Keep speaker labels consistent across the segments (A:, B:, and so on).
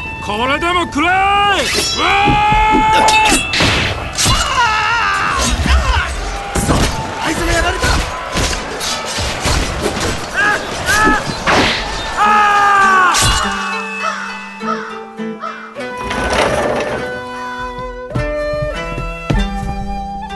A: でも食らえうわー
B: あいつもやられた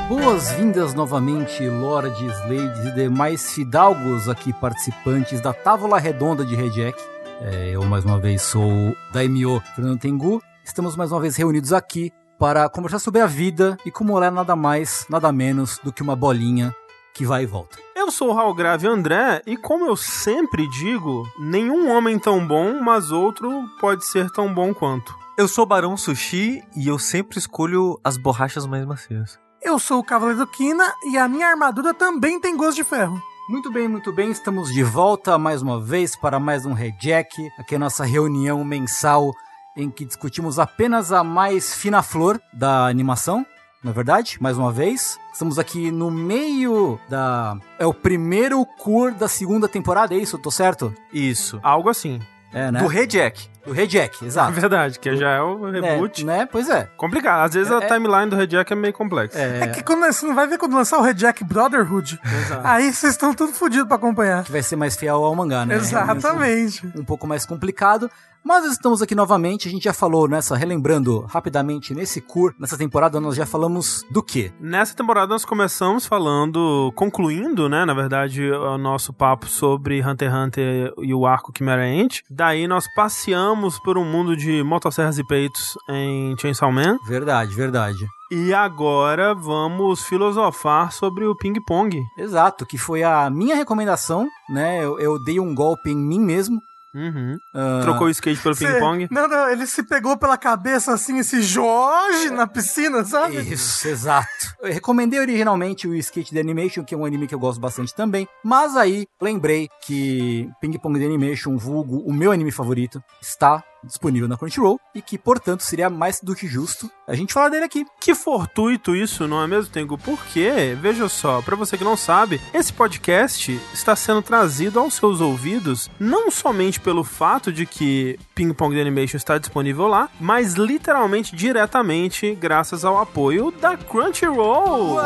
C: Boas-vindas novamente, lords, ladies e demais fidalgos aqui participantes da Távola Redonda de Rejack. É, eu mais uma vez sou o Daimyo Fernando Tengu. Estamos mais uma vez reunidos aqui para conversar sobre a vida e como ela é nada mais, nada menos do que uma bolinha que vai e volta.
D: Eu sou o Raul Grave André e como eu sempre digo, nenhum homem tão bom, mas outro pode ser tão bom quanto.
E: Eu sou Barão Sushi e eu sempre escolho as borrachas mais macias.
F: Eu sou o Cavaleiro Kina e a minha armadura também tem gosto de ferro.
C: Muito bem, muito bem, estamos de volta mais uma vez para mais um Rejack, aqui é a nossa reunião mensal em que discutimos apenas a mais fina flor da animação, na verdade, mais uma vez. Estamos aqui no meio da... é o primeiro cur da segunda temporada, é isso? Tô certo?
E: Isso.
D: Algo assim.
C: É, né?
E: Do Rejack.
C: Do Rejack,
D: É
E: Ah.
C: exato.
D: verdade, que já é o reboot.
C: É, né? Pois é.
D: Complicado. Às vezes a
C: É-
D: timeline do Red Jack é meio complexa.
C: É,
F: É, que quando você não vai ver quando lançar o Red Jack Brotherhood. Aí vocês estão tudo fodidos pra acompanhar.
C: que vai ser mais fiel ao mangá, né?
F: Exatamente.
C: um pouco mais complicado. Mas estamos aqui novamente, a gente já falou nessa, relembrando rapidamente nesse cur, nessa temporada nós já falamos do quê?
D: Nessa temporada nós começamos falando, concluindo, né, na verdade, o nosso papo sobre Hunter x Hunter e o arco Chimera Ant. Daí nós passeamos por um mundo de motosserras e peitos em Chainsaw Man.
C: Verdade, verdade.
D: E agora vamos filosofar sobre o ping-pong.
C: Exato, que foi a minha recomendação, né? Eu, eu dei um golpe em mim mesmo.
D: Uhum.
C: Ah,
D: Trocou o skate pelo
F: Você-
D: ping-pong.
F: Não, não, ele se pegou pela cabeça assim, esse Jorge na piscina,
C: Ah,
F: sabe?
C: Isso, exato. Eu recomendei originalmente o Skate The Animation, que é um anime que eu gosto bastante também, mas aí lembrei que Ping Pong The Animation, vulgo o meu anime favorito, está disponível na Crunchyroll e que, portanto, seria mais do que justo a gente falar dele aqui.
D: Que fortuito isso, não é mesmo, Tengu? Porque, veja só, pra você que não sabe, esse podcast está sendo trazido aos seus ouvidos não somente pelo fato de que Ping Pong The Animation está disponível lá, mas literalmente diretamente graças ao apoio da Crunchyroll.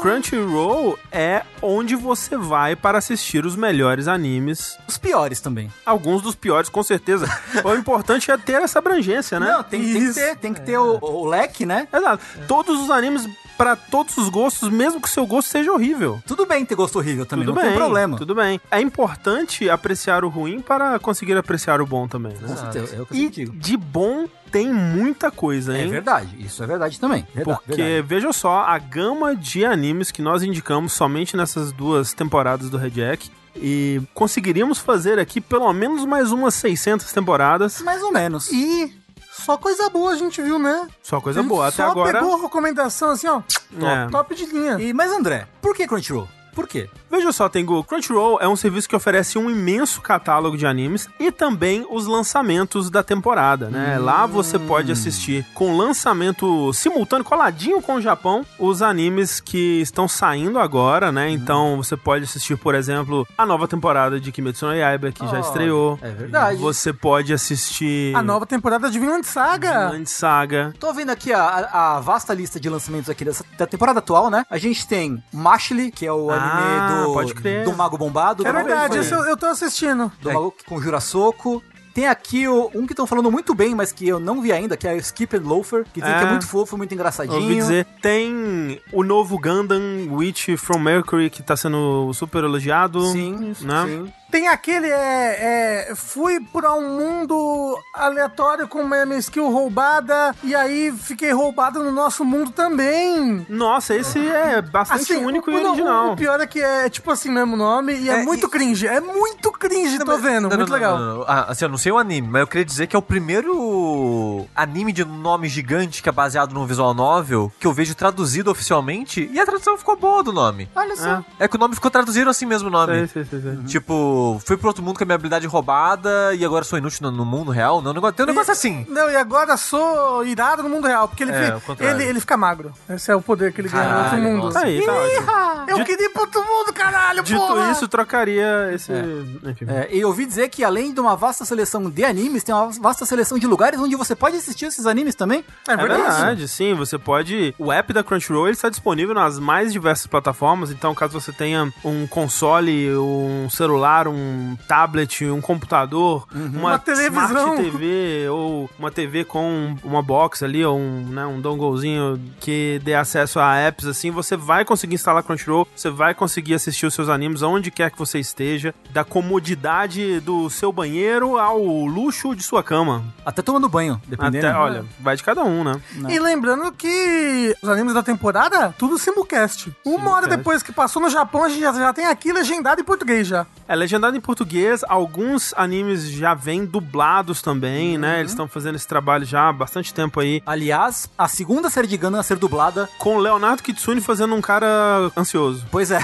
D: Crunchyroll é onde você vai para assistir os melhores animes,
C: Os piores também.
D: alguns dos piores com certeza. o importante é ter essa abrangência, né?
C: Não, tem, tem que
F: Isso.
C: ter, tem que ter o, o leque, né?
D: Exato. Todos os animes pra todos os gostos, mesmo que o seu gosto seja horrível.
C: Tudo bem ter gosto horrível também,
D: tudo
C: não
D: bem,
C: tem problema.
D: Tudo bem. É importante apreciar o ruim para conseguir apreciar o bom também, né?
C: Com certeza, é o que eu
D: E
C: sempre digo.
D: de bom tem muita coisa,
C: É
D: hein?
C: verdade, isso é verdade também. Verdade,
D: Porque,
C: verdade.
D: veja só, a gama de animes que nós indicamos somente nessas duas temporadas do Red Jack. E conseguiríamos fazer aqui pelo menos mais umas 600 temporadas.
C: Mais ou menos.
F: E só coisa boa a gente viu, né?
D: Só
F: A
D: coisa
C: Hum,
F: gente
D: boa. Até
F: só
D: agora.
F: pegou recomendação assim, ó.
D: É.
F: Top de linha.
C: E, mas André, por que Crunchyroll? Por quê?
D: Veja só, Tengu, Crunchyroll é um serviço que oferece um imenso catálogo de animes e também os lançamentos da temporada, né? Lá você pode assistir com lançamento simultâneo, coladinho com o Japão, os animes que estão saindo agora, né? Então você pode assistir, por exemplo, a nova temporada de Kimetsu no Yaiba, que já
C: Olha,
D: estreou.
C: é verdade.
D: Você pode assistir...
F: A nova é. temporada de Vinland Saga.
D: Vinland Saga.
C: Tô vendo aqui a, a- a vasta lista de lançamentos aqui dessa- da temporada atual, né? A gente tem Mashly, que é o
D: Ah,
C: anime do,
D: pode crer.
C: do Mago Bombado.
F: É
C: do Mago-
F: verdade,
C: do-
F: esse eu, eu tô assistindo.
C: Do Mago que conjura soco. Tem aqui o, um que estão falando muito bem, mas que eu não vi ainda, que é o Skip and Loafer, que dizem
D: É.
C: que é muito fofo, muito
D: Eu Ouvi
C: engraçadinho.
D: dizer, tem o novo Gundam Witch from Mercury que tá sendo super elogiado.
C: Sim,
D: né?
C: sim.
F: Tem aquele, é, é, Fui pra um mundo aleatório com uma minha skill roubada, e aí fiquei roubado no nosso mundo também.
D: Nossa, esse é bastante
C: Assim,
D: único e
F: Assim, o- o-
D: original.
F: O pior é que é tipo assim mesmo nome, e é,
E: É,
F: muito
E: e-
F: cringe. É muito cringe, tô vendo.
E: Não,
F: muito
E: não,
F: legal.
E: não, não, não. Ah, assim, eu não sei o anime, mas eu queria dizer que é o primeiro anime de nome gigante que é baseado num visual novel que eu vejo traduzido oficialmente e a tradução ficou boa do nome.
F: Olha só.
E: É que o nome ficou traduzido assim mesmo o nome.
C: É.
D: Sei, sei, sei, sei.
E: Tipo, fui pro outro mundo com a minha habilidade roubada e agora sou inútil no, no mundo real. Não, um negócio- tem um negócio assim.
F: Não, e agora sou irado no mundo real, porque ele,
E: É,
F: fi-
E: ao contrário.
F: ele, ele fica magro. Esse é o poder que ele ganha no outro
E: Caralho,
F: mundo.
E: nossa.
D: Tá aí, tá ótimo.
F: Eu queria ir pro outro mundo, caralho,
D: Dito
F: porra!
D: isso, trocaria esse. Enfim.
C: É, e eu ouvi dizer que além de uma vasta seleção de animes, tem uma vasta seleção de lugares onde você pode assistir esses animes também.
F: É
D: É
F: verdade.
D: verdade, sim, você pode... O app da Crunchyroll ele está disponível nas mais diversas plataformas, então caso você tenha um console, um celular, um tablet, um computador, uma,
F: Uma televisão.
D: Smart TV ou uma TV com uma box ali, ou um, né, um donglezinho que dê acesso a apps, assim, você vai conseguir instalar Crunchyroll, você vai conseguir assistir os seus animes onde quer que você esteja, da comodidade do seu banheiro ao luxo de sua cama.
C: Até tomando banho, dependendo. né?
D: Até, olha, vai de cada um, né?
F: E lembrando que os animes da temporada, tudo simulcast. Uma hora depois que passou no Japão, a gente já, já tem aqui legendado em português já.
D: É legendado em português, alguns animes já vêm dublados também, né? Eles estão fazendo esse trabalho já há bastante tempo aí.
C: Aliás, a segunda série de Gundam a ser dublada,
D: Com o Leonardo Kitsune fazendo um cara ansioso.
C: pois é.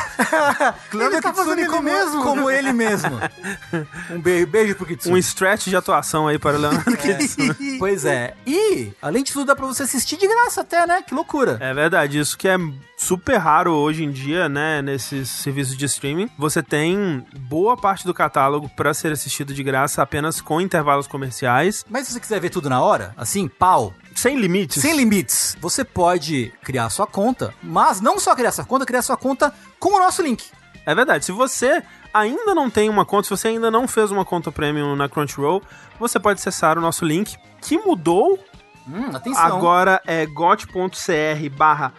F: Ele tá fazendo ele
C: como,
F: mesmo?
C: como ele mesmo. Um beijo, beijo pro Kitsune.
D: Um stretch de atuação aí para o Leonardo Kitsune.
C: Pois é. E, além de tudo, dá pra você assistir de graça até, né? Que loucura.
D: É verdade, isso que é super raro hoje em dia, né? Nesses serviços de streaming, você tem boa parte do catálogo para ser assistido de graça apenas com intervalos comerciais,
C: Mas se você quiser ver tudo na hora, assim, pau,
D: sem limites.
C: sem limites, você pode criar sua conta, mas não só criar sua conta, criar sua conta com o nosso link.
D: É verdade. Se você ainda não tem uma conta, se você ainda não fez uma conta premium na Crunchyroll, você pode acessar o nosso link, que mudou.
C: Hum, atenção.
D: Agora é got.cr barra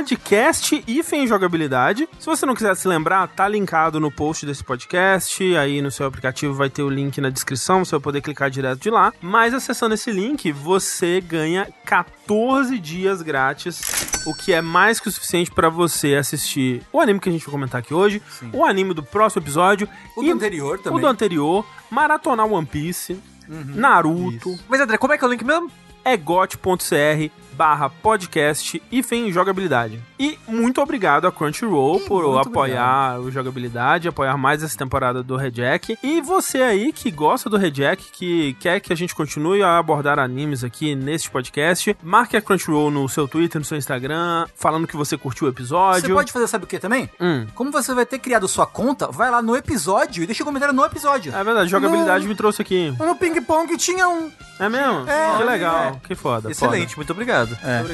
D: podcast e jogabilidade. Se você não quiser se lembrar, tá linkado no post desse podcast, aí no seu aplicativo vai ter o link na descrição, você vai poder clicar direto de lá. Mas acessando esse link, você ganha 14 dias grátis, o que é mais que o suficiente para você assistir o anime que a gente vai comentar aqui hoje, o anime do próximo episódio
C: o
D: e
C: do anterior também.
D: o do anterior, maratonar One Piece, Naruto,
E: Uhum. Mas André, como é que é o link mesmo?
D: é got.cr barra podcast e fim jogabilidade. E muito obrigado a Crunchyroll por
C: muito
D: apoiar o jogabilidade, apoiar mais essa temporada do Rejack. E você aí que gosta do Rejack, que quer que a gente continue a abordar animes aqui neste podcast, marque a Crunchyroll no seu Twitter, no seu Instagram, falando que você curtiu o episódio.
C: Você pode fazer, sabe o que também?
D: Hum.
C: Como você vai ter criado sua conta, vai lá no episódio e deixa um comentário no episódio.
D: É verdade, jogabilidade me trouxe aqui.
C: É,
F: No ping-pong tinha um.
D: É mesmo?
F: É,
D: que legal, que foda.
E: Excelente, muito obrigado.
C: É.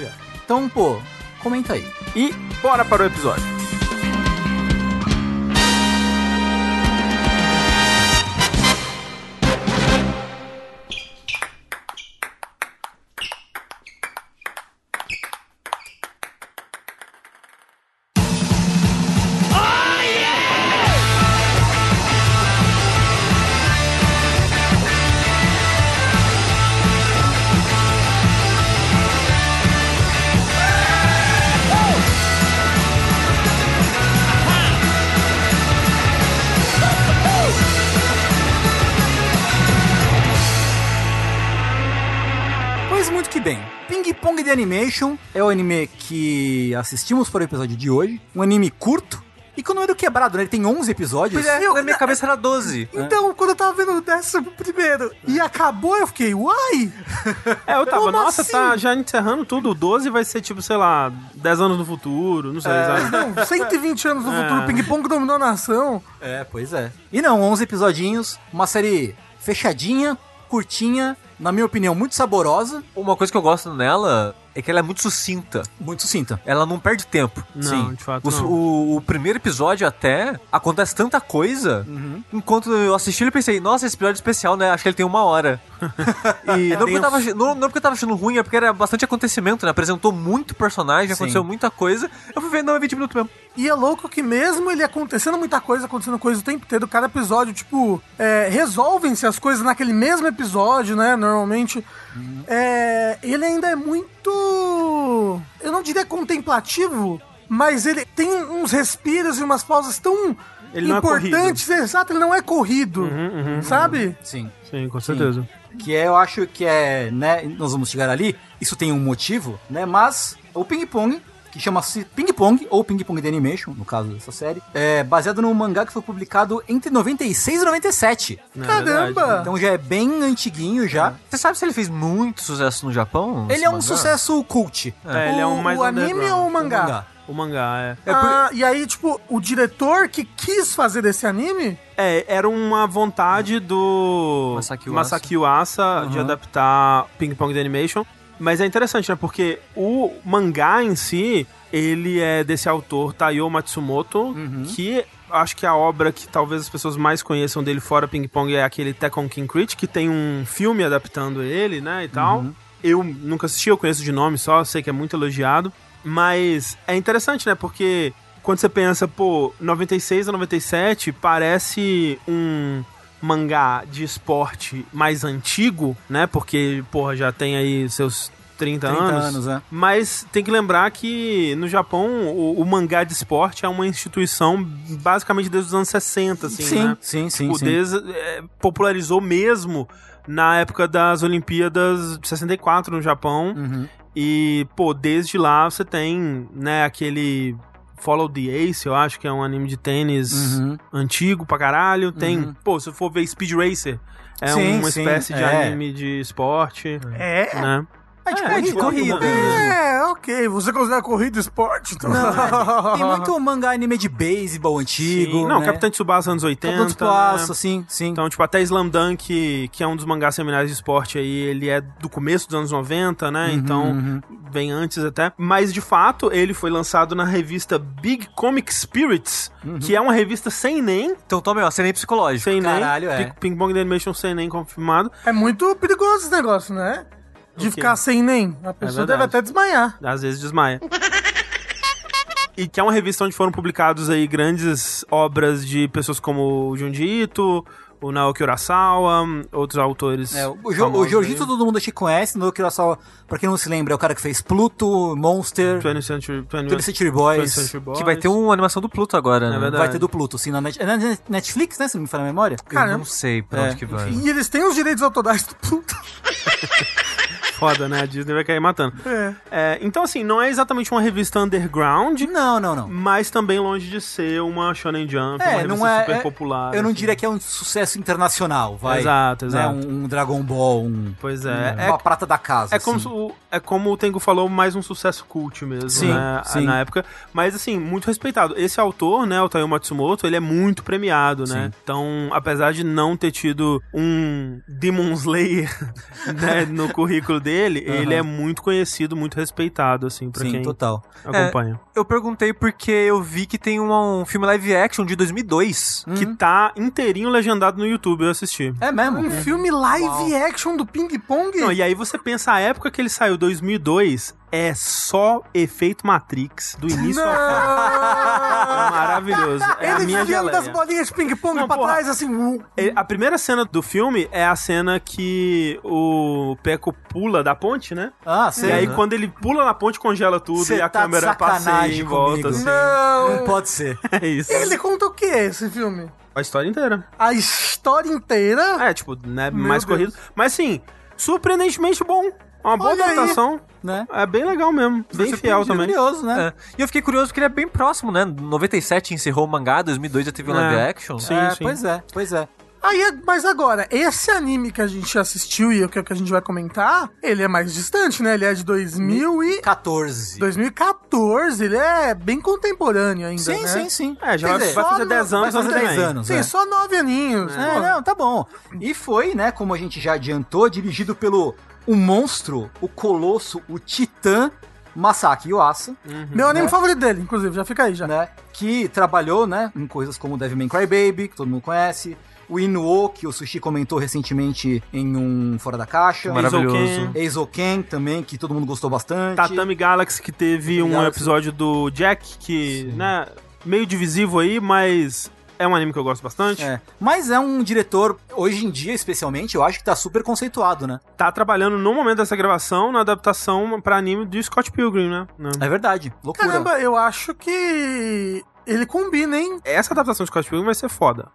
C: Então, pô, comenta aí.
D: foda. E bora para o episódio.
C: Pois muito que bem. Ping Pong The Animation é o anime que assistimos para o episódio de hoje. Um anime curto e com o número quebrado, né? Ele tem 11 episódios. Né?
E: Pois é, na minha cabeça era 12.
F: Então, quando eu tava vendo o décimo primeiro e acabou, eu fiquei, uai!
D: É, eu tava,
F: Como
D: nossa,
F: assim?
D: tá já encerrando tudo. O 12 vai ser tipo, sei lá, 10 anos no futuro, não sei,
F: É.
D: sabe?
F: Não, 120 anos
D: É.
F: no futuro, ping-pong dominou a nação.
C: É, pois é. E não, 11 episodinhos, uma série fechadinha, curtinha, na minha opinião, muito saborosa,
E: Uma coisa que eu gosto nela é que ela é muito sucinta.
C: muito sucinta.
E: Então, Ela não perde tempo.
D: Não, de fato,
E: O,
D: não.
E: o- o primeiro episódio até acontece tanta coisa. Enquanto eu assisti, ele pensei, nossa, esse episódio é especial, né? Acho que ele tem uma hora. e não, porque eu tava, ach- não, não porque eu tava achando ruim, é porque era bastante acontecimento, né? Apresentou muito personagem, aconteceu muita coisa. Eu fui ver, não, é 20 minutos mesmo.
F: E é louco que mesmo ele acontecendo muita coisa, acontecendo coisa o tempo inteiro, cada episódio, tipo, é, resolvem-se as coisas naquele mesmo episódio, né? Normalmente. É, ele ainda é muito. Eu não diria contemplativo, mas ele tem uns respiros e umas pausas tão
D: Ele não é Uhum,
F: importantes. exato, ele não é corrido. sabe?
C: Sim.
D: Sim, com certeza.
C: Que é, eu acho que é, né? Nós vamos chegar ali. Isso tem um motivo, né? Mas o ping-pong que chama-se Ping Pong, ou Ping Pong The Animation, no caso dessa série, é baseado num mangá que foi publicado entre 96 e 97.
D: Não é
F: Caramba!
C: Então já é bem antiguinho já.
E: Ah, Você sabe se ele fez muito sucesso no Japão?
C: Ele
E: esse
C: é um
E: mangá?
C: sucesso cult.
D: É, ele é um
F: O-
D: mais
F: o anime
D: underground.
F: ou o É um mangá?
D: O mangá, é.
E: É por-
F: Ah, e aí, tipo, o diretor que quis fazer desse anime
D: É, era uma vontade do
E: Masaki Uasa.
D: Masaki Uasa de
E: Uhum.
D: adaptar Ping Pong The Animation. Mas é interessante, né? Porque o mangá em si, ele é desse autor Taiyo Matsumoto, que acho que a obra que talvez as pessoas mais conheçam dele fora Ping Pong é aquele Tekken King Crit, que tem um filme adaptando ele, né, e tal. Eu nunca assisti, eu conheço de nome só, sei que é muito elogiado. Mas é interessante, né? Porque quando você pensa, pô, 96 a 97 parece um mangá de esporte mais antigo, né? Porque, porra, já tem aí seus 30,
C: 30
D: anos.
C: anos, né?
D: Mas tem que lembrar que no Japão o, o mangá de esporte é uma instituição basicamente desde os anos 60, assim,
C: sim,
D: né?
C: sim, sim,
D: O
C: sim.
D: Des eh, popularizou mesmo na época das Olimpíadas de 64 no Japão.
C: Uhum.
D: E, pô, desde lá você tem, né, aquele Follow the Ace, eu acho que é um anime de tênis
C: Uhum.
D: antigo pra caralho. Tem,
C: Uhum.
D: pô, se for ver Speed Racer, é
C: Sim,
D: uma
C: sim,
D: espécie de
C: é.
D: anime de esporte,
F: é.
D: né?
C: É tipo,
D: É,
C: é,
D: de
C: de corrida. É,
D: corrida.
F: É, ok. Você considera corrida esporte? Então. Não,
C: Tem muito mangá anime de beisebol antigo.
D: Sim. Não,
C: né?
D: Capitão Tsubasa anos 80.
C: Capitão Tsubasa,
D: né?
C: sim, sim.
D: Então, tipo, até Slam Dunk, que é um dos mangás seminais de esporte aí, ele é do começo dos anos 90, né?
C: Uhum,
D: então, bem antes até. Mas, de fato, ele foi lançado na revista Big Comic Spirits,
C: Uhum.
D: que é uma revista sem nem,
E: Então tome, ó, nem psicológico.
D: sem
C: Caralho,
D: nem.
C: é.
D: Ping- Ping Pong The Animation sem nem confirmado.
F: É muito perigoso esse negócio, né? De
D: O quê? É
F: ficar sem nem. A pessoa deve
D: verdade.
F: até desmaiar.
D: Às vezes desmaia. E que é uma revista onde foram publicados aí grandes obras de pessoas como o Junji Ito, o Naoki Urasawa, outros autores.
C: É, o Jo- o
D: famosos
C: Jorgito
D: aí.
C: todo mundo aqui conhece, no Kurosawa, pra quem não se lembra, é o cara que fez Pluto, Monster,
D: 20th Century,
C: 20
D: 20th
C: Century Boys.
D: 20th Century Boys.
E: Que vai
C: um
E: ter uma animação do Pluto agora, né?
D: É verdade.
C: Vai ter do Pluto, sim, na Net- é na Netflix, né? Se não me falha a memória.
E: Ah, Eu
F: Caramba.
E: não sei pra onde
C: É,
E: que vai.
F: E eles têm os direitos autorais do Pluto.
D: Foda, né? A Disney vai cair matando.
F: É.
D: É, então, assim, não é exatamente uma revista underground,
C: Não, não, não.
D: mas também longe de ser uma Shonen Jump, uma
C: É,
D: revista
C: não é.
D: super
C: é-
D: popular.
C: eu não
D: assim.
C: diria que é um sucesso internacional, vai.
D: Exato,
C: Né,
D: exato.
C: um, um Dragon Ball, um,
D: Pois
C: é,
D: é.
C: uma
D: É,
C: prata da casa.
D: é como,
C: assim.
D: se o, é como o Tengu falou, mais um sucesso cult mesmo,
C: Sim,
D: né?
C: sim.
D: Na época. Mas, assim, muito respeitado. Esse autor, né, o Taiyo Matsumoto, ele é muito premiado, né? Então, apesar de não ter tido um Demon Slayer né, no currículo dele, ele é muito conhecido, muito respeitado, assim, pra
C: Sim, é,
D: quem
C: total.
D: acompanha.
E: Eu perguntei porque eu vi que tem uma- um filme live action de 2002.
D: que
C: uhum.
D: tá inteirinho legendado no YouTube, eu assisti.
C: É mesmo?
F: Um filme live action do Ping Pong?
D: Não, e aí você pensa, a época que ele saiu, 2002, é só efeito Matrix, do início ao fim. É
F: Não!
D: Maravilhoso. É a
F: Ele
D: minha
F: virando
D: geleia.
F: das bolinhas de ping-pong
D: Não,
F: pra
D: porra.
F: trás, assim. uh,
D: Ele- A primeira cena do filme é a cena que o Peco pula da ponte, né?
C: Ah,
D: e
C: sei.
D: aí
C: né?
D: quando ele pula na ponte, congela tudo
C: Cê
D: e a
C: tá de
D: câmera passa
C: sacanagem
D: em volta,
C: comigo.
D: assim.
C: Não pode ser.
D: É isso.
F: Ele conta o que esse filme?
D: A história inteira.
F: A história inteira?
D: É, tipo, né,
F: Meu
D: mais
F: Deus.
D: corrido. Mas, assim, surpreendentemente bom. Uma boa
F: Olha aí.
D: adaptação.
C: Né?
D: É bem legal mesmo. Bem fiel também.
C: Curioso, né?
E: É. E eu fiquei curioso porque ele é bem próximo, né? 97 encerrou o mangá, 2002 já teve um
D: É.
E: live action.
D: Sim,
C: É,
D: sim.
C: Pois é, pois é.
F: Aí, é- mas agora, esse anime que a gente assistiu e o que é que a gente vai comentar, ele é mais distante, né? Ele é de 2000 e...
C: 14.
F: 2014, ele é bem contemporâneo ainda,
C: Sim,
F: né?
C: sim, sim.
D: É, já
C: Quer
D: vai,
C: dizer,
D: vai fazer
F: só
D: 10 anos
C: Vai fazer
D: ano que
C: 10
D: vem.
C: anos.
F: Tem
C: é.
F: só nove aninhos. né?
C: É,
F: pô.
C: não, tá bom. E foi, né, como a gente já adiantou, dirigido pelo o monstro, o colosso, o titã Masaki Yuasa,
F: Meu anime
D: Uhum.
C: Né?
F: favorito dele, inclusive, já fica aí, já.
C: né, que trabalhou, né, em coisas como Devilman Crybaby, que todo mundo conhece, o Inuo, que o Sushi comentou recentemente em um Fora da Caixa,
D: Mas
E: Maravilhoso.
D: ok.
C: Eizouken também, que todo mundo gostou bastante.
D: Tatami Galaxy, que teve
C: Tatami
D: um
C: Galaxy.
D: episódio do Jack, que, né, meio divisivo aí, mas é um anime que eu gosto bastante.
C: É. Mas é um diretor, hoje em dia especialmente, eu acho que tá super conceituado, né?
D: Tá trabalhando no momento dessa gravação na adaptação pra anime de Scott Pilgrim, né? Né?
C: É verdade, loucura.
F: Caramba, eu acho que ele combina, hein?
C: É.
D: Essa adaptação de Scott Pilgrim vai ser foda.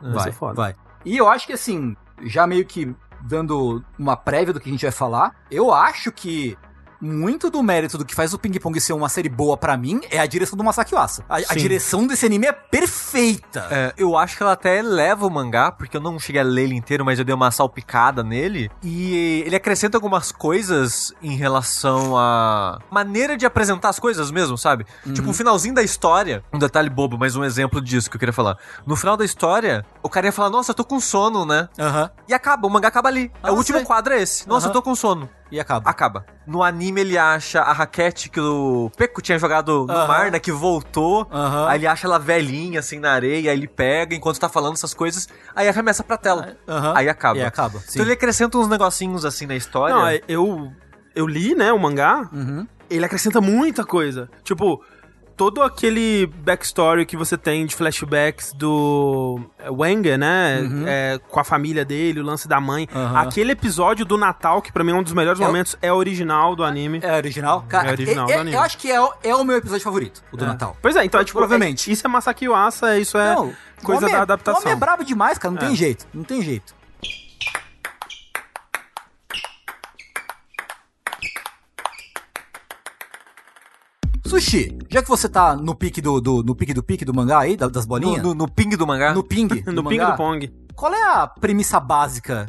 D: Vai
C: Vai,
D: ser foda.
C: vai. E eu acho que assim, já meio que dando uma prévia do que a gente vai falar, eu acho que muito do mérito do que faz o Ping Pong ser uma série boa pra mim é a direção do Masaki Uasa. A, a
D: Sim.
C: direção desse anime é perfeita.
E: É, eu acho que ela até eleva o mangá, porque eu não cheguei a ler ele inteiro, mas eu dei uma salpicada nele. E ele acrescenta algumas coisas em relação à maneira de apresentar as coisas mesmo, sabe?
D: Uhum.
E: Tipo, o finalzinho da história, um detalhe bobo, mas um exemplo disso que eu queria falar. No final da história, o cara ia falar, nossa, eu tô com sono, né?
C: Aham.
E: E acaba, o mangá acaba ali.
C: Ah,
E: É o
C: eu
E: último
C: sei.
E: quadro é esse. Nossa,
C: Aham.
E: eu tô com sono.
C: E acaba.
E: Acaba. No anime ele acha a raquete que o Peco tinha jogado no
C: Aham.
E: mar, né? Que voltou.
C: Aham.
E: Aí ele acha ela velhinha, assim, na areia, aí ele pega enquanto tá falando essas coisas, aí arremessa pra tela.
C: Aham.
E: Aí acaba.
C: E acaba, sim.
E: Então ele acrescenta uns negocinhos assim na história.
D: Não, é, eu, eu li, né, o mangá,
C: Uhum.
D: ele acrescenta muita coisa. Tipo, todo aquele backstory que você tem de flashbacks do é, Wenger, né? é, com a família dele, o lance da mãe.
C: Uhum. Aham.
D: Aquele episódio do Natal, que pra mim é um dos melhores
C: É o-
D: momentos, é original do anime.
C: É original? Cara,
D: É original
C: e-
D: do
C: e-
D: anime.
C: Eu acho que é, o- é o meu episódio favorito, o do Natal.
D: Pois é, então, é, tipo,
C: Provavelmente.
D: é- isso é Masaki Uasa, isso é
C: Não,
D: coisa
C: o homem é- O
D: da
C: homem
D: adaptação.
C: é brabo demais, cara. Não tem jeito. Não tem jeito. Sushi, já que você tá no pique do, do- no pique do pique do mangá aí, da- das
E: no,
C: bolinhas, no,
E: no, no ping do mangá.
C: ping,
D: no Ping
C: mangá,
D: do Pong.
C: qual é a premissa básica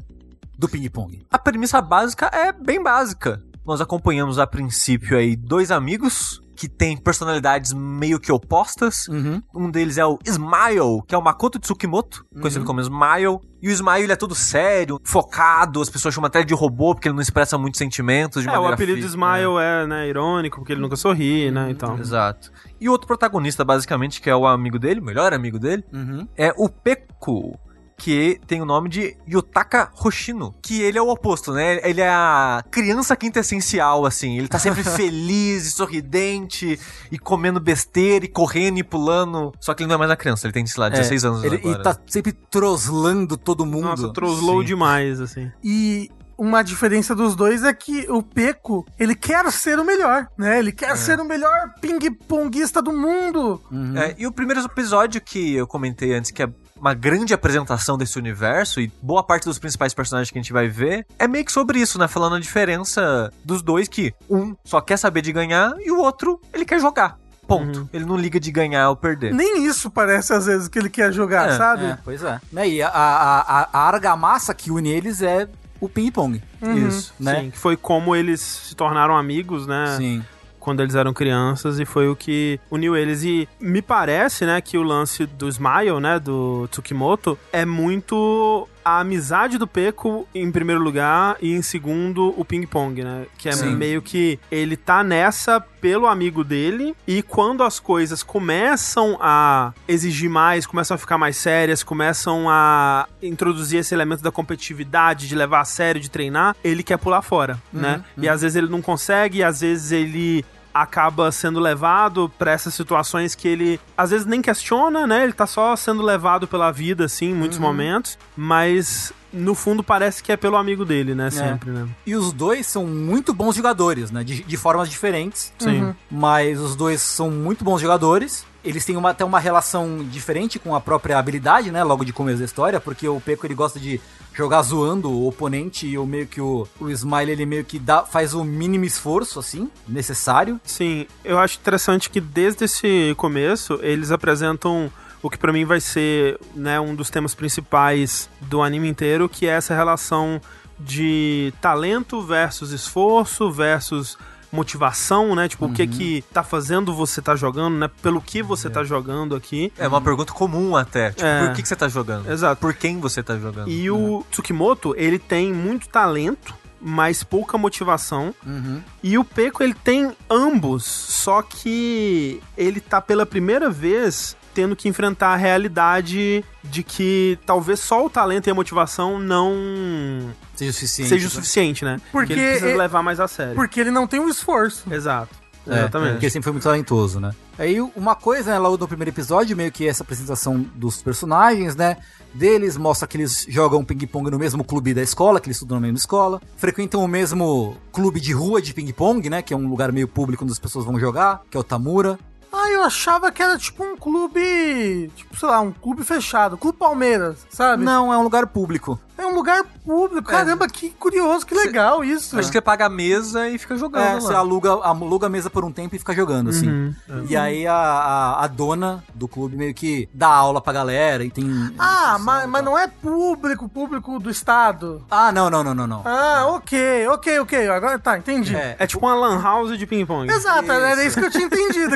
C: do ping-pong?
E: A premissa básica é bem básica. Nós acompanhamos a princípio aí dois amigos que têm personalidades meio que opostas.
C: Uhum.
E: Um deles é o Smile, que é o Makoto Tsukimoto, conhecido como Smile. E o Smile ele é todo sério, focado, as pessoas chamam até de robô, porque ele não expressa muitos sentimentos de
D: É, o
E: maneira
D: apelido de
E: fi-
D: Smile é, né, irônico, porque ele nunca sorri, né, então.
E: É. Exato. E o outro protagonista, basicamente, que é o amigo dele, o melhor amigo dele,
C: Uhum.
E: é o Peku, que tem o nome de Yutaka Hoshino, que ele é o oposto, né? Ele é a criança quintessencial, assim. Ele tá sempre feliz e sorridente, e comendo besteira, e correndo e pulando. Só que ele não é mais uma criança, ele tem, sei lá, 16 anos
C: Ele,
E: agora.
C: e tá sempre troslando todo mundo.
D: Nossa, troslou
E: Sim.
D: demais, assim.
F: E uma diferença dos dois é que o Peco, ele quer ser o melhor, né? Ele quer ser o melhor ping-ponguista do mundo.
C: Uhum.
E: É, e o primeiro episódio que eu comentei antes, que é uma grande apresentação desse universo e boa parte dos principais personagens que a gente vai ver, é meio que sobre isso, né? Falando a diferença dos dois que um só quer saber de ganhar e o outro, ele quer jogar. Ponto.
C: Uhum.
E: Ele não liga de ganhar ou perder.
F: Nem isso parece às vezes que ele quer jogar,
E: É,
F: sabe?
C: É, pois é. Né, E a, a, a- a argamassa que une eles é o ping-pong.
E: Isso.
C: Né?
D: Uhum. Sim, que foi como eles se tornaram amigos, né?
C: Sim.
D: Quando eles eram crianças e foi o que uniu eles. E me parece, né, que o lance do Smile, né, do Tsukimoto, é muito a amizade do Peco em primeiro lugar e em segundo o Ping Pong, né? Que é
C: Sim.
D: meio que ele tá nessa pelo amigo dele e quando as coisas começam a exigir mais, começam a ficar mais sérias, começam a introduzir esse elemento da competitividade, de levar a sério, de treinar, ele quer pular fora, né? E às vezes ele não consegue, e às vezes ele acaba sendo levado pra essas situações que ele às vezes nem questiona, né? Ele tá só sendo levado pela vida assim, em muitos momentos, mas no fundo parece que é pelo amigo dele, né, sempre, né?
C: E os dois são muito bons jogadores, né? De, de formas diferentes.
D: Sim.
C: Mas os dois são muito bons jogadores. Eles têm uma, até uma relação diferente com a própria habilidade, né? Logo de começo da história, porque o Peco ele gosta de jogar zoando o oponente e o meio que o, o Smile ele meio que dá, faz o mínimo esforço, assim, necessário.
D: Sim, eu acho interessante que desde esse começo eles apresentam o que pra mim vai ser né, um dos temas principais do anime inteiro, que é essa relação de talento versus esforço versus motivação, né? Tipo, o que que tá fazendo você tá jogando, né? Pelo que você tá jogando aqui.
E: É uma pergunta comum até. Tipo,
D: É.
E: por que, que você tá jogando?
D: Exato.
E: Por quem você tá jogando?
D: E o Tsukimoto, ele tem muito talento, mas pouca motivação.
F: Uhum.
D: E o Peco, ele tem ambos, só que ele tá pela primeira vez tendo que enfrentar a realidade de que talvez só o talento e a motivação não
C: Seja o suficiente.
D: seja o suficiente, né?
F: Porque
D: ele precisa
F: é-
D: levar mais a sério.
F: Porque ele não tem o esforço.
D: Exato.
C: É, Porque
D: Exatamente.
C: ele sempre foi muito talentoso, né? Aí uma coisa, né, logo do primeiro episódio, meio que essa apresentação dos personagens, né? Deles mostra que eles jogam ping-pong no mesmo clube da escola, que eles estudam na mesma escola, frequentam o mesmo clube de rua de ping-pong, né? Que é um lugar meio público onde as pessoas vão jogar, que é o Tamura.
F: Ah, eu achava que era tipo um clube. Tipo, sei lá, um clube fechado. Clube Palmeiras, sabe?
C: Não, é um lugar público.
F: É um lugar público. Caramba, que curioso, que legal isso.
E: Acho que você paga a mesa e fica jogando
C: É,
E: lá.
C: você aluga, aluga a mesa por um tempo e fica jogando, assim. E aí a, a- a dona do clube meio que dá aula pra galera e tem.
F: Ah, mas, mas não é público, público do Estado.
C: Ah, não, não, não, não, não.
F: Ah, ok, ok, ok. Agora tá, entendi.
C: É.
D: É tipo uma lan house de ping-pong.
F: Exato, era isso que eu tinha entendido,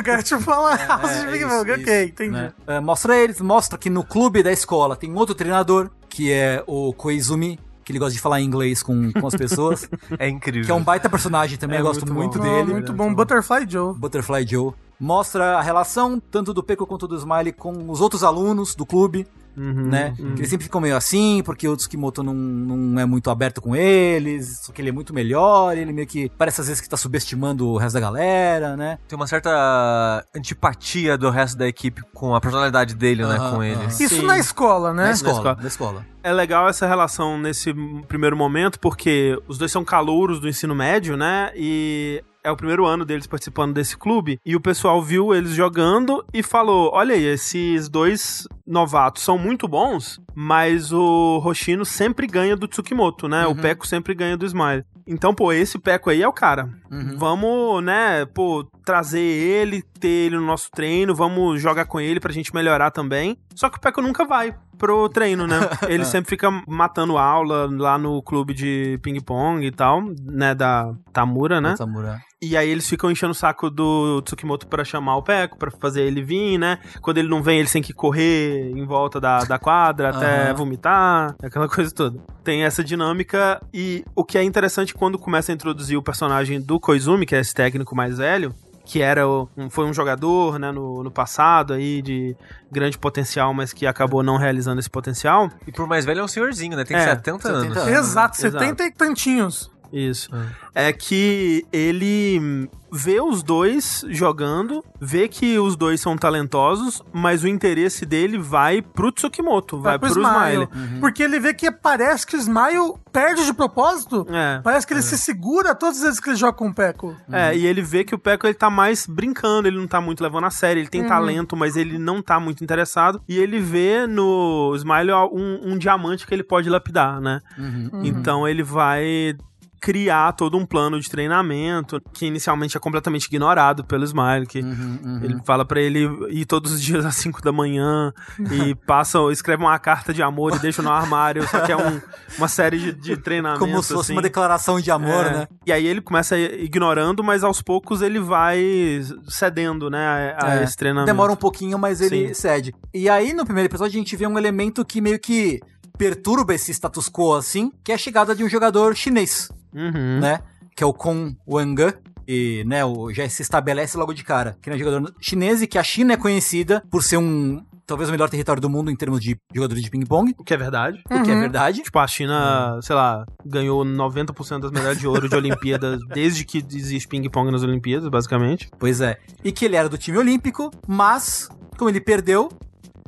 F: cara. Tipo, falar house
C: É,
F: de Big
C: isso,
F: Bang.
C: isso,
F: Ok, entendi.
C: né? É, mostra eles, mostra que no clube da escola tem outro treinador, que é o Koizumi, que ele gosta de falar em inglês com, com as pessoas,
E: É incrível.
C: que é um baita personagem também,
D: É
C: eu gosto
D: muito
C: muito,
D: bom.
F: Não,
C: dele.
F: muito bom. Butterfly Joe.
C: Butterfly Joe. Mostra a relação tanto do Peco quanto do Smiley com os outros alunos do clube, né? Que eles sempre ficam meio assim, porque o Tsukimoto não, não é muito aberto com eles, só que ele é muito melhor, ele meio que parece às vezes que tá subestimando o resto da galera, né?
E: Tem uma certa antipatia do resto da equipe com a personalidade dele,
D: é
E: né?
C: Aham,
E: Com ele.
C: aham.
F: Isso
C: Sim.
F: na escola, né?
C: Na escola,
D: escola.
C: da escola.
D: É legal essa relação nesse primeiro momento, porque os dois são calouros do ensino médio, né? E é o primeiro ano deles participando desse clube. E o pessoal viu eles jogando e falou: Olha aí, esses dois novatos são muito bons, mas o Roshino sempre ganha do Tsukimoto, né? O Peco sempre ganha do Smile. Então, pô, esse Peco aí é o cara. Vamos, né, pô, trazer ele, ter ele no nosso treino, vamos jogar com ele pra gente melhorar também. Só que o Peco nunca vai pro treino, né? Ele sempre fica matando aula lá no clube de ping-pong e tal, né, da Tamura, né?
C: Samura.
D: E aí eles ficam enchendo o saco do Tsukimoto pra chamar o Peco, pra fazer ele vir, né? Quando ele não vem, eles têm que correr em volta da, da quadra até
C: Aham.
D: vomitar, aquela coisa toda. Tem essa dinâmica e o que é interessante quando começa a introduzir o personagem do Koizumi, que é esse técnico mais velho, que era o- um- foi um jogador, né, no, no passado aí de grande potencial, mas que acabou não realizando esse potencial.
E: E por mais velho é um senhorzinho, né? Tem
D: É,
E: 70 anos.
C: 70 anos.
F: Exato,
D: Exato.
F: 70 e tantinhos. Tá
D: Isso. É que ele hum, vê os dois jogando, vê que os dois são talentosos, mas o interesse dele vai pro Tsukimoto, vai, pro, Smile.
C: Uhum.
F: Porque ele vê que parece que o Smile perde de propósito.
C: Uhum.
D: É.
F: Parece que ele se segura todas as vezes que ele joga com o Peco.
C: Uhum.
D: É, e ele vê que o Peco ele tá mais brincando, ele não tá muito levando a sério, ele
C: Uhum.
D: tem talento, mas ele não tá muito interessado. E ele vê no Smile ó, um, um diamante que ele pode lapidar, né?
C: Uhum.
D: Então ele vai criar todo um plano de treinamento que inicialmente é completamente ignorado pelo Smile, que
C: Uhum,
D: ele fala pra ele ir todos os dias às 5 da manhã e passa, escreve uma carta de amor e deixa no armário, só que é um- uma série de, de treinamentos.
C: Como se fosse
D: assim.
C: uma declaração de amor,
D: É.
C: né?
D: E aí ele começa ignorando, mas aos poucos ele vai cedendo, né, a, a
C: É.
D: esse treinamento.
C: Demora um pouquinho, mas ele
D: Sim.
C: cede. E aí, no primeiro episódio, a gente vê um elemento que meio que perturba esse status quo, assim, que é a chegada de um jogador chinês,
D: Uhum.
C: né? Que é o Kong Wangan. E, né, o- já se estabelece logo de cara. Que é um jogador chinês e que a China é conhecida por ser um... Talvez o melhor território do mundo em termos de jogadores de ping-pong,
D: O que é verdade.
C: o que é verdade.
D: Tipo, a China, sei lá, ganhou 90% das medalhas de ouro de Olimpíadas desde que existe ping-pong nas Olimpíadas, basicamente.
C: Pois é. E que ele era do time olímpico, mas, como ele perdeu,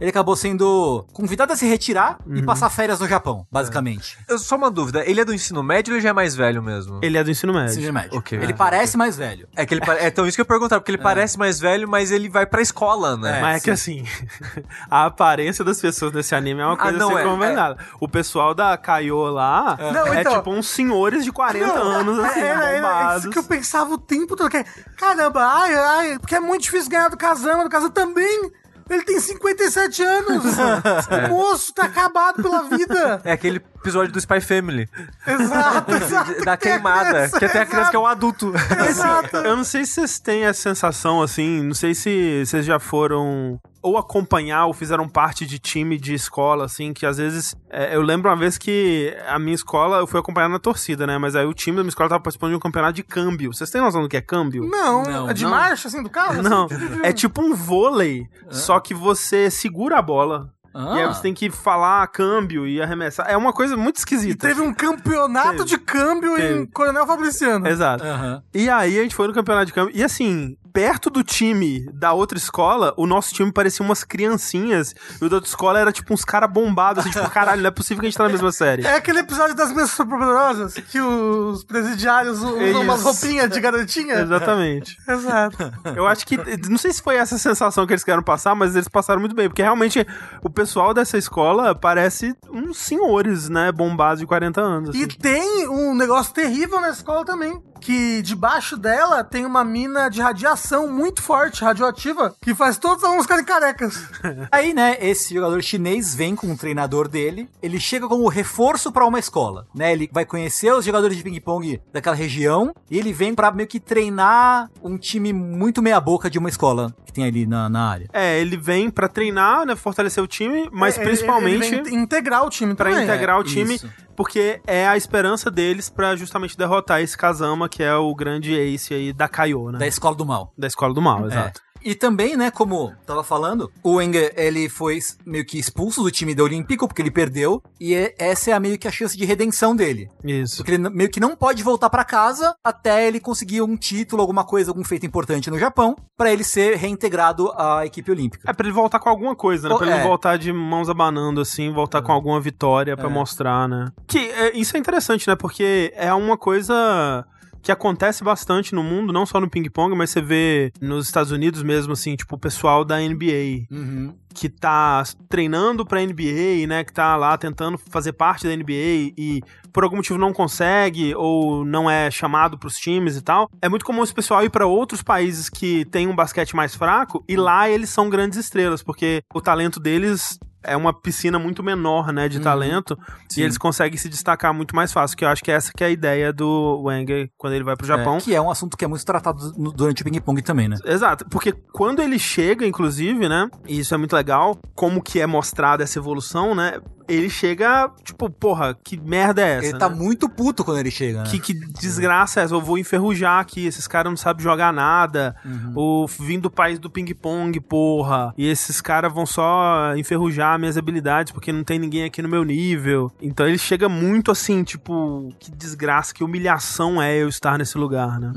C: ele acabou sendo convidado a se retirar e passar férias no Japão, basicamente.
E: Eu- Só uma dúvida, ele é do ensino médio ou ele já é mais velho mesmo?
D: Ele é do ensino médio.
C: Ensino médio.
E: Ok.
C: Ele
E: Ah,
C: parece mais velho.
E: É que ele pare... é, Então, isso que eu ia perguntar, porque ele parece mais velho, mas ele vai pra escola, né?
D: Mas é que assim, a aparência das pessoas nesse anime é uma coisa
E: não,
D: sem
E: é,
D: convenada. O pessoal da Kaiô lá é,
F: Não, então- é,
D: tipo uns senhores de 40 anos, assim,
F: Era, era
D: bombados.
F: isso que eu pensava o tempo todo. que- é, Caramba, ai, ai, porque é muito difícil ganhar do Kazama. Do Kazama também. Ele tem 57 anos. Esse Moço, tá acabado pela vida.
E: É aquele episódio do Spy Family,
F: Exato,
E: de-
F: exato.
E: da
F: Tem a
E: queimada, que até a criança que
F: exato.
E: é um adulto.
F: Exato.
D: Eu não sei se vocês têm essa sensação, assim, não sei se vocês já foram ou acompanhar ou fizeram parte de time de escola, assim, que às vezes... é, eu lembro uma vez que a minha escola, eu fui acompanhar na torcida, né? Mas aí o time da minha escola tava participando de um campeonato de câmbio. Vocês têm noção do que é câmbio?
F: Não,
C: Não,
F: é de
C: não.
F: marcha, assim, do carro?
D: Não,
F: Assim?
D: é tipo um vôlei, só que você segura a bola. E aí
C: Ah.
D: você tem que falar câmbio e arremessar. É uma coisa muito
F: E
E: tipo
D: esquisita.
F: teve um campeonato
D: Teve.
F: de câmbio em
D: Teve.
E: É.
F: Coronel Fabriciano.
D: Exato.
C: Aham.
D: E aí a gente foi no campeonato de câmbio. E assim, perto do time da outra escola, o nosso time parecia umas criancinhas e o da outra escola era tipo uns caras bombados, assim, tipo, caralho, não é possível que a gente tá na mesma série.
F: É aquele episódio das mesas superpoderosas que os presidiários
E: É
D: Isso.
F: usam umas roupinhas de garotinha.
D: Exatamente.
F: Exato.
D: Eu acho que. Não sei se foi essa sensação que eles queriam passar, mas eles passaram muito bem. Porque realmente o pessoal dessa escola parece uns senhores, né? Bombados de 40 anos. assim.
F: E tem um negócio terrível na escola também. Que debaixo dela tem uma mina de radiação muito forte, radioativa, que faz todos os alunos ficarem carecas.
C: Aí, né, esse jogador chinês vem com o treinador dele, ele chega como reforço pra uma escola, né? Ele vai conhecer os jogadores de ping-pong daquela região e ele vem pra meio que treinar um time muito meia-boca de uma escola que tem ali na, na área.
D: É, ele vem pra treinar, né? Fortalecer o time, mas
F: É, Ele-
D: principalmente.
F: ele vem integrar o time
D: Pra
F: também.
D: integrar o
C: é,
D: time,
C: isso.
D: porque é a esperança deles pra justamente derrotar esse Kazama, que é o grande ace aí da Kaiô, né?
C: Da escola do mal.
D: Da escola do mal, exato.
C: É. E também, né, como tava falando, o Wenger, ele foi meio que expulso do time da Olympico porque ele perdeu, e é- essa é a meio que a chance de redenção dele.
D: Isso.
C: Porque ele n- meio que não pode voltar pra casa até ele conseguir um título, alguma coisa, algum feito importante no Japão, pra ele ser reintegrado à equipe olímpica.
D: É pra ele voltar com alguma coisa, né?
C: Oh,
D: Pra ele
C: é.
D: não voltar de mãos abanando, assim, voltar com alguma vitória
C: É.
D: pra mostrar, né? Que é, isso é interessante, né? Porque é uma coisa que acontece bastante no mundo, não só no ping-pong, mas você vê nos Estados Unidos mesmo, assim, tipo, o pessoal da NBA,
C: Uhum.
D: que tá treinando pra NBA, né? Que tá lá tentando fazer parte da NBA e por algum motivo não consegue ou não é chamado pros times e tal. É muito comum esse pessoal ir pra outros países que tem um basquete mais fraco e lá eles são grandes estrelas, porque o talento deles é uma piscina muito menor, né, de talento, e eles conseguem se destacar muito mais fácil, que eu acho que essa que é a ideia do Wenger quando ele vai pro Japão.
C: É, que é um assunto que é muito tratado no- durante o ping-pong também, né?
D: Exato, porque quando ele chega, inclusive, né? E isso é muito legal, como que é mostrada essa evolução, né? Ele chega, tipo, porra, que merda é essa?
C: ele tá
D: né?
C: muito puto quando ele chega, né?
D: que, que desgraça é essa? Eu vou enferrujar aqui, esses caras não sabem jogar nada.
C: Uhum.
D: O vim do país do ping-pong, porra. E esses caras vão só enferrujar minhas habilidades, porque não tem ninguém aqui no meu nível. Então ele chega muito assim, tipo, que desgraça, que humilhação é eu estar nesse lugar, né?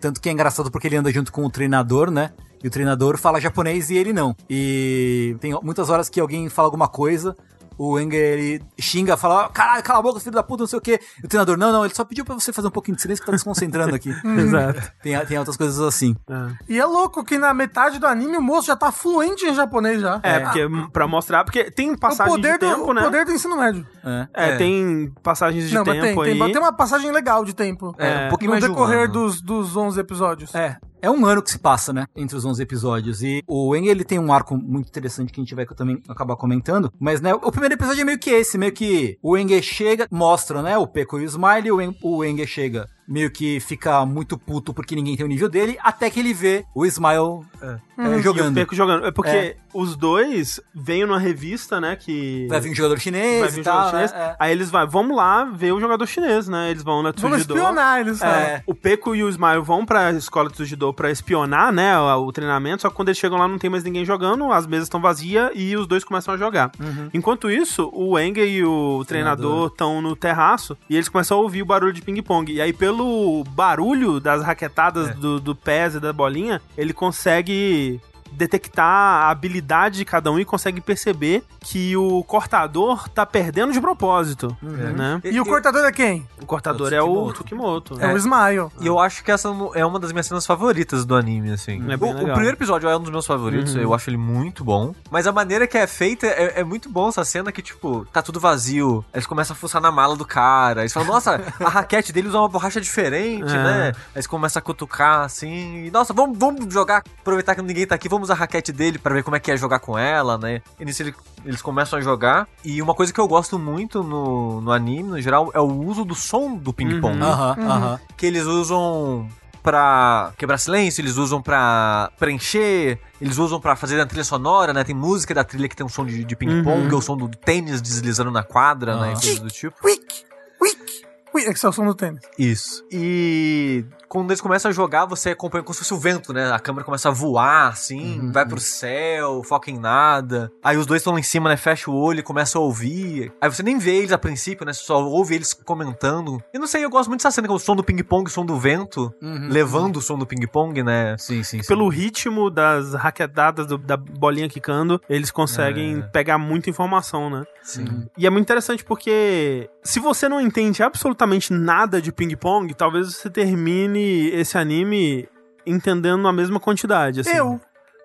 C: Tanto que é engraçado porque ele anda junto com o treinador, né? E o treinador fala japonês e ele não. E tem muitas horas que alguém fala alguma coisa, o Wenger ele xinga, fala, "Ah, caralho, cala a boca, filho da puta, não sei o quê. E o treinador, não, não, ele só pediu pra você fazer um pouquinho de silêncio que tá desconcentrando aqui.
D: Exato.
C: Tem, tem outras coisas assim.
D: É.
F: E é louco que na metade do anime o moço já tá fluente em japonês já.
D: É, porque pra mostrar, porque tem
F: o
D: passagem
F: poder
D: de tempo,
F: do,
D: né?
F: O poder do ensino médio.
C: É,
D: É, tem passagens de
F: Não, mas tem,
D: tempo
F: tem,
D: aí.
F: tem uma passagem legal de tempo.
C: É, um pouquinho
F: no
C: mais de um
F: decorrer
C: ano.
F: dos, dos 11 episódios.
C: É. É um ano que se passa, né? Entre os 11 episódios. E o Eng, ele tem um arco muito interessante que a gente vai também acabar comentando. Mas, né, o primeiro episódio é meio que esse. Meio que o Eng chega, mostra, né, o Peco e o Smiley. O Eng, o Eng chega, meio que fica muito puto porque ninguém tem o nível dele. Até que ele vê o Smile é,
D: Uhum. E o
C: jogando.
D: Perco jogando. É porque
C: É.
D: os dois veio numa revista, né? Que.
C: Vai vir um jogador chinês
D: vai vir
C: e
D: um
C: tal,
D: jogador chinês.
C: né? É.
D: Aí eles vão, vamos lá ver o jogador chinês, né? Eles vão na
F: Vamos
D: Tsujidou.
F: espionar eles,
C: É.
F: é.
D: O Peco e o Smile vão pra escola de Judô pra espionar, né, o, o treinamento, só que quando eles chegam lá não tem mais ninguém jogando, as mesas estão vazias e os dois começam a jogar. Enquanto isso, o Enge e o treinador estão no terraço e eles começam a ouvir o barulho de ping-pong. E aí, pelo barulho das raquetadas do, do pés e da bolinha, ele consegue detectar a habilidade de cada um e consegue perceber que o cortador tá perdendo de propósito, né?
F: E o cortador é quem?
D: O cortador
C: É o
D: é o
C: Tsukimoto.
D: Tsukimoto.
F: É, o Smile.
E: E eu acho que essa é uma das minhas cenas favoritas do anime, assim.
D: Ah. É
E: o,
D: bem
E: o
D: legal. Uhum.
E: primeiro episódio é um dos meus favoritos, eu acho ele muito bom. Mas a maneira que é feita é, é muito bom essa cena que, tipo, tá tudo vazio. Eles começam a fuçar na mala do cara. Eles falam, nossa, a raquete dele usa uma borracha diferente,
D: É.
E: né? Aí eles começam a cutucar, assim. E, nossa, vamos, vamos jogar, aproveitar que ninguém tá aqui, vamos usar a raquete dele pra ver como é que é jogar com ela, né? E nisso ele- eles começam a jogar. E uma coisa que eu gosto muito no, no anime, no geral, é o uso do som do ping-pong
D: Uhum.
C: Aham, aham.
E: que eles usam pra quebrar silêncio, eles usam pra preencher, eles usam pra fazer a trilha sonora, né? Tem música da trilha que tem um som de, de ping-pong, ou o som do tênis deslizando na quadra,
C: Ah.
E: né? E coisas do tipo.
F: Wick! Wick! Whitney, que é o som do tênis.
E: Isso. E quando eles começam a jogar, você acompanha como se fosse o vento, né? A câmera começa a voar, assim, vai pro céu, foca em nada. Aí os dois estão lá em cima, né? Fecha o olho e começa a ouvir. Aí você nem vê eles a princípio, né? Você só ouve eles comentando. E não sei, eu gosto muito dessa cena com o som do ping-pong, o som do vento,
C: Uhum.
E: Uhum. levando o som do ping-pong, né?
C: Sim, sim, sim.
D: Uhum. Pelo ritmo das raquetadas, do- da bolinha quicando, eles conseguem
E: É.
D: pegar muita informação, né?
E: Sim.
D: E é muito interessante porque se você não entende absolutamente nada de ping-pong, talvez você termine esse anime entendendo a mesma quantidade, assim.
F: Eu.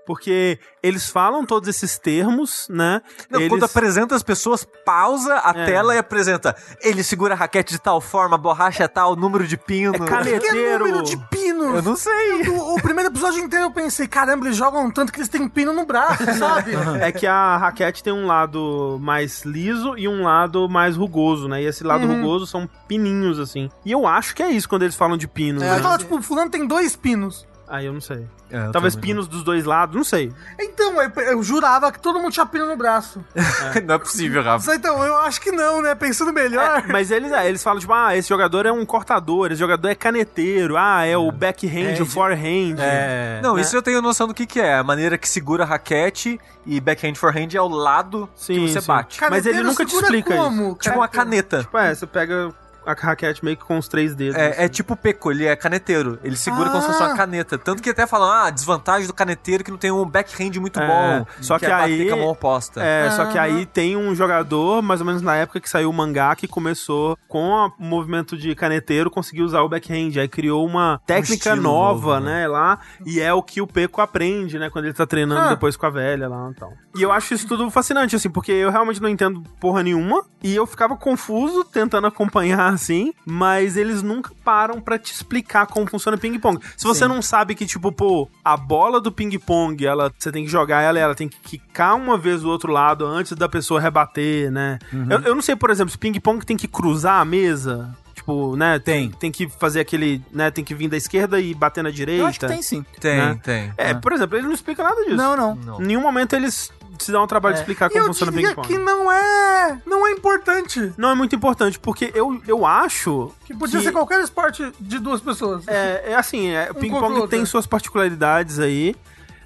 D: Porque eles falam todos esses termos, né?
E: Não,
D: eles...
E: Quando apresenta as pessoas, pausa a
D: É.
E: tela e apresenta. Ele segura a raquete de tal forma, a borracha é tal, número de pino.
D: É caneta.
F: Que é
D: Pedro.
F: número de pinos.
E: Eu não sei. É,
F: O, o primeiro episódio inteiro eu pensei, caramba, eles jogam tanto que eles têm pino no braço, sabe?
D: É que a raquete tem um lado mais liso e um lado mais rugoso, né? E esse lado
E: Uhum.
D: rugoso são pininhos, assim. E eu acho que é isso quando eles falam de pinos.
F: Você
D: né?
F: fala, tipo, fulano tem dois pinos.
D: Aí eu não sei.
E: É, eu
D: Talvez
E: também
D: pinos dos dois lados, não sei.
F: Então, eu, eu jurava que todo mundo tinha pino no braço.
E: não- Não é possível, Rafa.
F: Mas, Então, eu acho que não, né? Pensando melhor.
D: Mas eles, é, eles falam, tipo, ah, esse jogador é um cortador, esse jogador é caneteiro, ah, é, o backhand, o forehand.
C: É.
E: Não, isso eu tenho noção do que, que é. A maneira que segura a raquete e backhand forehand é o lado
D: Sim,
E: que você
D: sim.
E: bate.
D: Cara, mas ele
F: Caneteiro
D: nunca te
F: segura
D: explica
F: como,
E: tipo
F: Caneteiro?
E: uma caneta.
D: Tipo, é, você pega a raquete meio que com os três dedos. assim.
E: É, é tipo o Peco, ele é caneteiro. Ele segura como se fosse uma
F: Ah.
E: caneta. Tanto que até falam, ah, desvantagem do caneteiro é que não tem um backhand muito
D: É,
E: bom.
D: só que
E: é bater
D: aí-
E: com a mão oposta.
D: É, só que aí tem um jogador, mais ou menos na época que saiu o mangá, que começou com a- o movimento de caneteiro, conseguiu usar o backhand. Aí criou uma técnica
E: estilo
D: nova,
E: novo,
D: né? Lá. E é o que o Peco aprende, né? Quando ele tá treinando
F: Ah.
D: depois com a velha lá e tal. E eu acho isso tudo fascinante, assim, porque eu realmente não entendo porra nenhuma. E eu ficava confuso tentando acompanhar, assim. Mas eles nunca param pra te explicar como funciona o ping-pong. Se você não sabe que, tipo, pô, a bola do ping-pong, ela, você tem que jogar ela, e ela tem que quicar uma vez do outro lado antes da pessoa rebater, né? Eu, eu não sei, por exemplo, se ping-pong tem que cruzar a mesa. Tipo, né?
C: Tem.
D: Tem que fazer aquele. né? Tem que vir da esquerda e bater na direita.
C: Eu acho que tem sim.
E: Tem,
D: né?
E: tem.
D: É, por exemplo, ele não explica nada disso.
C: Não, não.
E: Não.
D: Em nenhum momento eles se dão o trabalho de explicar
F: É. E
D: como
F: eu
D: funciona o
F: diria
D: ping-pong.
F: que não é. Não é importante.
D: Não é muito importante, porque eu, eu acho.
F: Que podia ser qualquer esporte de duas pessoas.
D: É, é assim, é, o
F: contra o
D: ping-pong
F: outro.
D: tem suas particularidades aí,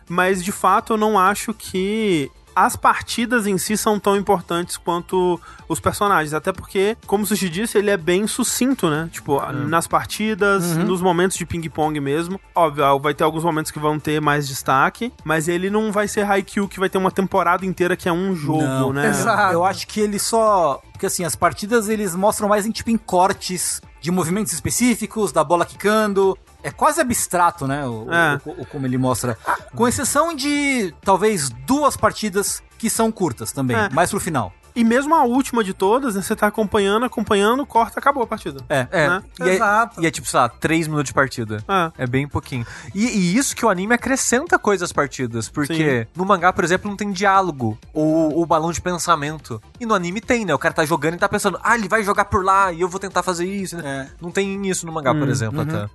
D: mas de fato eu não acho que as partidas em si são tão importantes quanto os personagens. Até porque, como o Sushi disse, ele é bem sucinto, né? Tipo,
F: Uhum.
D: nas partidas, nos momentos de ping-pong mesmo. Óbvio, ah, vai ter alguns momentos que vão ter mais destaque, mas ele não vai ser Haikyuu que vai ter uma temporada inteira que é um jogo,
C: Não.
D: né?
F: Exato. Ah.
C: Eu acho que ele só. Porque assim, as partidas eles mostram mais em tipo em cortes de movimentos específicos, da bola quicando. É quase abstrato, né? O,
D: É.
C: o- o- como ele mostra. Com exceção de talvez duas partidas que são curtas também,
D: É.
C: mais pro final.
D: E mesmo a última de todas, né? Você tá acompanhando, acompanhando, corta, acabou a partida.
C: É.
E: É,
D: né?
E: e,
F: Exato.
E: é, e é tipo, sei lá, 3 minutos de partida.
D: Ah.
E: É bem pouquinho. E, e isso que o anime acrescenta coisas às partidas, porque no mangá, por exemplo, não tem diálogo ou, ou balão de pensamento. E no anime tem, né? O cara tá jogando e tá pensando, ah, ele vai jogar por lá e eu vou tentar fazer isso. né? Não tem isso no mangá, por exemplo, até.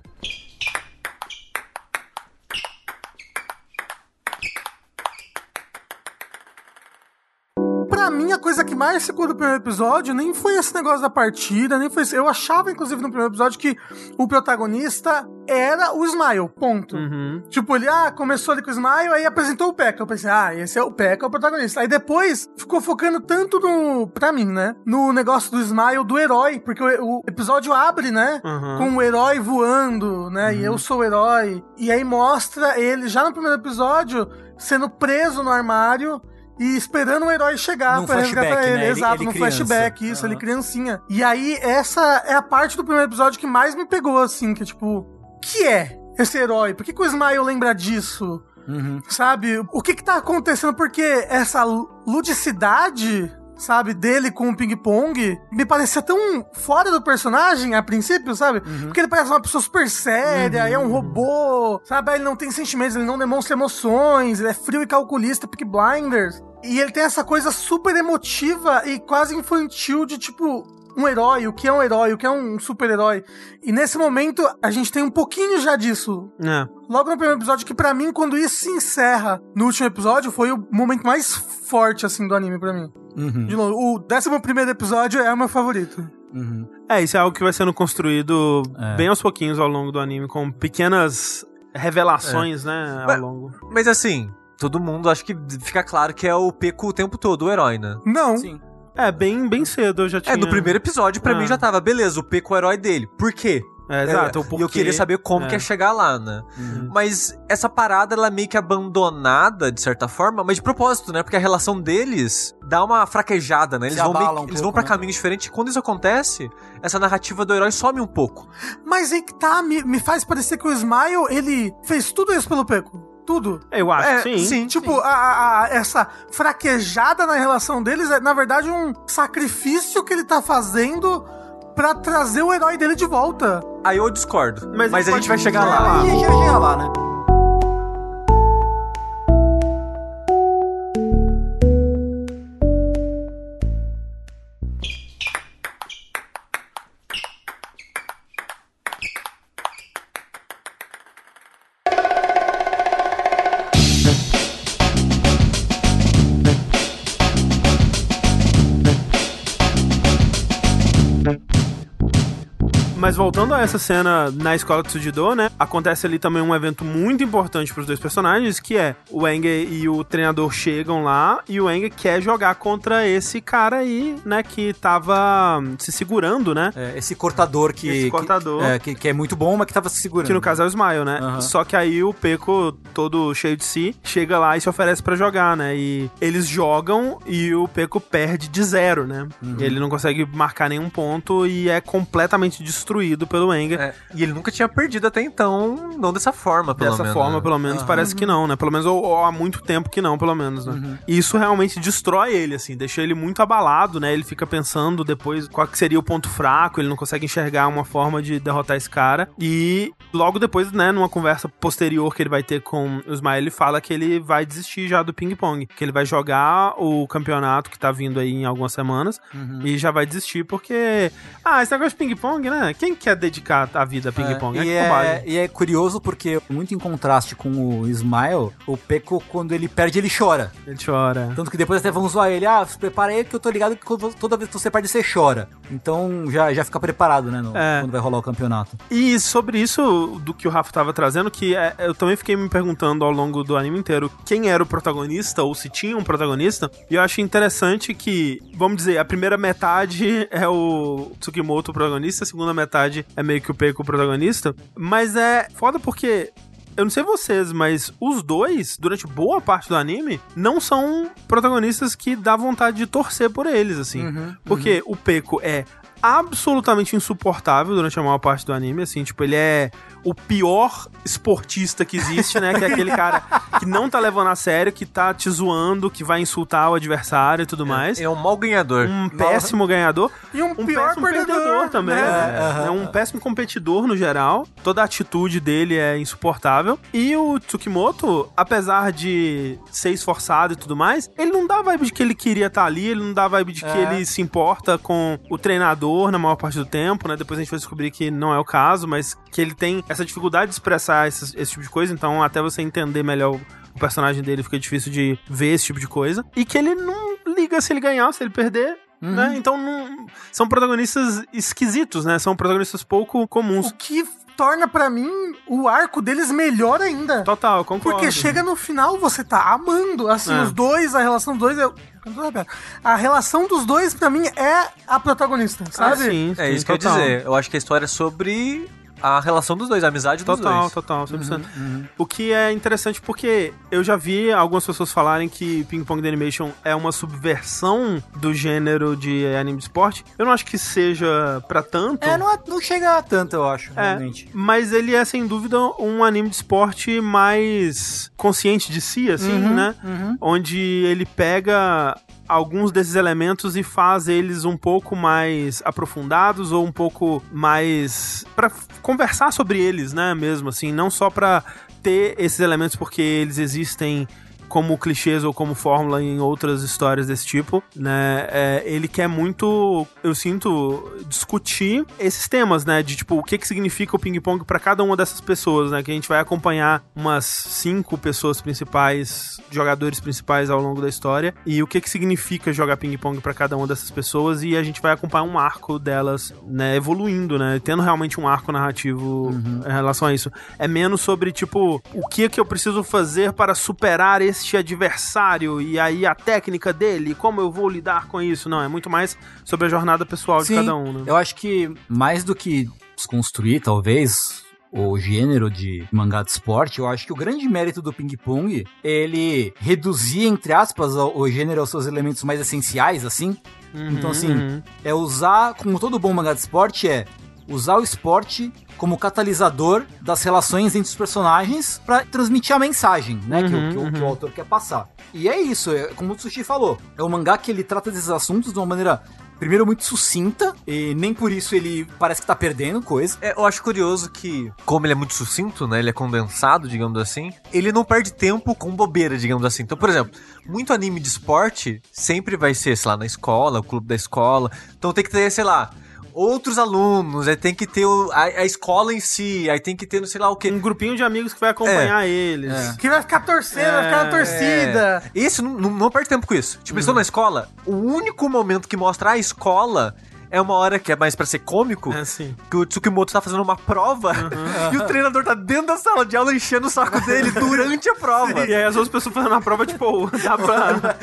F: Pra mim, a coisa que mais ficou do primeiro episódio nem foi esse negócio da partida, nem foi esse... Eu achava, inclusive, no primeiro episódio que o protagonista era o Smile, ponto.
D: Hum.
E: Uhum.
F: Tipo, ele ah, começou ali com o Smile, aí apresentou o Pekka. Eu pensei, ah, esse é o Pekka, é o protagonista. Aí depois ficou focando tanto no. pra mim, né? No negócio do Smile do herói. Porque o, o episódio abre, né?
D: Uhum.
F: Com o herói voando, né? E eu sou o herói. E aí mostra ele já no primeiro episódio sendo preso no armário. E esperando o herói chegar
C: Num
F: pra resgatar
C: flashback,
F: ele.
C: né? Ele-
F: Exato,
C: ele
F: no
C: criança.
F: flashback, isso,
C: Aham.
F: ele criancinha. E aí, essa é a parte do primeiro episódio que mais me pegou, assim, que é tipo, que é esse herói? Por que, que o Smile lembra disso?
C: Uhum.
F: Sabe? O que que tá acontecendo? Porque essa lu- ludicidade, sabe, dele com o ping-pong me parecia tão fora do personagem a princípio, sabe? Porque ele parece uma pessoa super séria, é um robô, sabe? Ele não tem sentimentos, ele não demonstra emoções, ele é frio e calculista, pick blinders. E ele tem essa coisa super emotiva e quase infantil de tipo. Um herói, o que é um herói, o que é um super-herói. E nesse momento, a gente tem um pouquinho já disso
D: É.
F: logo no primeiro episódio, que pra mim, quando isso se encerra no último episódio, foi o momento mais forte, assim, do anime pra mim.
C: Uhum.
F: De longe, o décimo primeiro episódio é o meu favorito.
C: Uhum.
D: É, isso é algo que vai sendo construído
C: É.
D: bem aos pouquinhos ao longo do anime, com pequenas revelações, né, ao
E: É. Mas-
D: longo.
E: Mas assim, todo mundo acho que fica claro que é o Peco o tempo todo, o herói, né?
F: Não.
C: Sim.
D: É, bem, bem cedo eu já tinha...
E: É, no primeiro episódio, pra
D: Ah.
E: mim já tava, beleza, o Peco é o herói dele. Por quê?
D: É, exato,
E: É,
D: o
E: E eu
D: porquê.
E: queria saber como
D: É.
E: que é chegar lá, né?
C: Uhum.
E: Mas essa parada, ela é meio que abandonada, de certa forma, mas de propósito, né? Porque a relação deles dá uma fraquejada, né? Eles
C: Se
E: vão, meio
C: abala
E: que-
C: um
E: eles vão
C: pouco,
E: pra
C: né?
E: caminhos diferentes. E quando isso acontece, essa narrativa do herói some um pouco.
F: Mas aí que tá, me, me faz parecer que o Smile, ele fez tudo isso pelo Peco. Tudo.
D: Eu acho,
E: É,
D: sim.
E: sim.
F: Tipo, a- a- a- essa fraquejada na relação deles é, na verdade, um sacrifício que ele tá fazendo pra trazer o herói dele de volta.
E: Aí eu discordo.
D: Mas
E: Mas,
D: ele
E: a
D: pode
E: gente vai chegar
D: mudar.
E: lá.
D: Ah.
C: E já chega lá, né?
D: Mas voltando a essa cena na escola de Tsujido, né? Acontece ali também um evento muito importante pros dois personagens, que é o Enge e o treinador chegam lá e o Enge quer jogar contra esse cara aí, né? Que tava hum, se segurando, né?
C: É, esse cortador que.
D: Esse
C: que-
D: cortador.
C: é, que, que é muito bom, mas que tava se segurando.
D: Que no caso é o Smile, né?
C: Aham.
D: Só que aí o Peco, todo cheio de si, chega lá e se oferece pra jogar, né? E eles jogam e o Peco perde de zero, né? Ele não consegue marcar nenhum ponto e é completamente destruído pelo Enger.
E: É, e ele nunca tinha perdido até então, não dessa forma, pelo
D: Dessa
E: menos.
D: forma,
E: né?
D: pelo menos, parece que não, né? Pelo menos ou, ou há muito tempo que não, pelo menos, né?
C: Uhum.
D: E isso realmente destrói ele, assim, deixa ele muito abalado, né? Ele fica pensando depois qual que seria o ponto fraco, ele não consegue enxergar uma forma de derrotar esse cara. E logo depois, né, numa conversa posterior que ele vai ter com o Ismael, ele fala que ele vai desistir já do ping-pong, que ele vai jogar o campeonato que tá vindo aí em algumas semanas
C: Uhum.
D: e já vai desistir porque, ah, esse negócio de ping-pong, né? Quem quer dedicar a vida a ping-pong?
C: E,
D: que bobagem.
C: é, e é curioso porque, muito em contraste com o Smile, o Peco, quando ele perde, ele chora.
D: Ele chora.
C: Tanto que depois até vão zoar ele. Ah, se prepara aí que eu tô ligado que quando- toda vez que você perde, você chora. Então já, já fica preparado, né? no-
D: É.
C: Quando vai rolar o campeonato.
D: E sobre isso do que o Rafa tava trazendo, que é, eu também fiquei me perguntando ao longo do anime inteiro quem era o protagonista ou se tinha um protagonista. E eu achei interessante que, vamos dizer, a primeira metade é o Tsukimoto o protagonista, a segunda metade é meio que o Peiko o protagonista. Mas é foda porque eu não sei vocês, mas os dois, durante boa parte do anime, não são protagonistas que dá vontade de torcer por eles, assim. porque o Peco é absolutamente insuportável durante a maior parte do anime, assim, tipo, ele é o pior esportista que existe, né? Que é aquele cara que não tá levando a sério, que tá te zoando, que vai insultar o adversário e tudo mais.
E: É um mau ganhador.
D: Um péssimo ganhador
F: E um,
D: um
F: pior
D: péssimo
F: perdedor,
D: perdedor, também.
F: né?
D: né? É um péssimo competidor no geral. Toda a atitude dele é insuportável. E o Tsukimoto, apesar de ser esforçado e tudo mais, ele não dá vibe de que ele queria estar ali, ele não dá vibe de que
C: É.
D: ele se importa com o treinador na maior parte do tempo, né? Depois a gente vai descobrir que não é o caso, mas que ele tem essa dificuldade de expressar esses- esse, tipo de coisa. Então, até você entender melhor o personagem dele, fica difícil de ver esse tipo de coisa. E que ele não liga se ele ganhar ou se ele perder.
F: Uhum.
D: Né? Então não, são protagonistas esquisitos, né? São protagonistas pouco comuns.
F: O que torna pra mim o arco deles melhor ainda.
D: Total, concordo.
F: Porque chega no final, você tá amando, assim,
D: É.
F: os dois, a relação dos dois é... A relação dos dois, pra mim, é a protagonista, sabe?
D: Ah, sim,
E: É
D: sim,
E: isso que eu ia
D: total.
E: dizer. Eu acho que a história é sobre a relação dos dois, a amizade dos
D: Total,
E: dois. Uhum,
D: total, 100%. O que é interessante porque eu já vi algumas pessoas falarem que Ping Pong The Animation é uma subversão do gênero de anime de esporte. Eu não acho que seja pra tanto.
C: É, não, é- não chega a tanto, eu acho,
D: É,
C: realmente.
D: mas ele é sem dúvida um anime de esporte mais consciente de si, assim,
F: Uhum.
D: né?
C: Uhum.
D: Onde ele pega alguns desses elementos e faz eles um pouco mais aprofundados ou um pouco mais Pra conversar sobre eles, né, mesmo assim, não só pra ter esses elementos porque eles existem como clichês ou como fórmula em outras histórias desse tipo, né? É, ele quer muito, eu sinto, discutir esses temas, né? De tipo, o que que significa o ping-pong para cada uma dessas pessoas, né? Que a gente vai acompanhar umas cinco pessoas principais, jogadores principais ao longo da história, e o que que significa jogar ping-pong para cada uma dessas pessoas, e a gente vai acompanhar um arco delas, né? Evoluindo, né? Tendo realmente um arco narrativo
C: Uhum.
D: em relação a isso. É menos sobre, tipo, o que que eu preciso fazer para superar este adversário e aí a técnica dele, como eu vou lidar com isso. Não, é muito mais sobre a jornada pessoal de
C: Sim,
D: cada um, né?
C: Eu acho que mais do que desconstruir, talvez, o gênero de mangá de esporte, eu acho que o grande mérito do Ping Pong é ele reduzir, entre aspas, o o gênero aos seus elementos mais essenciais, assim. então, assim,
D: uhum.
C: é usar, como todo bom mangá de esporte, é usar o esporte como catalisador das relações entre os personagens pra transmitir a mensagem, né, que, o- que o, que o autor quer passar. E é isso, é como o Tsushi falou, é um mangá que ele trata desses assuntos de uma maneira primeiro muito sucinta e nem por isso ele parece que tá perdendo coisa.
E: É, eu acho curioso que, como ele é muito sucinto, né? Ele é condensado, digamos assim, ele não perde tempo com bobeira, digamos assim. Então, por exemplo, muito anime de esporte sempre vai ser, sei lá, na escola, o clube da escola. Então tem que ter, sei lá, outros alunos, aí tem que ter o- a, a escola em si, aí tem que ter, não sei lá o quê.
D: Um grupinho de amigos que vai acompanhar
C: É.
D: eles.
F: Que vai ficar torcendo, vai ficar na torcida.
E: É. Isso, não, não, não perde tempo com isso. Tipo, eles estão na escola, o único momento que mostra a escola é uma hora que é mais pra ser cômico,
D: É assim.
E: que o Tsukimoto tá fazendo uma prova e o treinador tá dentro da sala de aula enchendo o saco dele durante a prova.
D: E aí as outras pessoas fazendo a prova, tipo, dá pra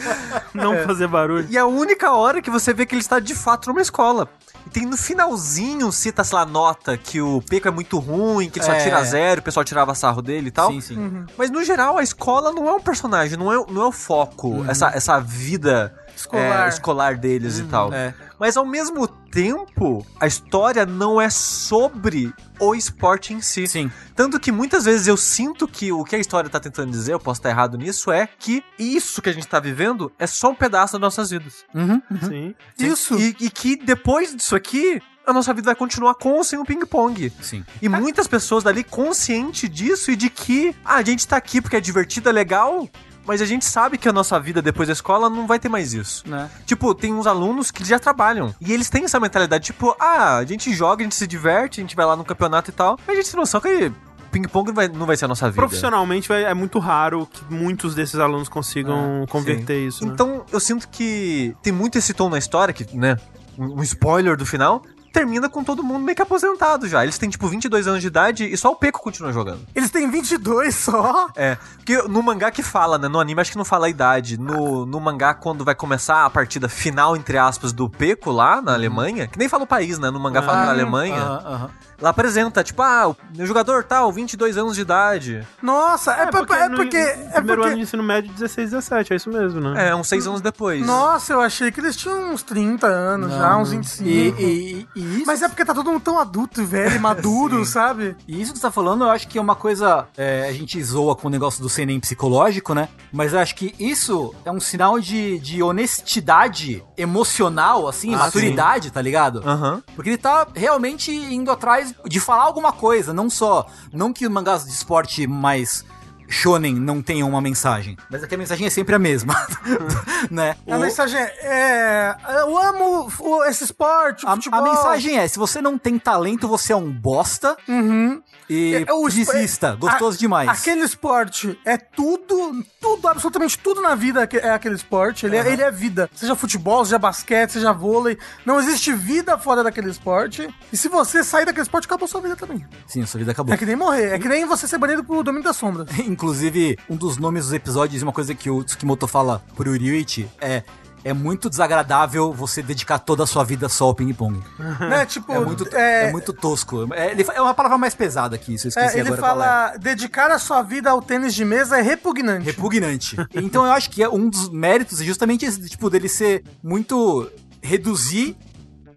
D: não fazer barulho.
E: E é a única hora que você vê que ele está de fato numa escola. E tem no finalzinho, cita, sei lá, nota que o Peco é muito ruim, que ele só
C: É.
E: tira zero, o pessoal tirava sarro dele e tal.
C: sim.
E: Mas no geral, a escola não é um personagem, não é, o- não é o foco,
C: Uhum.
E: essa, essa vida
F: Escolar.
E: é, escolar deles e tal.
C: é.
E: Mas ao mesmo tempo, a história não é sobre o esporte em si.
C: Sim.
E: Tanto que muitas vezes eu sinto que o que a história tá tentando dizer, eu posso estar errado nisso, é que isso que a gente tá vivendo é só um pedaço das nossas vidas.
C: Uhum.
D: Sim.
F: Isso.
E: E, e que depois disso aqui, a nossa vida vai continuar com ou sem o ping-pong.
C: Sim.
E: E muitas pessoas dali consciente disso e de que ah, a gente tá aqui porque é divertido, é legal, mas a gente sabe que a nossa vida depois da escola não vai ter mais isso.
C: Né?
E: Tipo, tem uns alunos que já trabalham. E eles têm essa mentalidade, tipo, ah, a gente joga, a gente se diverte, a gente vai lá no campeonato e tal. Mas a gente tem noção que ping-pong não vai, não vai ser a nossa vida.
D: Profissionalmente vai- é muito raro que muitos desses alunos consigam converter isso. né?
E: Então, eu sinto que tem muito esse tom na história, que, né, um um spoiler do final, termina com todo mundo meio que aposentado já. Eles têm, tipo, 22 anos de idade e só o Peco continua jogando.
F: Eles têm 22 só.
E: É, porque no mangá que fala, né? No anime acho que não fala a idade. No, no mangá, quando vai começar a partida final, entre aspas, do Peco lá na Alemanha, que nem fala o país, né? No mangá fala que é na Alemanha.
C: Ah,
E: Lá apresenta, tipo, ah, o o jogador tal, 22 anos de idade.
F: Nossa, é,
D: É,
F: pa-
D: porque,
F: é
D: no
F: porque. É
D: primeiro ano
F: porque.
D: de ensino médio, 16, 17, é isso mesmo, né?
E: É, uns 6 anos depois.
F: Nossa, eu achei que eles tinham uns 30 anos já, uns 25.
C: E, e- e isso,
F: Mas é porque tá todo mundo tão adulto e velho, e maduro, sabe?
C: e isso que você tá falando, eu acho que é uma coisa. é, a gente zoa com o negócio do senem psicológico, né? Mas eu acho que isso é um sinal de, de honestidade emocional,
F: Ah,
C: assim, maturidade, tá ligado?
E: Aham.
C: Porque ele tá realmente indo atrás de falar alguma coisa, não só. Não que mangás de esporte mais shonen não tenham uma mensagem, mas é que a mensagem é sempre a mesma, né?
F: Hum. A
C: O-
F: mensagem é. é, Eu amo o- esse esporte, o
C: a,
F: futebol.
C: a mensagem é: se você não tem talento, você é um bosta
F: Uhum.
C: e
F: É, o espo-
C: desista. Gostoso
F: A-
C: demais.
F: Aquele esporte é tudo, tudo, absolutamente tudo na vida é aquele esporte. Ele, é, ele é vida. Seja futebol, seja basquete, seja vôlei. Não existe vida fora daquele esporte. E se você sair daquele esporte, acabou sua vida também.
C: Sim, sua vida acabou.
F: É que nem morrer. É que nem você ser banido pro domínio das sombras.
C: Inclusive, um dos nomes dos episódios, uma coisa que o Tsukimoto fala pro Ryuichi é. É muito desagradável você dedicar toda a sua vida só ao ping-pong.
F: né? Tipo,
C: É muito,
F: é-
C: é muito tosco. É, ele fa- é uma palavra mais pesada que isso, eu
F: é,
C: esqueci
F: ele
C: agora qual é.
F: fala: dedicar a sua vida ao tênis de mesa é repugnante.
C: Repugnante. então eu acho que é um dos méritos é justamente esse, tipo, dele ser muito. reduzir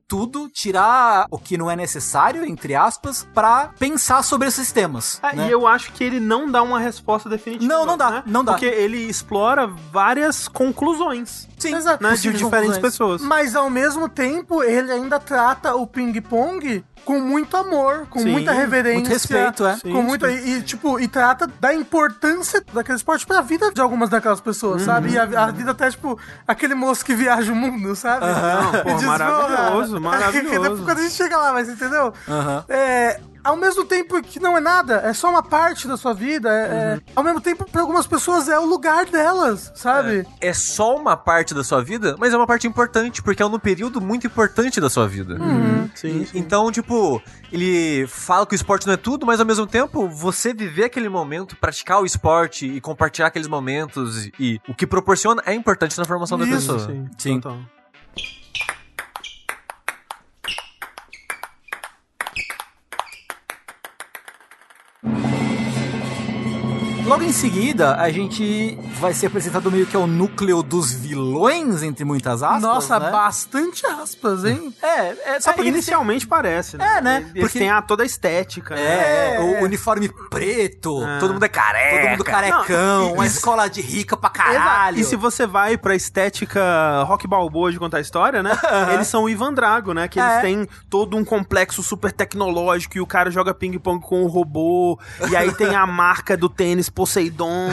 C: tudo, tirar o que não é necessário, entre aspas, pra pensar sobre esses temas.
D: É,
C: né?
D: E eu acho que ele não dá uma resposta definitiva.
C: Não, não dá,
D: né?
C: não dá.
D: Porque ele explora várias conclusões.
E: Sim.
F: Exato.
D: né, de
F: Possíveis
D: diferentes
F: conclusões.
D: pessoas.
F: Mas ao mesmo tempo, ele ainda trata o ping-pong com muito amor, com
D: Sim,
F: muita reverência.
B: muito respeito, é.
F: Com
D: Sim,
F: muito. E, tipo, e trata da importância daquele esporte pra vida de algumas daquelas pessoas,
D: Uhum.
F: sabe? E a, a vida até, tipo, aquele moço que viaja o mundo, sabe?
D: Não, pô,
F: E diz,
D: maravilhoso,
F: "Não,
D: maravilhoso."
F: Depois, quando a gente chega lá, mas entendeu? É, ao mesmo tempo que não é nada, é só uma parte da sua vida. é-
D: Uhum.
F: é- ao mesmo tempo, pra algumas pessoas é o lugar delas, sabe?
E: É só uma parte da sua vida, mas é uma parte importante, porque é um período muito importante da sua vida.
D: Uhum. Sim, sim.
E: Então, tipo, ele fala que o esporte não é tudo, mas ao mesmo tempo, você viver aquele momento, praticar o esporte e compartilhar aqueles momentos e, e o que proporciona é importante na formação da pessoa.
D: Sim,
B: Sim.
D: total.
C: Logo em seguida, a gente vai ser apresentado meio que ao núcleo dos vilões, entre muitas aspas.
F: Nossa,
C: né?
F: bastante aspas, hein?
C: É, é
D: Só porque
C: é, eles-
D: inicialmente parece, né?
C: É, né?
D: Eles
C: Porque-
D: têm a, toda a estética. né?
C: É, o uniforme preto,
E: Todo mundo é careca.
C: todo mundo carecão,
D: Não, e-
C: uma escola de rica pra
D: Exato.
C: caralho.
D: E se você vai pra estética rock balboa de contar a história, né? Eles são o Ivan Drago, né? Que eles
F: É.
D: têm todo um complexo super tecnológico e o cara joga ping-pong com o robô. E aí tem a marca do tênis Poseidon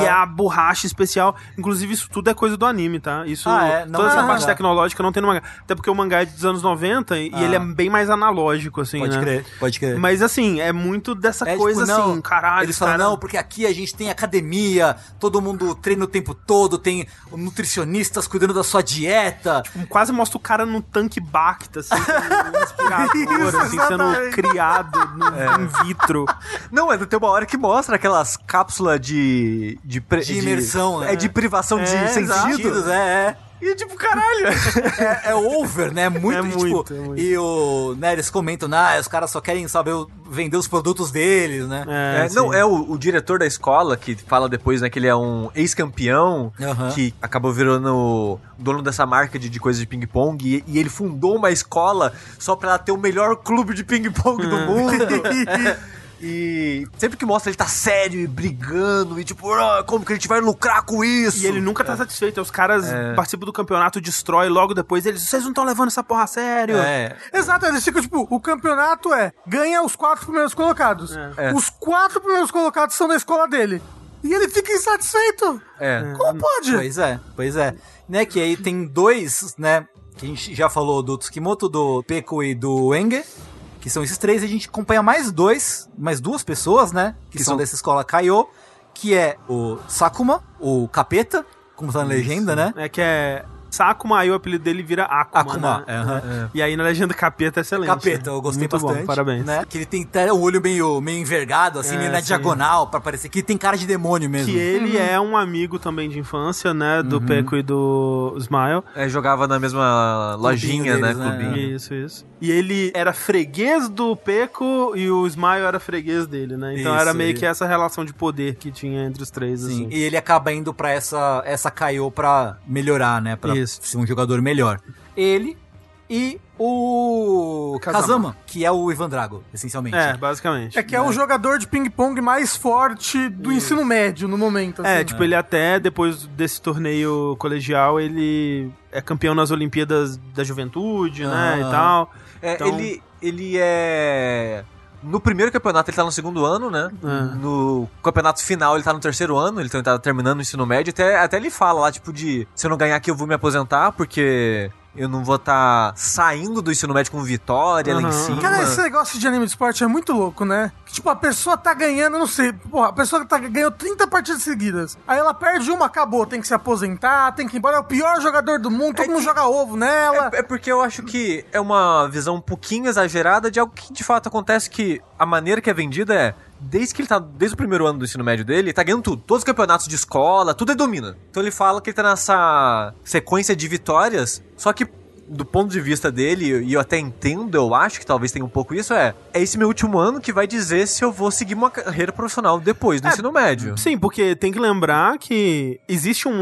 D: e a borracha especial. Inclusive, isso tudo é coisa do anime, tá? Isso,
C: Ah, é? Não
D: toda
C: é
D: essa
C: no
D: parte
C: mangá.
D: tecnológica não tem no mangá. Até porque o mangá é dos anos 90 e ele é bem mais analógico, assim,
C: Ah. Pode
D: né?
C: crer, pode crer.
D: Mas assim, é muito dessa
C: É,
D: coisa
C: tipo, não,
D: assim, caralho.
C: Eles falam,
D: cara,
C: não, porque aqui a gente tem academia, todo mundo treina o tempo todo, tem nutricionistas cuidando da sua dieta.
D: Quase mostra o cara num tanque Bacta, assim, com um aspirador, assim, sendo criado no,
C: É.
D: in vitro.
E: Não, é, tem uma hora que mostra aquelas cápsulas de. De, pre-
C: De imersão,
E: de,
C: né?
E: É, de privação de
D: É, exato.
E: sentidos. É.
C: é,
E: E tipo, caralho.
C: é, é over, né? Muito,
D: É
C: e,
D: muito,
C: tipo,
D: é muito.
C: E o, né, eles comentam, ah, os caras só querem saber o- vender os produtos deles, né?
D: Ah,
E: É, não, é o, o diretor da escola que fala depois, né, que ele é um ex-campeão
C: Aham.
E: que acabou virando o dono dessa marca de, de coisas de ping-pong e, e ele fundou uma escola só pra ela ter o melhor clube de ping-pong do mundo. E sempre que mostra ele tá sério e brigando e tipo, "Ah, como que a gente vai lucrar com isso?
D: E ele nunca
C: É.
D: tá satisfeito. Os caras participam do campeonato, destrói logo depois. Eles, vocês não estão levando essa porra a sério.
E: É.
F: Exato, eles ficam tipo, o campeonato é ganha os quatro primeiros colocados. Os quatro primeiros colocados são da escola dele. E ele fica insatisfeito.
E: É.
F: Como pode?
C: Pois é, pois é. Né, que aí tem dois, né, que a gente já falou do Tsukimoto, do Peko e do Enge, que são esses três, e a gente acompanha mais dois, mais duas pessoas, né, que, são,
E: são-
C: dessa escola Kaiô, que é o Sakuma, o Capeta, como tá na legenda, né?
D: É que é Sakuma, aí o apelido dele vira Akuma.
C: Akuma,
D: né?
C: é, aham.
D: E aí na legenda capeta é excelente.
C: Capeta, eu gostei
D: Muito
C: bastante.
D: Bom, parabéns.
C: Né? Que ele tem até o olho meio, meio envergado, assim,
D: É,
C: meio na
D: sim.
C: diagonal, pra parecer que tem cara de demônio mesmo.
D: Que ele
C: Uhum.
D: é um amigo também de infância, né? Do Peco e do Smile.
E: É, jogava na mesma lojinha,
C: deles,
E: né?
C: né?
E: Clubinho.
D: Isso, isso. E ele era freguês do Peco e o Smile era freguês dele, né? Então
C: Isso,
D: era meio
C: e-
D: que essa relação de poder que tinha entre os três,
C: Sim,
D: assim.
C: e ele acaba indo pra essa essa Kaiô pra melhorar, né, Pra
D: Isso.
C: ser um jogador melhor. Ele e o
D: Kazama.
C: Kazama, que é o Ivan Drago, essencialmente.
D: É, basicamente.
F: É que é o jogador de ping-pong mais forte do ensino médio no momento. assim.
D: É, tipo, ele até, depois desse torneio colegial, ele é campeão nas Olimpíadas da Juventude, né,
C: Ah.
D: e tal.
E: É,
D: Então-
E: ele, ele é. No primeiro campeonato ele tá no segundo ano, né?
D: É.
E: No campeonato final ele tá no terceiro ano, ele tá terminando o ensino médio. Até, até ele fala lá, tipo, de se eu não ganhar aqui eu vou me aposentar, porque eu não vou estar saindo do ensino médio com vitória lá
D: Aham.
E: em cima.
F: Cara, esse negócio de anime de esporte é muito louco, né? Que, Tipo, a pessoa tá ganhando, eu não sei, porra, a pessoa tá, ganhou 30 partidas seguidas. Aí ela perde uma, acabou, tem que se aposentar, tem que ir embora, é o pior jogador do mundo, todo mundo joga ovo nela.
E: É, é porque eu acho que é uma visão um pouquinho exagerada de algo que de fato acontece que a maneira que é vendida é desde que ele tá desde o primeiro ano do ensino médio dele, ele tá ganhando tudo, todos os campeonatos de escola, tudo ele domina. Então ele fala que ele tá nessa sequência de vitórias, só que do ponto de vista dele, e eu até entendo, eu acho que talvez tenha um pouco isso, é é esse meu último ano que vai dizer se eu vou seguir uma carreira profissional depois do ensino médio.
D: Sim, porque tem que lembrar que existe um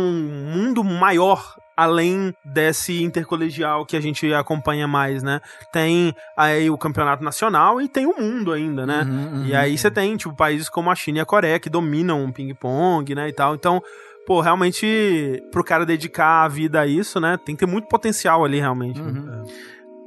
D: mundo maior além desse intercolegial que a gente acompanha mais, né? Tem aí o campeonato nacional e tem o mundo ainda, né?
C: Uhum,
D: E aí você tem, tipo, países como a China e a Coreia que dominam o ping-pong, né, e tal. Então, pô, realmente, pro cara dedicar a vida a isso, né? Tem que ter muito potencial ali, realmente. né?
C: Uhum.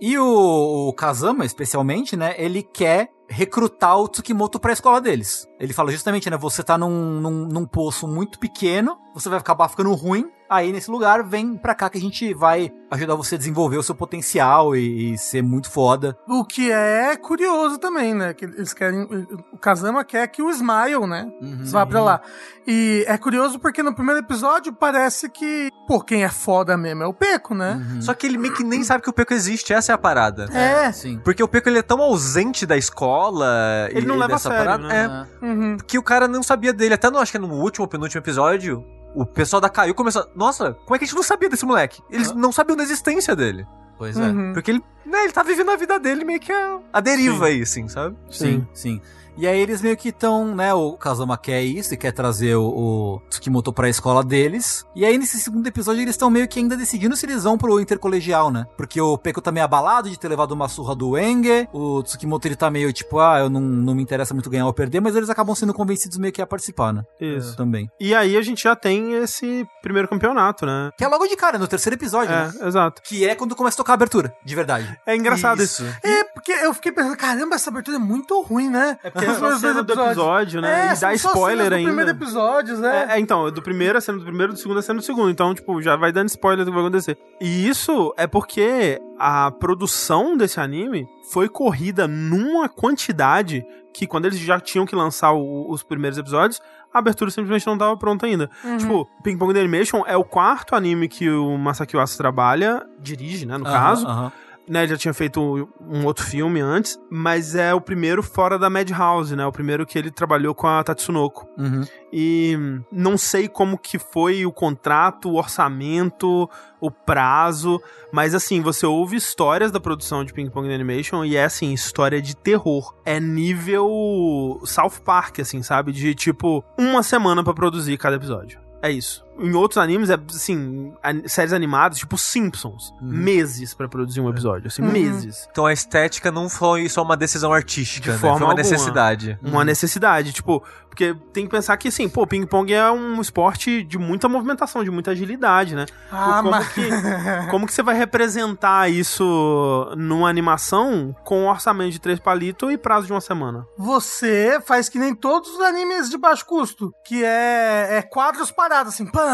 C: E o, o Kazama, especialmente, né? Ele quer recrutar o Tsukimoto pra escola deles. Ele fala justamente, né? Você tá num, num, num poço muito pequeno, você vai acabar ficando ruim. Aí, nesse lugar, vem pra cá que a gente vai ajudar você a desenvolver o seu potencial e, e ser muito foda.
F: O que é curioso também, né? Que eles querem. O Kazama quer que o Smile, né? vá
D: Uhum.
F: pra lá. E é curioso porque no primeiro episódio parece que. Pô, quem é foda mesmo é o Peco, né?
E: Só que ele meio que nem sabe que o Peco existe, essa é a parada.
F: É.
C: Sim.
E: Porque o Peco ele é tão ausente da escola
D: Ele
E: e-
D: não
E: e
D: leva a
E: dessa
D: sério,
E: parada,
D: né?
E: é,
F: Uhum.
E: que o cara não sabia dele. Até no, acho que no último ou penúltimo episódio, o pessoal da Caiu começou. Nossa, como é que a gente não sabia desse moleque? Eles
D: Ah.
E: não sabiam da existência dele.
C: Pois é.
F: Uhum.
E: Porque ele, né, ele tá vivendo a vida dele meio que a, a deriva aí, assim, sabe?
C: Sim,
D: É.
C: sim. E aí eles meio que estão, né? O Kazama quer isso e quer trazer o, o Tsukimoto pra escola deles. E aí nesse segundo episódio eles estão meio que ainda decidindo se eles vão pro intercolegial, né? Porque o Peko tá meio abalado de ter levado uma surra do Enge. O Tsukimoto ele tá meio tipo, ah, eu não, não me interessa muito ganhar ou perder, mas eles acabam sendo convencidos meio que a participar, né?
D: Isso.
C: Também.
D: E aí a gente já tem esse primeiro campeonato, né?
C: Que é logo de cara, no terceiro episódio, né?
D: É, exato.
C: Que é quando começa a tocar a abertura, de verdade.
D: É engraçado isso.
F: É, porque eu fiquei pensando, caramba, essa abertura é muito ruim, né? É
D: Porque é a cena do episódio, né? e dá spoiler
F: do
D: ainda.
F: primeiro episódio, né?
D: É, é, então, do primeiro a cena do primeiro, do segundo a cena do segundo. Então, tipo, já vai dando spoiler do que vai acontecer. E isso é porque a produção desse anime foi corrida numa quantidade que quando eles já tinham que lançar o- os primeiros episódios, a abertura simplesmente não estava pronta ainda. Tipo, Ping Pong Animation é o quarto anime que o Masaki Uasa trabalha, dirige, né, no
C: Aham,
D: caso
C: aham.
D: né, ele já tinha feito um outro filme antes, mas é o primeiro fora da Madhouse, né? O primeiro que ele trabalhou com a Tatsunoko.
C: Uhum.
D: E hum, não sei como que foi o contrato, o orçamento, o prazo, mas assim, você ouve histórias da produção de Ping Pong Animation e é assim, história de terror. É nível South Park, assim, sabe? De tipo, uma semana pra produzir cada episódio. É isso. Em outros animes, é assim, an- séries animadas, tipo Simpsons, meses pra produzir um episódio, assim, meses.
E: Então a estética não foi só uma decisão artística,
D: De
E: né?
D: forma
E: foi uma
D: alguma.
E: necessidade.
D: Uma necessidade, tipo, porque tem que pensar que assim, pô, ping-pong é um esporte de muita movimentação, de muita agilidade, né?
F: ah,
D: como,
F: mas...
D: que, como que você vai representar isso numa animação com um orçamento de três palitos e prazo de uma semana?
F: Você faz que nem todos os animes de baixo custo, que é, é quadros parados, assim, pam,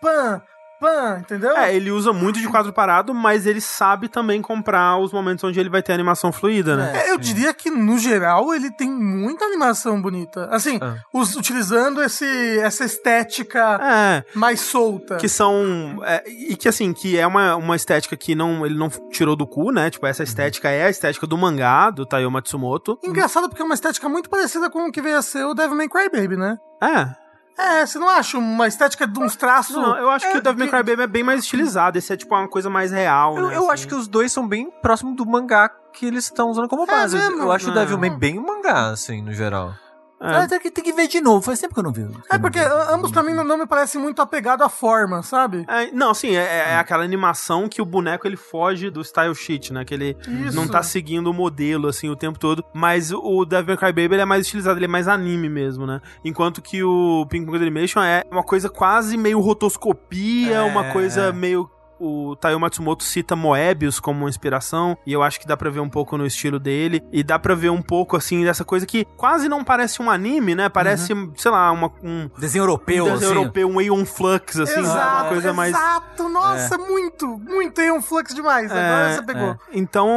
F: pam, pam, entendeu?
D: É, ele usa muito de quadro parado, mas ele sabe também comprar os momentos onde ele vai ter animação fluida, né?
F: É, eu diria que, no geral, ele tem muita animação bonita. Assim,
E: Ah.
F: us- utilizando esse, essa estética
D: É,
F: mais solta.
D: que são. é, e que assim, que é uma, uma estética que não, ele não tirou do cu, né? Tipo, essa estética é a estética do mangá, do Taiyo Matsumoto.
F: Engraçado porque é uma estética muito parecida com o que veio a ser o Devil May Cry Baby, né?
D: É.
F: É, você não acha uma estética de uns traços...
D: Não, é eu acho que o Devil May Cry Baby é bem mais estilizado. Esse é tipo uma coisa mais real,
E: Eu,
D: né?
E: eu
D: assim.
E: acho que os dois são bem próximos do mangá que eles estão usando como base.
F: mesmo?
E: eu acho o
D: Ah.
E: Devilman bem mangá, assim, no geral.
D: É.
C: Ah, tem, que, tem que ver de novo, faz tempo que eu não vi.
F: É porque a- ambos pra mim não- não me parecem muito apegado à forma, sabe?
D: É, não, assim, é, é aquela animação que o boneco ele foge do style sheet, né? Que ele
F: Isso.
D: não tá seguindo o modelo, assim, o tempo todo. Mas o Devil May Cry Baby ele é mais estilizado, ele é mais anime mesmo, né? Enquanto que o Ping Pong Animation é uma coisa quase meio rotoscopia,
E: É.
D: uma coisa meio... O Taiyo Matsumoto cita Moebius como uma inspiração, e eu acho que dá pra ver um pouco no estilo dele, e dá pra ver um pouco, assim, dessa coisa que quase não parece um anime, né? Parece, sei lá, uma, um
C: Desenho europeu,
D: desenho
C: assim.
D: europeu, um Aeon Flux, assim, sabe? uma coisa mais...
F: Exato, nossa, muito, muito. Tem um fluxo demais.
D: É,
F: Agora você pegou.
D: Então,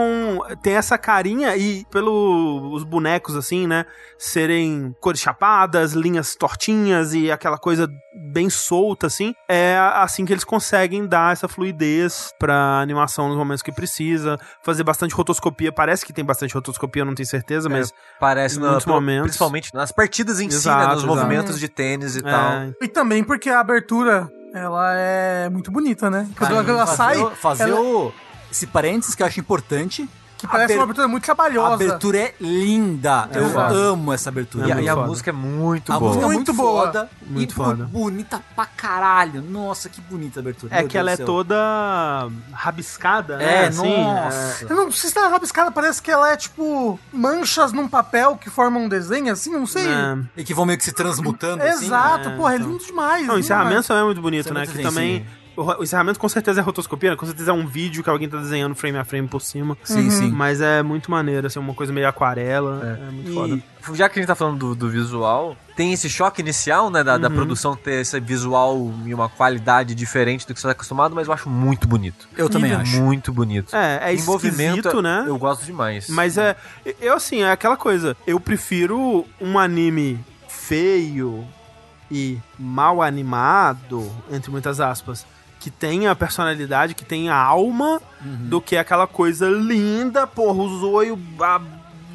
D: tem essa carinha e pelos os bonecos, assim, né? Serem cores chapadas, linhas tortinhas e aquela coisa bem solta, assim. É assim que eles conseguem dar essa fluidez pra animação nos momentos que precisa. Fazer bastante rotoscopia. Parece que tem bastante rotoscopia, eu não tenho certeza,
C: É.
D: mas...
E: Parece
D: Em
E: na,
D: muitos
E: pro-
D: momentos.
E: principalmente nas partidas em si,
D: Exato,
E: né, nos
D: exato.
E: movimentos de tênis e
D: é,
E: tal.
F: E também porque a abertura, ela é muito bonita, né? Quando ela, ela
C: fazer,
F: sai,
C: o- fazer
F: ela-
C: o, esse parênteses que eu acho importante.
F: Que parece uma abertura muito
C: A
F: trabalhosa.
C: abertura é linda. Eu
D: foda.
C: amo essa abertura.
E: E,
D: É
E: a-
D: muito
E: e a
D: foda.
E: música é muito
C: a
E: boa.
C: música é muito
F: Muito boa.
C: foda.
D: Muito
C: e
D: foda.
C: bonita pra caralho. Nossa, que bonita a abertura.
D: É
C: Meu
D: que
C: Deus
D: ela
C: do
D: é
C: céu.
D: toda rabiscada, né?
C: É,
D: assim,
C: nossa.
F: Eu não sei se tá rabiscada, parece que ela é tipo manchas num papel que formam um desenho, assim, não sei.
D: é, né?
C: E que vão meio que se transmutando assim.
F: Exato,
D: é,
F: porra, é
D: então.
F: lindo demais.
D: Não, o
F: lindo
D: encerramento
F: demais.
D: também é muito bonito, né?
C: Encerramento,
D: Que
C: sim,
D: também. O o encerramento com certeza é rotoscopia, né? com certeza é um vídeo que alguém tá desenhando frame a frame por cima.
C: Sim, sim.
D: Mas é muito maneiro, assim, uma coisa meio aquarela. É, muito foda.
E: E já que a gente tá falando do, do visual, tem esse choque inicial, né? Da,
D: Uhum.
E: da produção ter esse visual e uma qualidade diferente do que você tá acostumado, mas eu acho muito bonito.
C: Eu também
E: Ele é
C: acho.
E: Muito bonito.
D: É, é
E: Em movimento,
D: esquisito, né?
E: Eu gosto demais.
D: Mas é. Eu, assim, é aquela coisa. Eu prefiro um anime feio e mal animado, entre muitas aspas, que tenha personalidade, que tenha alma, do que aquela coisa linda, porra, o zoio ah,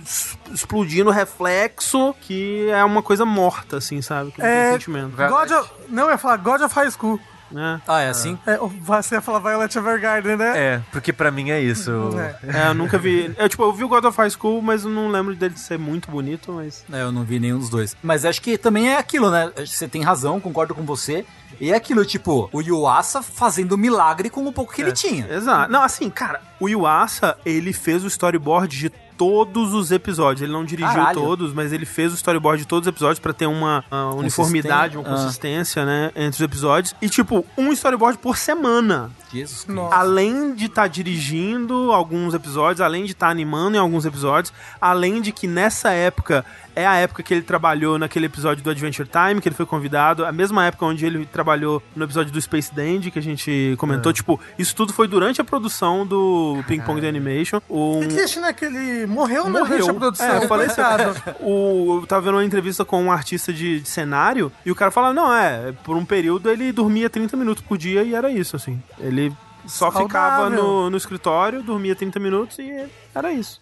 D: es- explodindo reflexo, que é uma coisa morta, assim, sabe? Que não
F: É,
D: tem sentimento.
E: vai-
F: God of... Não, eu ia falar God of High School.
D: né?
C: Ah, é assim?
F: É, você ia falar Violet Evergarden, né?
E: É, porque pra mim é isso.
C: Uhum.
F: É.
D: É, eu nunca vi. Eu, tipo, eu vi o God of High School, mas eu não lembro dele ser muito bonito, mas.
C: É, eu não vi nenhum dos dois. Mas acho que também é aquilo, né? Acho que Você tem razão, concordo com você. E é aquilo, tipo, o Yuasa fazendo milagre com o pouco
D: É.
C: que ele tinha.
D: Exato. Não, assim, cara, o Yuasa, ele fez o storyboard de todos os episódios. Ele não dirigiu
C: Caralho.
D: todos, mas ele fez o storyboard de todos os episódios pra ter uma ah, uniformidade, uma
C: Ah.
D: consistência, né, entre os episódios. E, tipo, um storyboard por semana.
C: Jesus Cristo.
F: Nossa.
D: Além de estar dirigindo alguns episódios, além de estar animando em alguns episódios, além de que nessa época é a época que ele trabalhou naquele episódio do Adventure Time, que ele foi convidado, a mesma época onde ele trabalhou no episódio do Space Dandy, que a gente comentou.
F: É.
D: Tipo, isso tudo foi durante a produção do Ping Pong The Animation. Um-
F: Que triste, né? Que ele morreu, né?
D: Morreu.
F: durante a produção.
D: É, eu falei isso.
F: Coitado.
D: O, eu tava vendo uma entrevista com um artista de, de cenário e o cara falava, não, é, por um período ele dormia 30 minutos por dia e era isso, assim. Ele só
F: Saudável.
D: ficava no, no escritório, dormia 30 minutos e era isso.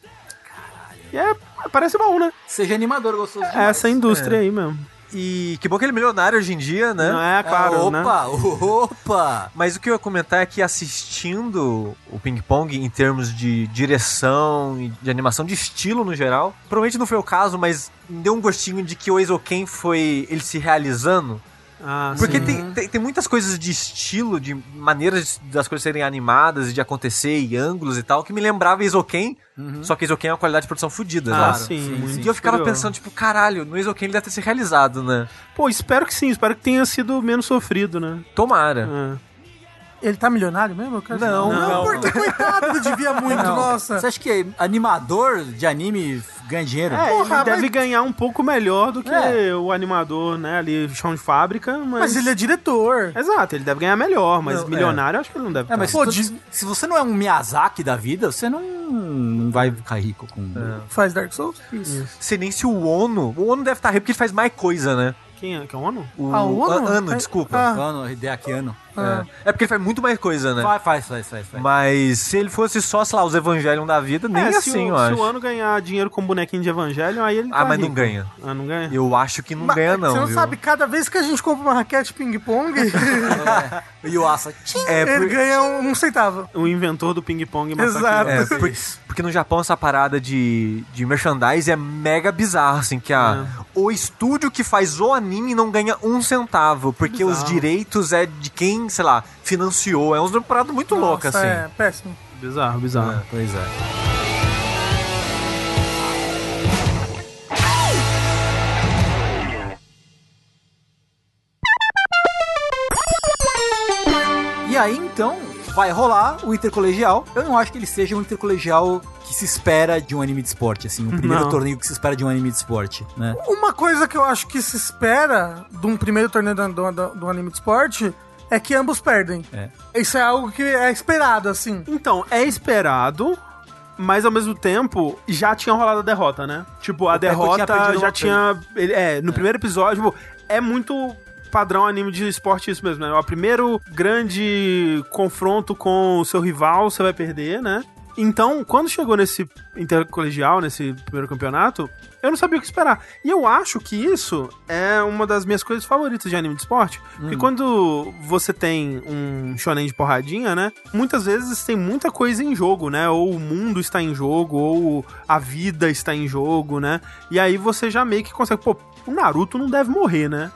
D: E é, parece bom, né?
C: Seja animador, gostoso
D: É
C: demais.
D: essa indústria aí mesmo.
E: E que bom que ele é milionário hoje em dia, né?
D: Não é, claro,
C: Ah,
D: né?
C: opa, opa!
E: Mas o que eu ia comentar é que assistindo o Ping Pong em termos de direção e de animação, de estilo no geral, provavelmente não foi o caso, mas me deu um gostinho de que o Eizou Ken foi ele se realizando.
D: Ah,
E: Porque
D: sim.
E: tem, tem, tem muitas coisas de estilo, de maneiras de- das coisas serem animadas e de acontecer, e ângulos e tal, que me lembrava Eizouken, só que Eizouken é uma qualidade de produção fodida,
D: Ah,
E: né?
D: sim,
C: Sim,
D: muito
E: E eu ficava
D: superior.
E: pensando, tipo, caralho, no Eizouken ele deve ter se realizado, né?
D: Pô, espero que sim, espero que tenha sido menos sofrido, né?
E: Tomara.
D: É.
F: Ele tá milionário mesmo? Eu quero
E: Não,
F: saber.
E: não.
F: porque coitado, ele devia muito, nossa.
C: Você acha que animador de anime ganha dinheiro?
D: É,
F: Porra,
D: ele
F: mas-
D: deve ganhar um pouco melhor do que
C: É.
D: o animador, né? Ali, chão de fábrica, mas.
F: Mas ele é diretor.
D: Exato, ele deve ganhar melhor, mas
C: Não,
D: milionário eu acho que ele não deve
C: É, mas
D: estar.
F: Pô,
C: se, tu-
F: de-
C: se você não é um Miyazaki da vida, você não, não vai ficar rico com.
F: Faz Dark Souls?
E: Sei nem se o Ono. O Ono deve estar rico porque ele faz mais coisa, né?
D: Quem é? Que é o Ono?
E: O
F: Ah, o Ono?
E: a- Ano,
F: É-
E: desculpa.
F: Ah.
C: Ano, Hideaki Anno.
F: Ah.
E: É. É porque ele faz muito mais coisa, né?
C: Faz, faz, faz, faz. faz.
E: Mas se ele fosse só, sei lá, os Evangelion da vida, nem
D: É, se
E: assim,
D: o,
E: eu
D: se
E: acho.
D: o Ano ganhar dinheiro com bonequinho de evangelho, aí ele
E: Ah,
D: tá
E: mas não
D: rico.
E: ganha.
D: Ah, não ganha?
E: Eu acho que não ganha, não.
F: é Você não
E: viu?
F: sabe, cada vez que a gente compra uma raquete ping-pong,
C: O Yuasa. tchim,
E: É,
F: ele
E: por-
F: ganha um, um centavo.
D: O inventor do ping-pong Masaki
F: Exato.
E: É,
D: Ueshiba.
E: por- porque no Japão essa parada de, de merchandise é mega bizarro, assim, que a, o estúdio que faz o anime não ganha um centavo, porque os
D: Bizarro.
E: direitos é de quem, sei lá, financiou. É uma parada muito louca,
F: Nossa,
E: assim.
F: É, péssimo.
D: Bizarro, bizarro.
C: Pois é. E aí então vai rolar o intercolegial. Eu não acho que ele seja um intercolegial que se espera de um anime de esporte, assim, o primeiro
D: Não.
C: torneio que se espera de um anime de esporte, né?
F: Uma coisa que eu acho que se espera de um primeiro torneio do, do, do anime de esporte é que ambos perdem.
C: É.
F: Isso é algo que é esperado, assim.
D: Então, é esperado, mas ao mesmo tempo já tinha rolado a derrota, né? Tipo, a
C: Peco tinha
D: derrota
C: perdido
D: já
C: ontem.
D: tinha. ele- é, no primeiro episódio, tipo, é muito padrão anime de esporte isso mesmo, né? O primeiro grande confronto com o seu rival você vai perder, né? Então, quando chegou nesse intercolegial, nesse primeiro campeonato, eu não sabia o que esperar. E eu acho que isso é uma das minhas coisas favoritas de anime de esporte.
C: Hum.
D: Porque quando você tem um shonen de porradinha, né? Muitas vezes tem muita coisa em jogo, né? Ou o mundo está em jogo, ou a vida está em jogo, né? E aí você já meio que consegue, pô, o Naruto não deve morrer, né?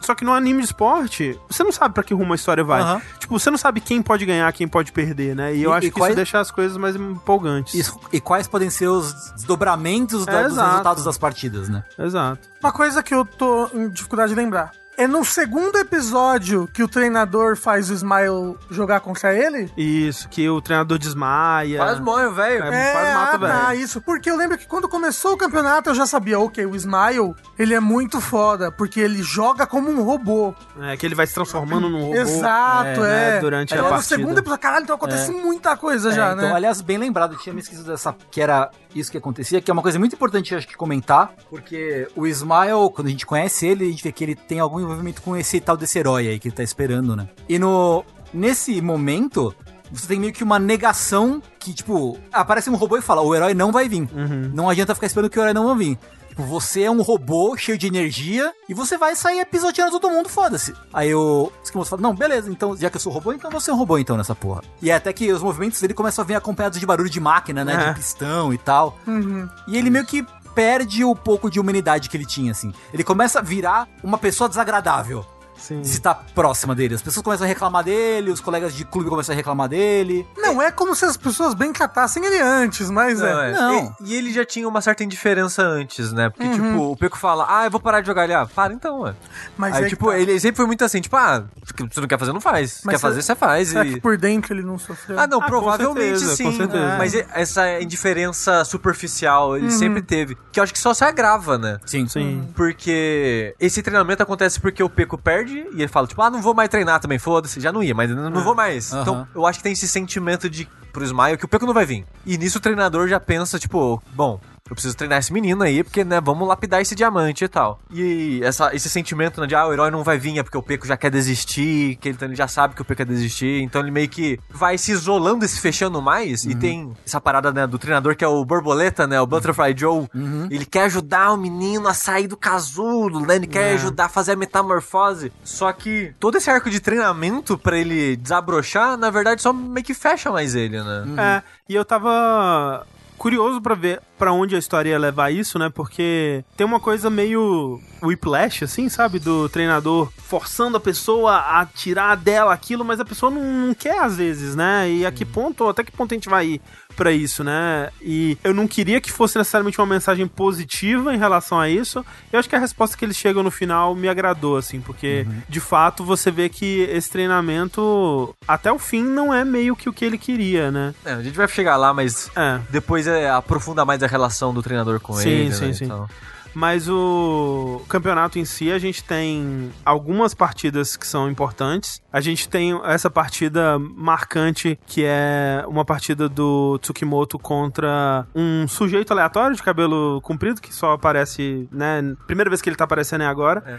D: Só que no anime de esporte, você não sabe pra que rumo a história vai.
E: Aham.
D: Tipo, você não sabe quem pode ganhar, quem pode perder, né? E eu
C: E-
D: acho
C: e
D: que
C: quais-
D: isso deixa as coisas mais empolgantes.
C: Isso- E quais podem ser os desdobramentos da-
D: É,
C: dos
D: exato.
C: resultados das partidas, né?
D: Exato.
F: Uma coisa que eu tô em dificuldade de lembrar. É no segundo episódio que o treinador faz o Smile jogar contra ele?
D: Isso, que o treinador desmaia.
E: Quase morre, velho.
D: É. quase mata o
F: ah,
D: velho.
F: tá, isso. Porque eu lembro que quando começou o campeonato eu já sabia, ok, o Smile, ele é muito foda, porque ele joga como um robô.
D: É, que ele vai se transformando num robô.
F: Exato,
D: é,
F: é.
D: né, durante
F: Aí
D: a
F: logo no
D: partida.
F: segundo episódio, caralho, então acontece muita coisa
C: É,
F: já,
C: então,
F: né?
C: aliás, bem lembrado, eu tinha me esquecido dessa que era isso que acontecia, que é uma coisa muito importante acho que comentar, porque o Smile, quando a gente conhece ele, a gente vê que ele tem algum envolvimento com esse tal desse herói aí que ele tá esperando, né? E no nesse momento, você tem meio que uma negação que tipo, aparece um robô e fala: "O herói não vai vir".
F: Uhum.
C: Não adianta ficar esperando que o herói não vai vir. Tipo, Você é um robô cheio de energia e você vai sair pisoteando todo mundo, foda-se. Aí o Esquimoso fala: Não, beleza, então, já que eu sou robô, então você é um robô então nessa porra. E é até que os movimentos dele começam a vir acompanhados de barulho de máquina, né?
D: É.
C: De pistão e tal.
D: Uhum.
C: E ele meio que perde o pouco de humanidade que ele tinha, assim. Ele começa a virar uma pessoa desagradável
D: Sim.
C: se tá próxima dele. As pessoas começam a reclamar dele, os colegas de clube começam a reclamar dele.
F: Não é como se as pessoas bem tratassem ele antes, mas é.
E: Não, é.
C: Não.
E: E, e ele já tinha uma certa indiferença antes, né?
F: Uhum.
E: Porque, tipo, o Peco fala, ah, eu vou parar de jogar. Ele, ah, para então, ué.
F: Mas
E: Aí,
F: é que
E: tipo,
F: tá.
E: ele sempre foi muito assim, tipo, ah, você não quer fazer, não faz.
F: Mas
E: quer
F: será-
E: fazer, você faz.
F: Será
E: e-
F: que por dentro ele não sofreu?
E: Ah, não,
D: Ah, com
E: provavelmente
D: certeza,
E: sim.
D: com certeza.
E: É. Mas e- essa indiferença superficial ele
F: Uhum.
E: sempre teve. Que eu acho que só se agrava, né?
C: Sim.
D: Sim.
E: Porque esse treinamento acontece porque o Peco perde e ele fala, tipo, ah, não vou mais treinar também, foda-se, já não ia, mas não vou mais.
C: Aham.
E: Então, eu acho que tem esse sentimento de pro Smile que o Peco não vai vir. E nisso o treinador já pensa, tipo, bom, eu preciso treinar esse menino aí, porque, né, vamos lapidar esse diamante e tal. E essa, esse sentimento né, de, ah, o herói não vai vir, é porque o Peco já quer desistir, que ele, então, ele já sabe que o Peco quer desistir, então ele meio que vai se isolando e se fechando mais.
D: Uhum.
E: E tem essa parada, né, do treinador que é o Borboleta, né, o Butterfly Joe.
D: Uhum.
E: Ele quer ajudar o menino a sair do casulo, né, ele
D: É.
E: quer ajudar a fazer a metamorfose. Só que todo esse arco de treinamento pra ele desabrochar, na verdade, só meio que fecha mais ele, né.
D: É, e eu tava curioso pra ver pra onde a história ia levar isso, né? Porque tem uma coisa meio whiplash, assim, sabe? Do treinador forçando a pessoa a tirar dela aquilo, mas a pessoa não, não quer às vezes, né? E a que ponto, até que ponto a gente vai ir pra isso, né? E eu não queria que fosse necessariamente uma mensagem positiva em relação a isso. Eu acho que a resposta que eles chegam no final me agradou, assim, porque de fato você vê que esse treinamento até o fim não é meio que o que ele queria, né?
E: É, a gente vai chegar lá, mas
D: É.
E: depois é, aprofunda mais a relação do treinador com
D: Sim,
E: ele.
D: sim,
E: né,
D: sim.
E: então.
D: Mas o campeonato em si, a gente tem algumas partidas que são importantes. A gente tem essa partida marcante, que é uma partida do Tsukimoto contra um sujeito aleatório de cabelo comprido, que só aparece, né? Primeira vez que ele tá aparecendo é agora.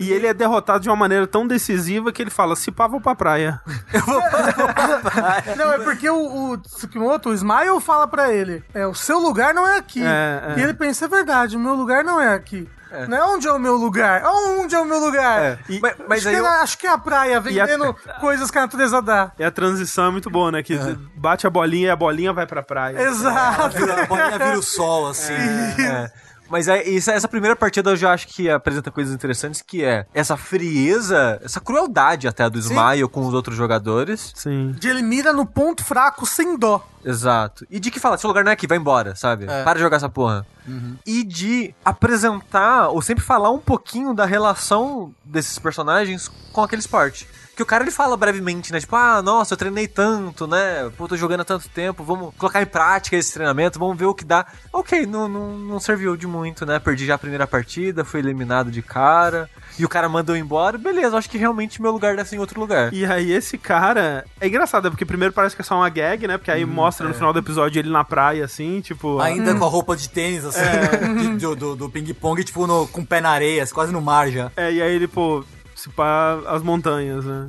D: E ele é derrotado de uma maneira tão decisiva que ele fala: se pá, vou pra praia.
F: Não, é porque o, o Tsukimoto, o Smile, fala pra ele: é, o seu lugar não é aqui.
D: É, é.
F: E ele pensa: é verdade, o meu lugar não é aqui. Não é onde é o meu lugar? Onde é o meu lugar?
D: E-
E: Mas, mas
F: acho,
E: aí
F: que
E: eu-
F: é, acho que é a praia vendendo coisas que a natureza dá.
D: E a transição é muito boa, né? Que bate a bolinha e a bolinha vai pra praia.
F: Exato.
C: A bolinha vira o sol, assim.
E: É. Mas é, isso- essa primeira partida eu já acho que apresenta coisas interessantes, que é essa frieza, essa crueldade até do Smile com os outros jogadores.
D: Sim.
F: De ele mira no ponto fraco sem dó.
E: Exato. E de que fala, seu lugar não é aqui, vai embora, sabe? Para de jogar essa porra. E de apresentar, ou sempre falar um pouquinho da relação desses personagens com aquele esporte. Que o cara ele fala brevemente, né? Tipo, ah, nossa, eu treinei tanto, né? Pô, tô jogando há tanto tempo, vamos colocar em prática esse treinamento, vamos ver o que dá. Ok, não, não, não serviu de muito, né? Perdi já a primeira partida, fui eliminado de cara, e o cara mandou embora. Beleza, acho que realmente meu lugar deve ser em outro lugar.
D: E aí esse cara. É engraçado, é porque primeiro parece que é só uma gag, né? Porque aí mostra no final do episódio ele na praia, assim, tipo. É.
C: Ainda com a roupa de tênis, assim, de- do, do, do ping-pong, tipo, no- com o pé na areia, assim, quase no mar já.
D: É, e aí ele, pô. se pá, as montanhas, né?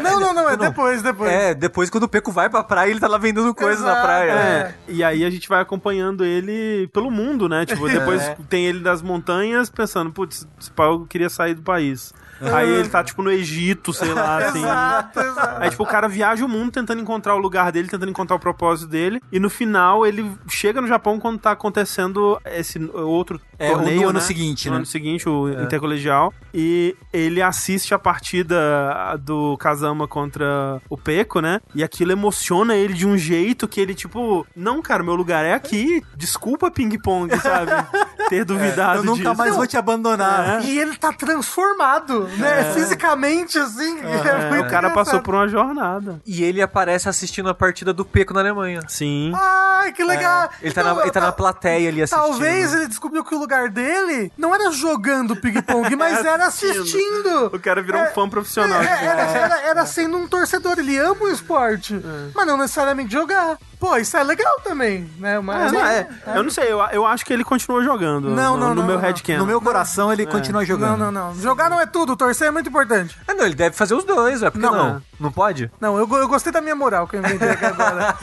F: não, não, não, é depois, depois.
E: É, depois quando o Peco vai pra praia, ele tá lá vendendo coisa na
F: Exato,
E: praia. né?
D: É, e aí a gente vai acompanhando ele pelo mundo, né? Tipo, depois tem ele das montanhas pensando, putz, esse pau eu queria sair do país. Aí ele tá, tipo, no Egito, sei lá, assim.
F: Exato, exato.
D: Aí, tipo, o cara viaja o mundo tentando encontrar o lugar dele, tentando encontrar o propósito dele. E no final, ele chega no Japão quando tá acontecendo esse outro
C: É, o
D: torneio,
C: do ano
D: né?
C: seguinte,
D: no
C: né?
D: ano seguinte, o intercolegial. E ele assiste a partida do Kazama contra o Peco, né? E aquilo emociona ele de um jeito que ele, tipo, não, cara, meu lugar é aqui. Desculpa, ping-pong, sabe? Ter duvidado
C: Eu nunca
D: disso. É.
C: mais vou te abandonar.
F: E ele tá transformado,
E: É.
F: né? Fisicamente, assim. É
D: É,
F: muito
D: o cara passou
F: engraçado.
D: por uma jornada.
E: E ele aparece assistindo a partida do Peco na Alemanha.
D: Sim.
F: Ai, que legal.
E: Ele tá, na,
F: Então,
E: ele tá na
F: tá-
E: plateia ali assistindo.
F: Talvez ele descobriu que o lugar dele não era jogando ping-pong,
E: É
F: mas era
D: O
F: assistindo.
D: cara virou um fã profissional.
F: É, era, era- era sendo um torcedor, ele ama o esporte,
E: É.
F: mas não necessariamente jogar. Pô, isso é legal também, né?
D: É,
F: Mas,
D: não, é. Eu não sei, eu, eu acho que ele continuou jogando.
F: Não,
D: no,
F: não,
D: no
F: não,
D: meu
F: não.
D: headcanon.
C: No meu coração
E: É.
C: ele continua
F: não,
C: jogando.
F: não, não. Jogar não é tudo, torcer é muito importante.
E: Ah, não, ele deve fazer os dois, ué. Por que
F: Não,
E: não? Não, pode?
F: Não, eu, go- eu gostei da minha moral que eu inventei aqui agora.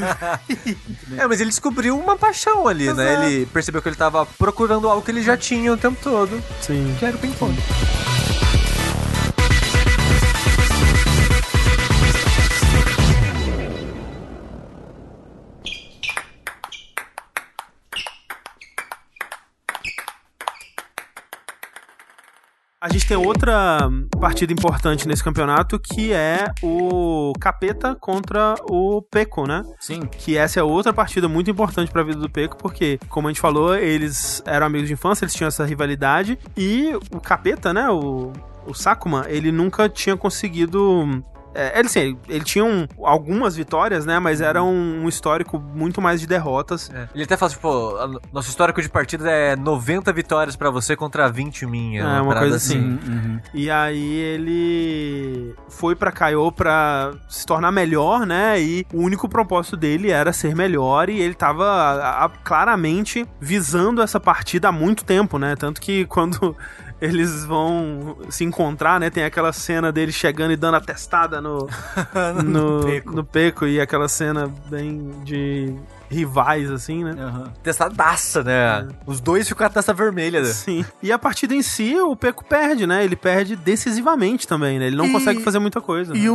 E: É, mas ele descobriu uma paixão ali,
F: Exato.
E: né? Ele percebeu que ele tava procurando algo que ele já tinha o tempo todo.
D: Sim.
E: Que era o ping-pong.
D: A gente tem outra partida importante nesse campeonato que é o Capeta contra o Peco, né?
C: Sim.
D: Que essa é outra partida muito importante pra vida do Peco, porque, como a gente falou, eles eram amigos de infância, eles tinham essa rivalidade e o Capeta, né? O, o Sakuma, ele nunca tinha conseguido. É, ele, sim, ele tinha um- algumas vitórias, né? Mas era um, um histórico muito mais de derrotas.
E: É. Ele até fala, tipo, a- nosso histórico de partida é 90 vitórias pra você contra 20 minha.
D: É, uma
E: né? parada
D: coisa assim.
C: Uhum, uhum.
D: E aí ele foi pra Kaiô pra se tornar melhor, né? E o único propósito dele era ser melhor e ele tava a- a- claramente visando essa partida há muito tempo, né? Tanto que quando eles vão se encontrar, né? Tem aquela cena dele chegando e dando a testada no, no,
C: peco.
D: no peco e aquela cena bem de rivais, assim, né?
C: Aham.
E: Testadaça, né? Os dois ficam com a taça vermelha. né?
D: Sim. E a partida em si, o Peco perde, né? Ele perde decisivamente também, né? Ele não
F: E-
D: consegue fazer muita coisa. né?
F: E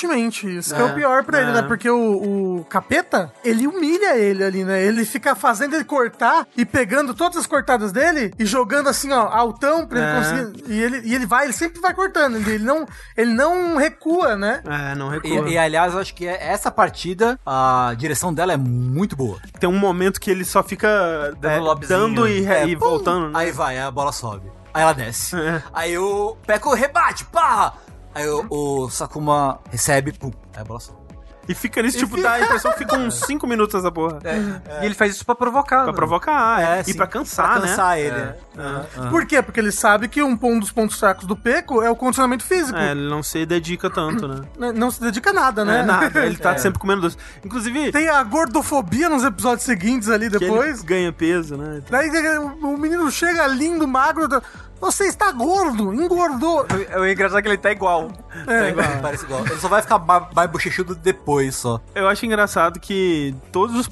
F: humilhantemente, isso que é o pior pra ele,
D: é.
F: né? Porque o, o capeta, ele humilha ele ali, né? Ele fica fazendo ele cortar e pegando todas as cortadas dele e jogando assim, ó, altão pra
D: É.
F: ele conseguir. E ele, e ele vai, ele sempre vai cortando, ele ele não, ele não recua, né?
D: É, não
C: E,
D: recuo.
C: e, aliás, eu acho que é- essa partida, a direção dela é muito boa.
D: Tem um momento que ele só fica
E: Dando
D: é,
E: lobzinho.
D: dando e,
C: É,
D: e
C: pum!
D: voltando. né?
C: Aí vai, a bola sobe. Aí ela desce.
D: É.
C: Aí o Peco rebate, pá! Aí o, o Sakuma recebe, pum. Aí a bola sobe.
D: E fica nesse tipo, dá a impressão que fica uns 5 minutos essa porra.
E: É. E ele faz isso pra provocar. né?
D: Pra
E: mano.
D: provocar, é, e
C: sim.
D: pra cansar,
C: pra
D: né? É.
C: cansar ele. né?
D: Ah.
F: Por quê? Porque ele sabe que um, pon- um dos pontos fracos do Peco é o condicionamento físico.
D: É, ele não se dedica tanto, né?
F: né? Não se dedica a nada, né?
D: É, nada, ele tá sempre comendo doce. Inclusive,
F: Tem a gordofobia nos episódios seguintes ali
D: que
F: depois.
D: ele ganha peso, né?
F: Daí o o menino chega lindo, magro. tá- Você está gordo, engordou.
E: É o engraçado que ele tá igual.
C: Tá
D: É.
C: igual, parece igual. Ele só vai ficar ba- mais bochechudo depois só.
D: Eu acho engraçado que todos os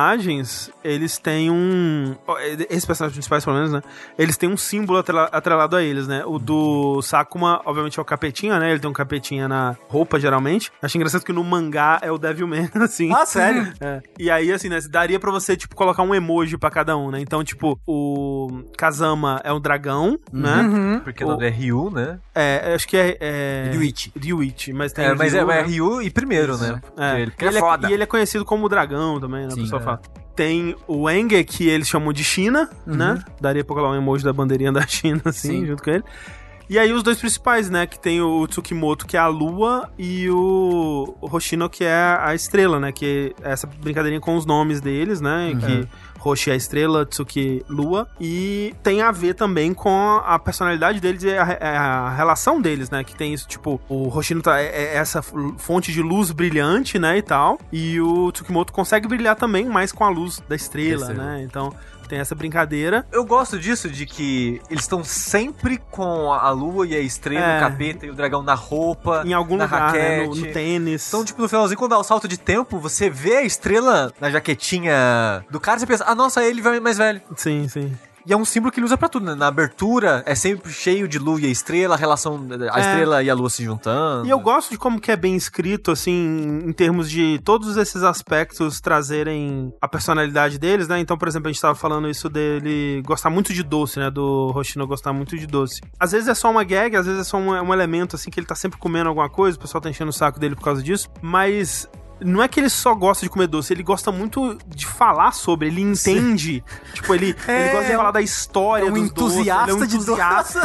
D: personagens, eles têm um... Esses personagens principais, pelo menos, né? Eles têm um símbolo atrela- atrelado a eles, né? O do Sakuma, obviamente, é o capetinha, né? Ele tem um capetinha na roupa, geralmente. Acho engraçado que no mangá é o Devilman, assim.
C: Ah, sério?
D: É. E aí, assim, né? Daria pra você, tipo, colocar um emoji pra cada um, né? Então, tipo, o Kazama é um dragão, né?
F: Uhum.
E: Porque o nome é Ryu, né?
D: É, acho que é... é...
C: Ryuichi.
D: Ryuichi, mas tem
E: É, mas é,
D: Ryu,
E: mas é
D: né?
E: Ryu e primeiro, né?
D: É.
E: Ele,
D: Ele
E: é
D: é-
E: foda.
D: E ele é conhecido como o dragão também, né?
C: Sim,
D: o pessoal
C: é.
D: fala. Tem o Enge, que eles chamam de China, né? Daria pra colar um emoji da bandeirinha da China, assim,
C: Sim.
D: junto com ele. E aí os dois principais, né? Que tem o Tsukimoto, que é a lua, e o o Hoshino, que é a estrela, né? Que é essa brincadeirinha com os nomes deles, né? e Que Hoshi é a estrela, Tsuki lua. E tem a ver também com a personalidade deles e a, é a relação deles, né? Que tem isso, tipo, o Hoshino tá, é, é essa fonte de luz brilhante, né? E tal. E o Tsukimoto consegue brilhar também, mas com a luz da estrela,
E: Estrela.
D: né? Então tem essa brincadeira.
E: Eu gosto disso, de que eles estão sempre com a lua e a estrela,
D: É.
E: o capeta e o dragão na roupa,
D: Em algum
E: na
D: lugar, né?
E: raquete.
D: no, no tênis.
E: Então, tipo, no finalzinho, quando dá o salto de tempo, você vê a estrela na jaquetinha do cara, você pensa, ah, nossa, ele vai mais velho.
D: Sim, sim.
E: E é um símbolo que ele usa pra tudo, né? Na abertura, é sempre cheio de lua e a estrela, a relação, a
D: É.
E: estrela e a lua se juntando.
D: E eu gosto de como que é bem escrito, assim, em termos de todos esses aspectos trazerem a personalidade deles, né? Então, por exemplo, a gente tava falando isso dele gostar muito de doce, né? Do Roshino gostar muito de doce. Às vezes é só uma gag, às vezes é só um, um elemento, assim, que ele tá sempre comendo alguma coisa, o pessoal tá enchendo o saco dele por causa disso, mas... Não é que ele só gosta de comer doce, ele gosta muito de falar sobre, ele entende. Tipo, ele,
F: É,
D: ele gosta de
F: é
D: falar
F: um-
D: da história
C: é um
D: dos doces, ele é um
C: entusiasta de doce.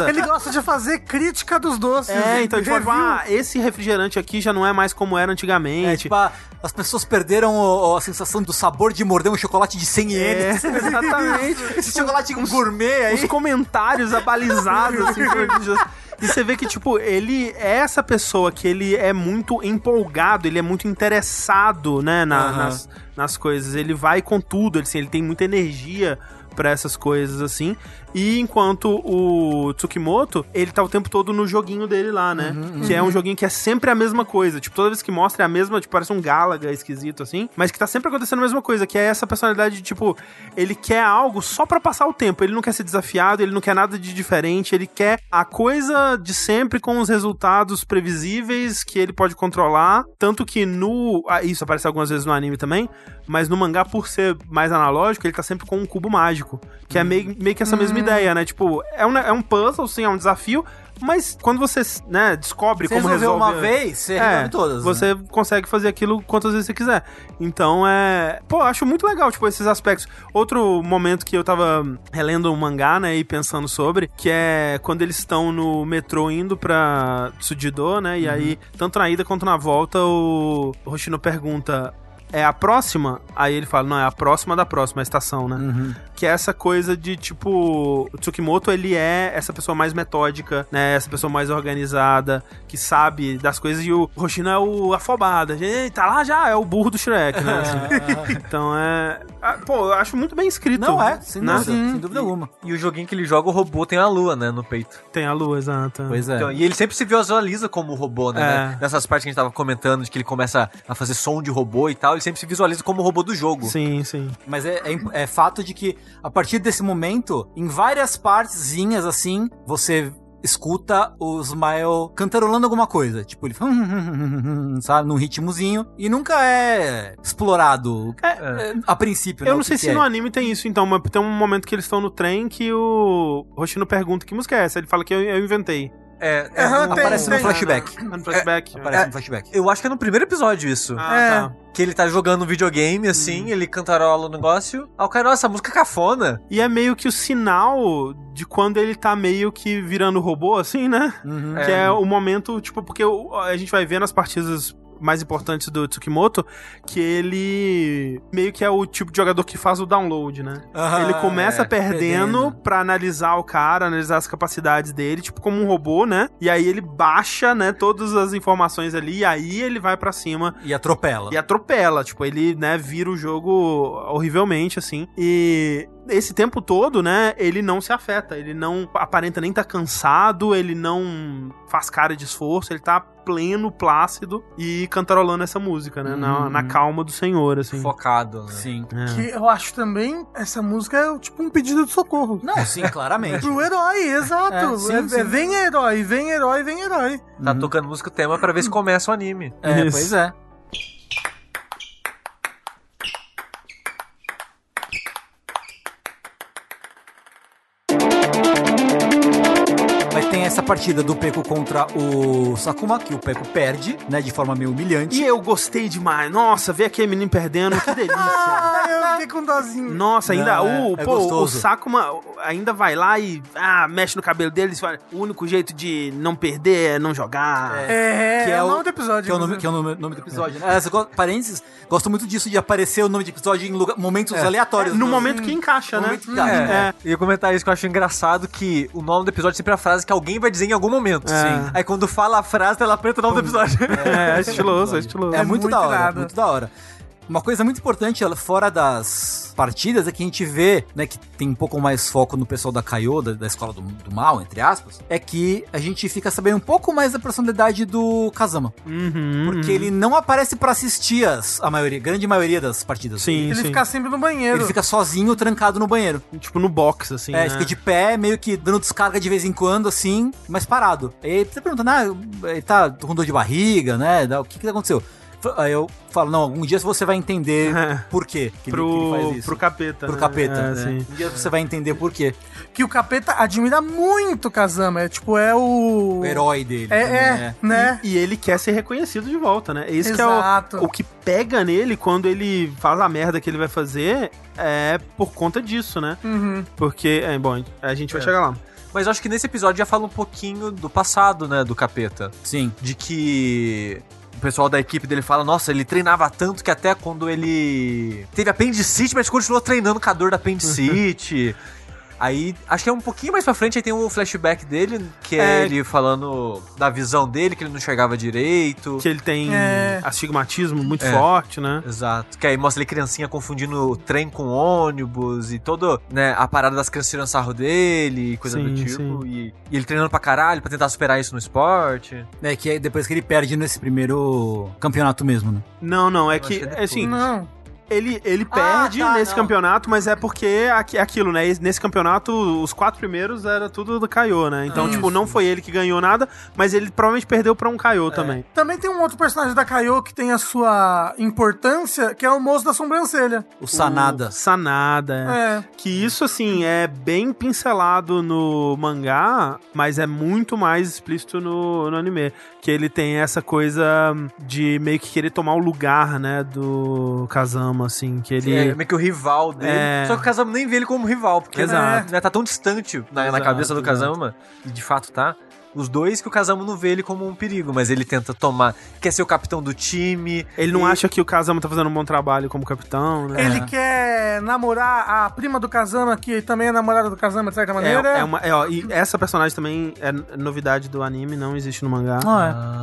D: entusiasta.
F: Ele gosta de fazer crítica dos doces.
D: É,
F: de-
D: então,
F: de
D: tipo,
F: review.
D: ah, esse refrigerante aqui já não é mais como era
C: É,
D: antigamente.
C: tipo, a- as pessoas perderam o- o- a sensação do sabor de morder um chocolate de 100
D: É,
C: ienes.
D: exatamente.
C: Esse chocolate gourmet aí.
D: Os comentários abalizados, assim, foi just- E você vê que, tipo, ele é essa pessoa que ele é muito empolgado, ele é muito interessado, né, na-
C: Aham.
D: nas, nas coisas. Ele vai com tudo, ele, assim, ele tem muita energia pra essas coisas, assim. E enquanto o Tsukimoto, ele tá o tempo todo no joguinho dele lá, né?
C: Uhum,
D: que é um joguinho que é sempre a mesma coisa. Tipo, toda vez que mostra é a mesma, tipo, parece um Galaga esquisito, assim. Mas que tá sempre acontecendo a mesma coisa, que é essa personalidade de, tipo, ele quer algo só pra passar o tempo. Ele não quer ser desafiado, ele não quer nada de diferente, ele quer a coisa de sempre com os resultados previsíveis que ele pode controlar. Tanto que no. ah, isso aparece algumas vezes no anime também, mas no mangá, por ser mais analógico, ele tá sempre com um cubo mágico. Que é meio, meio que essa mesma
C: Hum.
D: ideia, né? Tipo, é um, é um puzzle, sim, é um desafio. Mas quando você, né, descobre
C: Você
D: como
C: resolveu
D: resolver
C: uma vez, você resolve todas. né?
D: É, você consegue fazer aquilo quantas vezes você quiser. Então é. Pô, eu acho muito legal, tipo, esses aspectos. Outro momento que eu tava relendo um mangá, né, e pensando sobre, que é quando eles estão no metrô indo pra Tsujido, né,
C: Uhum.
D: e aí, tanto na ida quanto na volta, o Hoshino pergunta. É a próxima? Aí ele fala, não, é a próxima da próxima estação,
C: Uhum.
D: né? que é essa coisa de tipo o Tsukimoto ele é essa pessoa mais metódica, né? Essa pessoa mais organizada, que sabe das coisas e o Hoshino é o afobado, Ele tá lá já, é o burro do Shrek, né? Assim. então é, ah, pô, eu acho muito bem escrito.
C: Não é, sem
D: né?
C: dúvida, sem dúvida alguma.
E: E o joguinho que ele joga, o robô tem a lua, né, no peito.
D: Tem a lua, exato.
C: Pois é.
E: Então, e ele sempre se visualiza como robô, né?
D: É.
E: Nessas partes que a gente tava comentando, de que ele começa a fazer som de robô e tal, ele sempre se visualiza como o robô do jogo.
D: Sim, sim.
C: Mas é, é imp- é fato de que, a partir desse momento, em várias partezinhas assim, você escuta o Smile cantarolando alguma coisa. Tipo, ele fala, sabe, num ritmozinho. E nunca é explorado é, a princípio. né,
D: Eu
C: o
D: não
C: que
D: sei
C: que
D: se
C: é.
D: no anime tem isso, então, mas tem um momento que eles estão no trem que o Hoshino pergunta que música é essa. Ele fala que eu, eu inventei.
E: É, é
F: Aham,
E: no-
F: tem-
C: Aparece no
F: tem.
C: flashback.
D: No flashback. é.
C: Aparece no um flashback.
E: Eu acho que é no primeiro episódio isso.
D: Ah,
F: É.
D: tá. Hum.
E: Que ele tá jogando um videogame, assim, ele cantarola o negócio. Aí o cara, nossa, música é cafona.
D: E é meio que o sinal de quando ele tá meio que virando robô, assim, né?
C: Uhum.
D: Que é o momento, tipo, porque o- a gente vai ver nas partidas mais importantes do Tsukimoto que ele meio que é o tipo de jogador que faz o download, né?
C: Aham,
D: ele começa
E: é,
D: perdendo,
C: Ah, perdendo.
D: pra analisar o cara, analisar as capacidades dele, tipo como um robô, né? E aí ele baixa, né, todas as informações ali e aí ele vai pra cima
C: E atropela.
D: e atropela, tipo, ele, né, vira o jogo horrivelmente, assim. E esse tempo todo, né, ele não se afeta, ele não aparenta nem tá cansado, ele não faz cara de esforço, ele tá pleno, plácido e cantarolando essa música, né, na,
C: Uhum.
D: na calma do senhor, assim.
E: Focado, né?
C: Sim.
D: É.
F: Que eu acho também, essa música é tipo um pedido de socorro.
C: Não, sim, claramente.
F: Pro herói, exato.
C: É, sim,
F: É- é
C: sim.
F: vem herói, vem herói, vem herói.
E: Tá tocando música tema pra
D: Hum.
E: ver se começa o anime.
C: É,
D: Isso.
C: pois é. Mas tem essa partida do Peco contra o Sakuma, que o Peco perde, né, de forma meio humilhante.
D: E eu gostei demais. Nossa, ver aquele menino perdendo, que delícia.
F: Ah, eu fiquei com dozinho.
D: Nossa, ainda
C: Não,
D: o,
C: é- é
D: pô, o
C: gostoso.
D: Sakuma ainda vai lá e ah, mexe no cabelo dele e fala: o único jeito de não perder é não jogar.
F: É,
C: que
F: é,
C: é
F: o
C: o-
F: nome do episódio.
C: Que é o nome, que é o nome, nome do episódio, né? Aliás, eu gosto- parênteses, gosto muito disso de aparecer o nome de episódio em lugar- momentos aleatórios. né?
D: No É. momento que encaixa,
C: No
D: né?
C: momento que encaixa,
D: É.
C: né?
E: E eu ia comentar isso que eu acho engraçado que o nome do episódio sempre é a frase que alguém vai dizer em algum momento.
D: Sim.
E: Aí quando fala a frase, ela aperta o nome do episódio.
D: É, é estiloso, é estiloso.
C: É, muito,
F: muito
C: da hora,
F: irado.
C: muito da hora. Uma coisa muito importante ela- fora das partidas é que a gente vê, né, que tem um pouco mais foco no pessoal da Kaiô, da, da escola do, do mal, entre aspas, é que a gente fica sabendo um pouco mais da personalidade do Kazama.
D: Uhum,
C: Porque ele não aparece pra assistir as, a maioria, grande maioria das partidas.
D: Sim,
F: Ele
D: sim.
F: fica sempre no
C: Ele
F: banheiro.
C: fica sozinho, trancado no banheiro.
D: tipo no box, assim.
C: É,
D: né?
C: fica de pé, meio que dando descarga de vez em quando, assim, mas parado. Aí você pergunta, ah, ele tá com dor de barriga, né? dá- O que que aconteceu? F- Aí eu falo, não, algum dia você vai entender por quê que, ele- que ele,
D: É. pro,
C: faz isso.
D: pro capeta.
C: Pro
D: né?
C: capeta.
D: É,
C: né?
D: sim.
C: Um dia você vai entender por quê.
F: Que o capeta admira muito o Kazama. É tipo, é o.
C: O herói dele.
F: É,
C: também,
F: é, né?
D: E ele quer ser reconhecido de volta, né? Isso que é
F: Exato.
D: o, o que pega nele quando ele faz a merda que ele vai fazer é por conta disso, né?
F: Uhum.
D: Porque, é, bom, a gente vai chegar lá.
E: Mas eu acho que nesse episódio já fala um pouquinho do passado, né, do capeta.
C: Sim.
E: De que o pessoal da equipe dele fala, nossa, ele treinava tanto que até quando ele teve apendicite, mas continuou treinando com a dor da apendicite. Aí, acho que é um pouquinho mais pra frente, aí tem um flashback dele, que é,
D: É.
E: ele falando da visão dele, que ele não enxergava direito.
D: Que ele tem
F: É.
D: astigmatismo muito
E: É.
D: forte, né?
E: Exato. Que aí mostra ele criancinha confundindo o trem com ônibus e todo, né, a parada das crianças tirando sarro dele e coisa
D: Sim,
E: do tipo.
D: sim.
E: E, e ele treinando pra caralho pra tentar superar isso no esporte.
C: É que é depois que ele perde nesse primeiro campeonato mesmo, né?
D: Não, não, é
E: Eu
D: que,
E: acho que é
D: é assim,
F: Não.
D: ele, ele
E: Ah,
D: perde
E: tá,
D: nesse
E: não.
D: campeonato, mas é porque aqui- aquilo, né? Nesse campeonato, os quatro primeiros era tudo do Kaiô, né? Então, tipo, não foi ele que ganhou nada, mas ele provavelmente perdeu pra um Kaiô também.
F: Também tem um outro personagem da Kaiô que tem a sua importância, que é o moço da sobrancelha.
C: O Sanada.
D: O Sanada, é.
F: É.
D: Que isso, assim, é bem pincelado no mangá, mas é muito mais explícito no, no anime. Que ele tem essa coisa de meio que querer tomar o lugar, né, do Kazama, assim, que ele...
E: É, meio que o rival dele.
D: É.
E: Só que o Kazama nem vê ele como rival, porque
D: Exato.
E: né, tá tão distante na, na
D: Exato,
E: cabeça do
D: exato.
E: Kazama, e de fato tá. Os dois que o Kazama não vê ele como um perigo, mas ele tenta tomar. Quer ser o capitão do time.
D: Ele não
E: e-
D: acha que o Kazama tá fazendo um bom trabalho como capitão, né?
F: Ele quer namorar a prima do Kazama, que também é namorada do Kazama, de certa
D: É,
F: maneira.
D: é uma, é, ó, e essa personagem também é novidade do anime, não existe no mangá.
F: Ah,
E: Ah,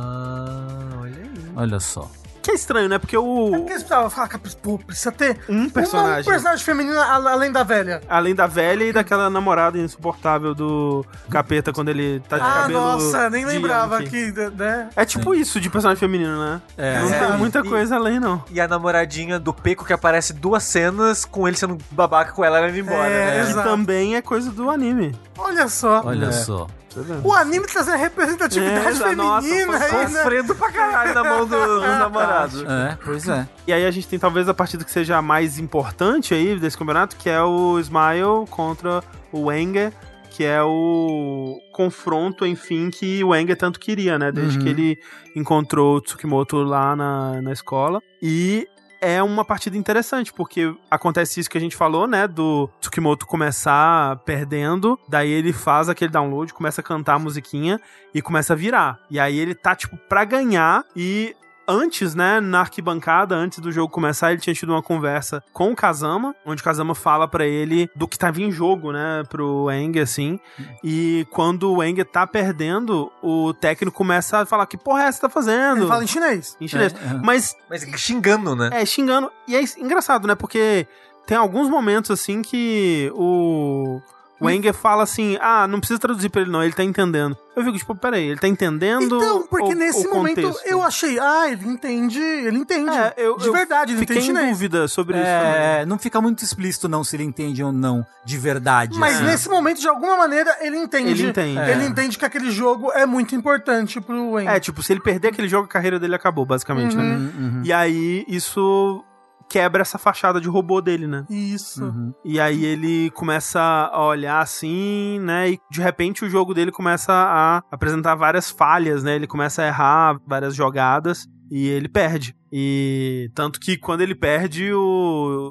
E: olha aí.
C: é. Olha só.
D: Que é estranho, né? Porque
F: Por
D: o...
F: que eles precisavam falar que pô, precisa ter
D: Um
F: uma- um
D: personagem...
F: personagem feminino a- além da velha?
D: Além da velha e daquela namorada insuportável do capeta quando ele tá de
F: Ah,
D: cabelo.
F: nossa, nem
D: de
F: lembrava
D: Yankee.
F: que, né?
D: É tipo isso de personagem feminino, né?
C: É,
D: não
E: é,
D: tem
E: e-
D: muita
E: e-
D: coisa além, não.
E: E a namoradinha do Peco que aparece duas cenas com ele sendo babaca com ela ela indo embora.
F: É,
E: né?
D: Que
F: exato.
D: também é coisa do anime.
F: Olha só.
C: Olha
D: É.
C: só.
D: Você vê.
F: O anime tá trazendo representatividade
D: É, exa- nossa,
F: feminina
D: foi
F: aí, né?
E: Sofrendo pra caralho na mão do, do namorado.
C: É, pois é.
D: E aí a gente tem talvez a partida que seja a mais importante aí desse campeonato, que é o Smile contra o Enger, que é o confronto, enfim, que o Enger tanto queria, né? Desde
C: Uhum.
D: que ele encontrou o Tsukimoto lá na, na escola. E é uma partida interessante, porque acontece isso que a gente falou, né? Do Tsukimoto começar perdendo, daí ele faz aquele download, começa a cantar a musiquinha e começa a virar. E aí ele tá, tipo, pra ganhar e. Antes, né, na arquibancada, antes do jogo começar, ele tinha tido uma conversa com o Kazama, onde o Kazama fala pra ele do que tava em jogo, né, pro Eng, assim. E quando o Eng tá perdendo, o técnico começa a falar: Que porra é essa que tá fazendo?
F: Ele fala em chinês.
D: em chinês.
C: É, é.
D: Mas
E: Mas xingando, né?
D: é, xingando. E é engraçado, né? Porque tem alguns momentos assim que o. O Enger fala assim: ah, não precisa traduzir pra ele, não, ele tá entendendo. Eu fico, tipo, peraí, ele tá entendendo.
F: Então, porque
D: o-
F: nesse
D: o
F: momento
D: contexto?
F: eu achei, ah, ele entende, ele entende.
D: É, eu-
F: de
D: eu
F: verdade, ele
D: Fiquei
F: entende
D: em
F: chinês.
D: dúvida sobre isso. também.
C: É, não fica muito explícito não se ele entende ou não de verdade.
F: Mas
C: assim.
F: nesse momento, de alguma maneira, ele entende.
D: É. Ele entende.
F: Ele
D: É.
F: entende que aquele jogo é muito importante pro Wayne. Uhum.
C: né? Hum,
D: É, tipo, se ele perder aquele jogo, a carreira dele acabou, basicamente, né?
C: Uhum, uhum.
D: E aí, isso quebra essa fachada de robô dele, né?
F: Isso.
D: E aí ele começa a olhar assim, né? E de repente o jogo dele começa a apresentar várias falhas, né? Ele começa a errar várias jogadas e ele perde. E tanto que quando ele perde, o,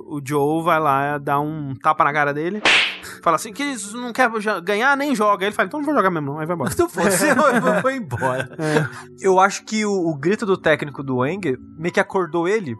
D: o Joe vai lá dar um tapa na cara dele. Fala assim, que eles não quer jo- ganhar, nem joga. Aí ele fala, então não vou jogar mesmo não, aí vai embora.
E: Então você foi embora.
D: É.
E: Eu acho que o, o grito do técnico do Wang meio que acordou ele.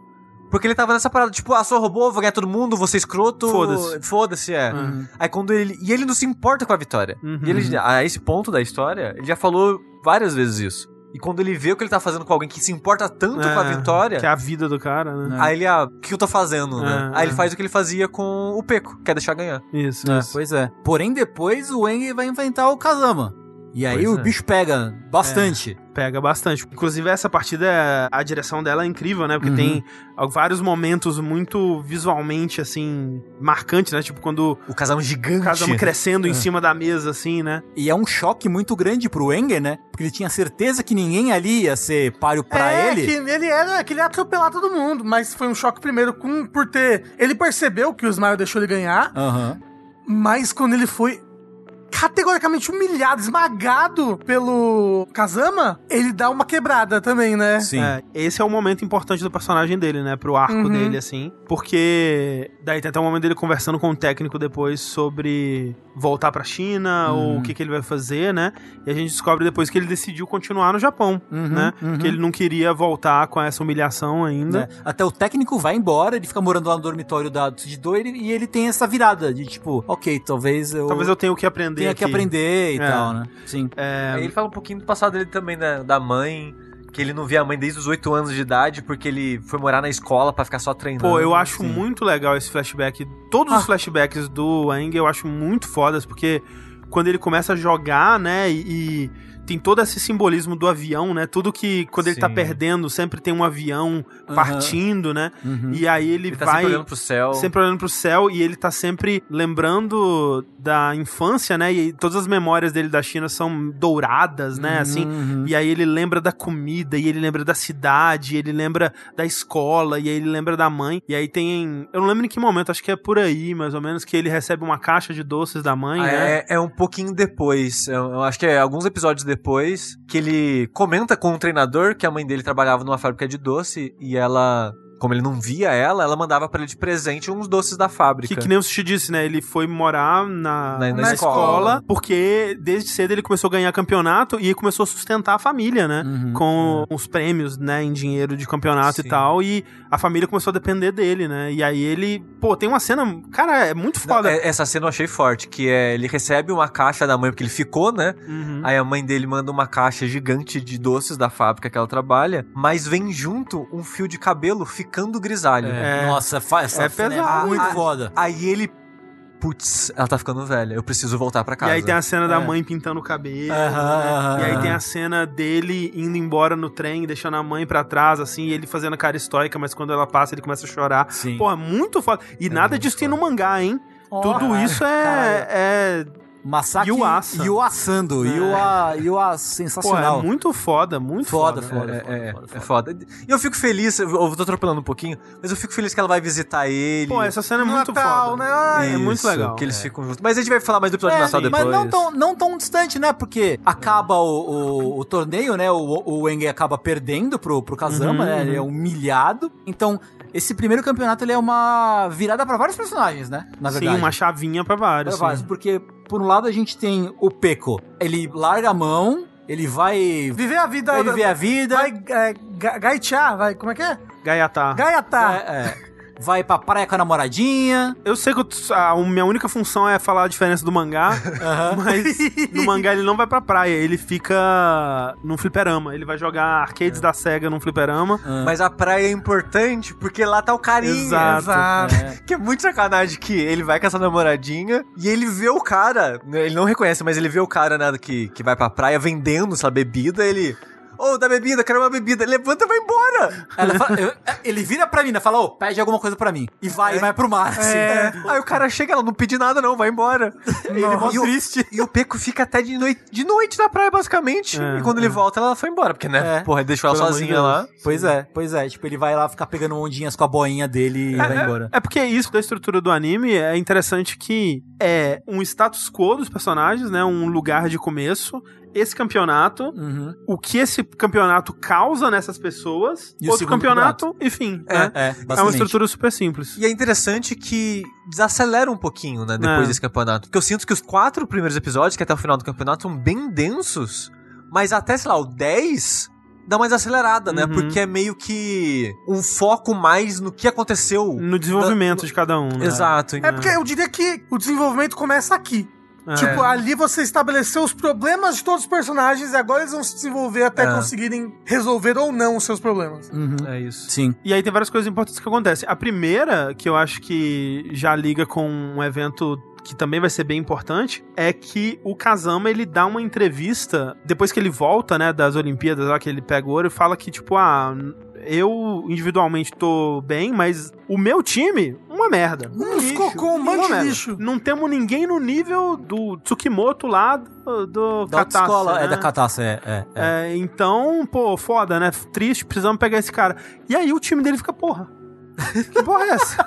E: Porque ele tava nessa parada, tipo, ah, sou robô, vou ganhar todo mundo, vou ser escroto.
D: Foda-se.
E: Foda-se, é. Aí quando ele. E ele não se importa com a vitória.
D: Uhum.
E: E ele, a esse ponto da história, ele já falou várias vezes isso. E quando ele vê o que ele tá fazendo com alguém que se importa tanto com a
D: É,
E: vitória.
D: Que é a vida do cara, né?
E: Aí ele, ah, o que eu tô fazendo, né?
D: É,
E: Aí
D: é.
E: ele faz o que ele fazia com o Peco, que é deixar ganhar.
D: Isso,
C: É,
D: isso.
C: pois é. Porém, depois o Eng vai enfrentar o Kazama. E aí
E: Pois
C: o
E: é.
C: bicho pega bastante.
D: Pega bastante. Inclusive, essa partida, a direção dela é incrível, né? Porque
C: Uhum.
D: tem ah, vários momentos muito visualmente, assim, marcantes, né? Tipo, quando
E: O casal é um gigante.
D: o é um Kazama crescendo
C: É.
D: em cima da mesa, assim, né?
C: E é um choque muito grande pro Enger, né? Porque ele tinha certeza que ninguém ali ia ser páreo pra
F: é,
C: ele.
F: Que ele era que ele ia atropelar todo mundo, mas foi um choque primeiro com, por ter. Ele percebeu que o Smile deixou ele ganhar,
C: Aham.
F: mas quando ele foi categoricamente humilhado, esmagado pelo Kazama, ele dá uma quebrada também, né?
C: Sim.
D: É, esse é o momento importante do personagem dele, né? Pro arco
F: Uhum.
D: dele, assim. Porque daí tem até o momento dele conversando com o técnico depois sobre voltar pra China ou
C: Uhum.
D: o que, que ele vai fazer, né? E a gente descobre depois que ele decidiu continuar no Japão,
C: Uhum,
D: né? Porque ele não queria voltar com essa humilhação ainda.
C: né? Até o técnico vai embora, ele fica morando lá no dormitório da Tsujido e ele, e ele tem essa virada de tipo, ok, talvez eu,
D: Talvez eu tenha o que aprender
C: tenha
D: aqui.
C: que aprender e
D: É.
C: tal, né? Sim.
E: Aí ele fala um pouquinho do passado dele também, né? Da mãe. Que ele não via a mãe desde os 8 anos de idade, porque ele foi morar na escola pra ficar só treinando. assim.
D: Pô, eu acho um
E: Sim.
D: muito legal esse flashback. Todos os flashbacks do Wang eu acho muito fodas, porque quando ele começa a jogar, né, e, e tem todo esse simbolismo do avião, né? Tudo que quando ele tá
E: Sim.
D: perdendo, sempre tem um avião partindo, né?
C: Uhum.
D: E aí ele,
E: Ele tá
D: vai
E: sempre olhando pro céu.
D: sempre olhando pro céu e ele tá sempre lembrando da infância, né? E todas as memórias dele da China são douradas, né? Assim,
C: Uhum.
D: e aí ele lembra da comida, e ele lembra da cidade, e ele lembra da escola, e aí ele lembra da mãe. E aí tem. Eu não lembro em que momento, acho que é por aí, mais ou menos, que ele recebe uma caixa de doces da mãe,
E: Ah,
D: né?
E: é, é um pouquinho depois, eu, eu acho que é alguns episódios depois, que ele comenta com o treinador que a mãe dele trabalhava numa fábrica de doce e ela, como ele não via ela, ela mandava pra ele de presente uns doces da fábrica.
D: Que, que nem o Sushi disse, né? Ele foi morar na,
E: Na- na
D: na
E: escola.
D: escola, porque desde cedo ele começou a ganhar campeonato e começou a sustentar a família, né?
C: Uhum.
D: com os prêmios, né, em dinheiro de campeonato
E: Sim.
D: e tal, e a família começou a depender dele, né? E aí ele, pô, tem uma cena, cara, é muito
E: Não,
D: foda.
E: é- essa cena eu achei forte, que é ele recebe uma caixa da mãe porque ele ficou, né?
D: Uhum.
E: Aí a mãe dele manda uma caixa gigante de doces da fábrica que ela trabalha, mas vem junto um fio de cabelo ficando grisalho.
C: É. Nossa, fa- essa
D: É
C: cena
D: pesado.
C: é muito
E: Ah,
C: foda.
E: Aí ele, putz, ela tá ficando velha, eu preciso voltar pra casa.
D: E aí tem a cena da
C: É.
D: mãe pintando o cabelo.
C: Aham,
D: né? E aí
C: aham.
D: tem a cena dele indo embora no trem, deixando a mãe pra trás, assim, e ele fazendo a cara estoica, mas quando ela passa, ele começa a chorar.
C: Sim.
D: Pô, é muito foda. E nada disso tem no mangá, hein?
F: Ó,
D: Tudo isso é. é
C: Masaki
D: Yuasa.
C: Yuasando. Yua, Yua
D: pô, é
C: sensacional.
D: muito foda, muito
C: Foda,
D: foda.
C: foda.
E: é, é,
C: foda, foda,
E: é foda. E eu fico feliz, eu eu tô atropelando um pouquinho, mas eu fico feliz que ela vai visitar ele.
D: Pô, essa cena é
F: No
D: muito
F: Natal,
D: foda.
F: né? Ah,
D: É muito
E: Isso,
D: legal.
E: Que eles ficam juntos. Mas a gente vai falar mais do episódio
C: É,
E: de Natal
C: sim,
E: depois.
C: Mas não tão, não tão distante, né? Porque acaba o, o- o torneio, né? O, o Wenge acaba perdendo pro, pro Kazama,
D: Uhum,
C: né? Ele é humilhado. Então, esse primeiro campeonato ele é uma virada pra vários personagens, né? Na verdade.
D: Sim, uma chavinha pra
C: Pra
D: vários. sim.
C: vários, Porque, por um lado, a gente tem o Peco. Ele larga a mão, ele vai,
F: Viver a vida.
C: vai viver a vida.
F: Vai é, ga- gaitear, vai. Como é que é?
D: Gaiatá.
F: Gaiatar.
C: é, é, vai pra praia com a namoradinha.
D: Eu sei que eu t- a minha única função é falar a diferença do mangá, mas no mangá ele não vai pra praia, ele fica num fliperama. Ele vai jogar arcades da SEGA num fliperama.
E: Mas a praia é importante porque lá tá o carinha.
D: Ah. Exato.
F: Exato.
E: Que é muito sacanagem que ele vai com essa namoradinha e ele vê o cara, né, ele não reconhece, mas ele vê o cara né, que, que vai pra praia vendendo essa bebida, ele. Ô, dá bebida, quero uma bebida. Levanta e vai embora.
C: Ela fala- eu- ele vira pra mim, né? Fala, ô, pede alguma coisa pra mim. E vai, vai pro mar. assim.
D: É.
E: É. Aí o cara chega, ela não pedi nada não, vai embora. Ele
C: mó
E: triste. E o Peco fica até de noite, de noite na praia, basicamente.
D: É,
E: e quando ele volta, ela foi embora, porque, né?
C: É.
E: Porra, ele deixou ela
D: Pelo amor de
E: sozinha
D: Deus.
E: lá.
C: Pois é, pois é. Tipo, ele vai lá ficar pegando ondinhas com a boinha dele e vai embora.
D: É porque isso da estrutura do anime é interessante que é um status quo dos personagens, né? Um lugar de começo. Esse campeonato,
C: Uhum.
D: o que esse campeonato causa nessas pessoas,
C: E o
D: outro
C: segundo
D: campeonato, enfim.
E: É,
D: né?
C: É,
D: é uma
C: basicamente.
D: estrutura super simples.
E: E é interessante que desacelera um pouquinho, né? Depois
D: É.
E: desse campeonato. Porque eu sinto que os quatro primeiros episódios, que é até o final do campeonato, são bem densos. Mas até, sei lá, o 10 dá uma desacelerada, né?
D: Uhum.
E: Porque é meio que um foco mais no que aconteceu.
D: No desenvolvimento de cada um. né?
E: Exato. então.
F: É porque eu diria que o desenvolvimento começa aqui.
D: É.
F: Tipo, ali você estabeleceu os problemas de todos os personagens e agora eles vão se desenvolver até
E: É.
F: conseguirem resolver ou não os seus problemas.
C: Uhum.
E: É isso.
C: Sim.
D: E aí tem várias coisas importantes que acontecem. A primeira, que eu acho que já liga com um evento que também vai ser bem importante, é que o Kazama, ele dá uma entrevista, depois que ele volta, né, das Olimpíadas lá, que ele pega o ouro, e fala que, tipo, ah, eu individualmente tô bem, mas o meu time, uma merda.
F: Uns cocô, um monte de
D: merda.
F: lixo.
D: Não temos ninguém no nível do Tsukimoto lá, do, do
C: Da
D: Katase,
C: autoescola,
D: né?
C: é da Catácia, é, é, é.
D: É, então, pô, foda, né? Triste, precisamos pegar esse cara. E aí o time dele fica, porra. Que porra é essa?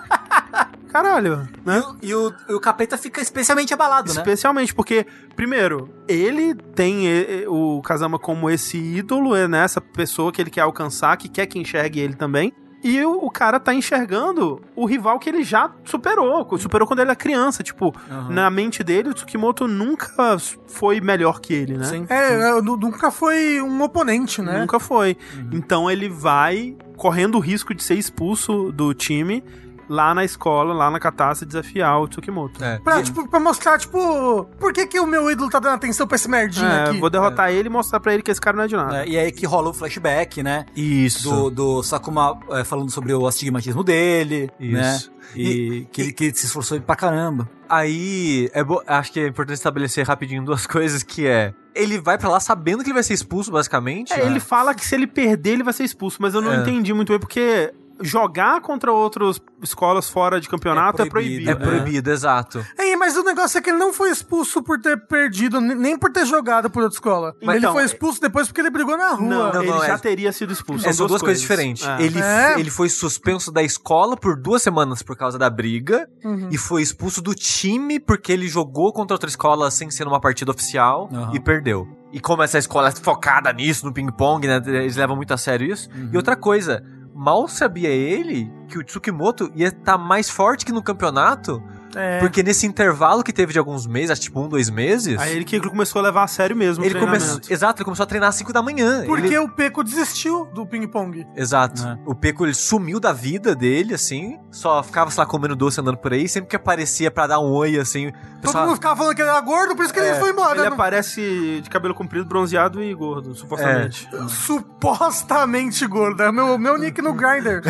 D: Caralho.
C: E, o, e o- e o capeta fica especialmente abalado, né?
D: Especialmente porque, primeiro, ele tem eh, eh, o Kazama como esse ídolo, é, né? Essa pessoa que ele quer alcançar, que quer que enxergue ele também. E o, o cara tá enxergando o rival que ele já superou. Superou quando ele era criança. Tipo,
C: Aham.
D: na mente dele, o Tsukimoto nunca foi melhor que ele, né?
C: Sim.
F: É, eu nu- nunca foi um oponente, né?
D: Nunca foi.
C: Uhum.
D: Então ele vai correndo o risco de ser expulso do time lá na escola, lá na catástrofe, desafiar o Tsukimoto.
E: É.
F: Pra, tipo, pra mostrar, tipo, por que, que o meu ídolo tá dando atenção pra esse merdinho
D: É,
F: aqui?
D: vou derrotar ele e mostrar pra ele que esse cara não é de nada.
C: É, e aí que rola o flashback, né?
E: Isso.
C: Do, do Sakuma é, falando sobre o astigmatismo dele, né?
E: Isso.
C: E, que, ele, que ele se esforçou pra caramba.
E: Aí, é bo- acho que é importante estabelecer rapidinho duas coisas, que é... Ele vai pra lá sabendo que ele vai ser expulso, basicamente.
D: É, ele fala que se ele perder, ele vai ser expulso, mas eu não
E: É.
D: entendi muito bem, porque jogar contra outras escolas fora de campeonato é
C: É proibido,
D: proibido.
E: É
D: né?
E: proibido, exato.
F: Ei, mas o negócio é que ele não foi expulso por ter perdido, n- nem por ter jogado por outra escola.
D: Mas
F: ele
D: então,
F: foi expulso depois porque ele brigou na rua.
D: Não,
E: Não,
D: ele
E: não,
D: já
E: é-
D: teria sido expulso.
E: São, duas, coisas, diferentes.
D: É.
E: Ele,
F: É.
E: ele foi suspenso da escola por duas semanas por causa da briga
F: Uhum.
E: e foi expulso do time porque ele jogou contra outra escola sem ser numa partida oficial
C: Aham.
E: e perdeu. E como essa escola é focada nisso, no ping-pong, né? Eles levam muito a sério isso. E outra coisa, mal sabia ele que o Tsukimoto ia estar mais forte que no campeonato,
F: É.
E: porque nesse intervalo que teve de alguns meses, acho que tipo um, dois meses,
D: Aí ele que começou a levar a sério mesmo
E: ele
D: o
E: começou.
D: treinamento.
E: Exato, ele começou a treinar às 5 da manhã.
F: Porque
E: Ele-
F: o Peco desistiu do ping-pong.
E: Exato.
C: Né?
E: O Peco ele sumiu da vida dele, assim. Só ficava, sei lá, comendo doce andando por aí. Sempre que aparecia pra dar um oi, assim. o
F: Todo
E: pessoal-
F: mundo ficava falando que ele era gordo, por isso que ele foi embora. né?
D: Ele é
F: Não-
D: aparece de cabelo comprido, bronzeado e gordo, supostamente.
E: É.
F: Supostamente gordo. É o meu, meu nick no Grindr.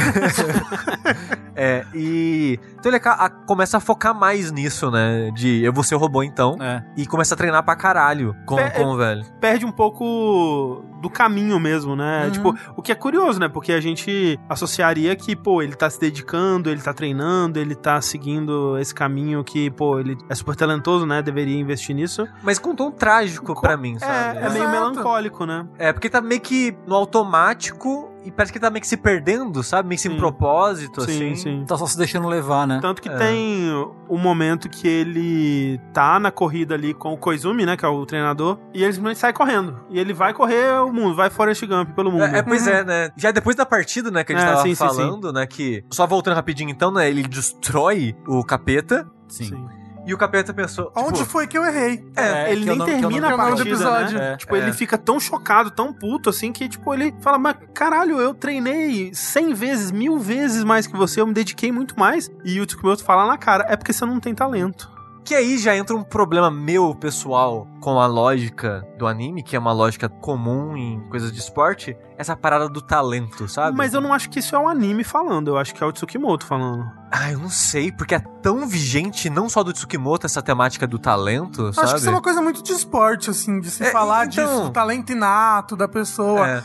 E: É, e. Então ele aca- a- começa a focar mais nisso, né? De eu vou ser o robô então.
C: É.
E: E começa a treinar pra caralho com,
D: Né. É,
E: com o velho.
D: perde um pouco do caminho mesmo,
E: Uhum.
D: né? Tipo, o que é curioso, né? Porque a gente associaria que, pô, ele tá se dedicando, ele tá treinando, ele tá seguindo esse caminho que, pô, ele é super talentoso, né? Deveria investir nisso.
E: Mas com um tom trágico pra mim, sabe?
D: É, é meio
F: Exato.
D: melancólico, né?
E: É, porque tá meio que no automático. E parece que tá meio que se perdendo, sabe? Meio que sem
D: Sim.
E: propósito,
D: Sim,
E: assim.
D: sim.
C: Tá só se deixando levar, né?
D: Tanto que
E: É.
D: tem o momento que ele tá na corrida ali com o Koizumi, né? Que é o treinador, e ele simplesmente sai correndo. E ele vai correr o mundo, vai Forrest Gump pelo mundo.
E: É, é, pois é, né? Já depois da partida, né, que a gente
D: Uhum. É,
E: tava
D: sim, sim,
E: falando, né, que... Só voltando rapidinho então, né, ele destrói o capeta,
C: Sim.
E: e o capeta pensou, tipo...
F: Onde foi que eu errei?
E: É,
C: É,
D: ele
C: que eu
D: nem
C: não- que eu não
D: termina a
C: lembro.
D: partida,
F: É o nome do episódio.
D: né?
C: É,
D: tipo,
E: é.
D: ele fica tão chocado, tão puto, assim, que, tipo, ele fala, mas caralho, eu treinei 100 vezes, mil vezes mais que você, eu me dediquei muito mais. E o Tsukimoto fala na cara, é porque você não tem talento.
E: Que aí já entra um problema meu, pessoal, com a lógica do anime, que é uma lógica comum em coisas de esporte, essa parada do talento, sabe?
D: Mas eu não acho que isso é um anime falando, eu acho que é o Tsukimoto falando.
E: Ah, eu não sei, porque é tão vigente, não só do Tsukimoto, essa temática do talento, sabe?
F: Acho que isso é uma coisa muito de esporte, assim, de se
E: É,
F: falar
E: então-
F: disso, do talento inato da pessoa.
E: É.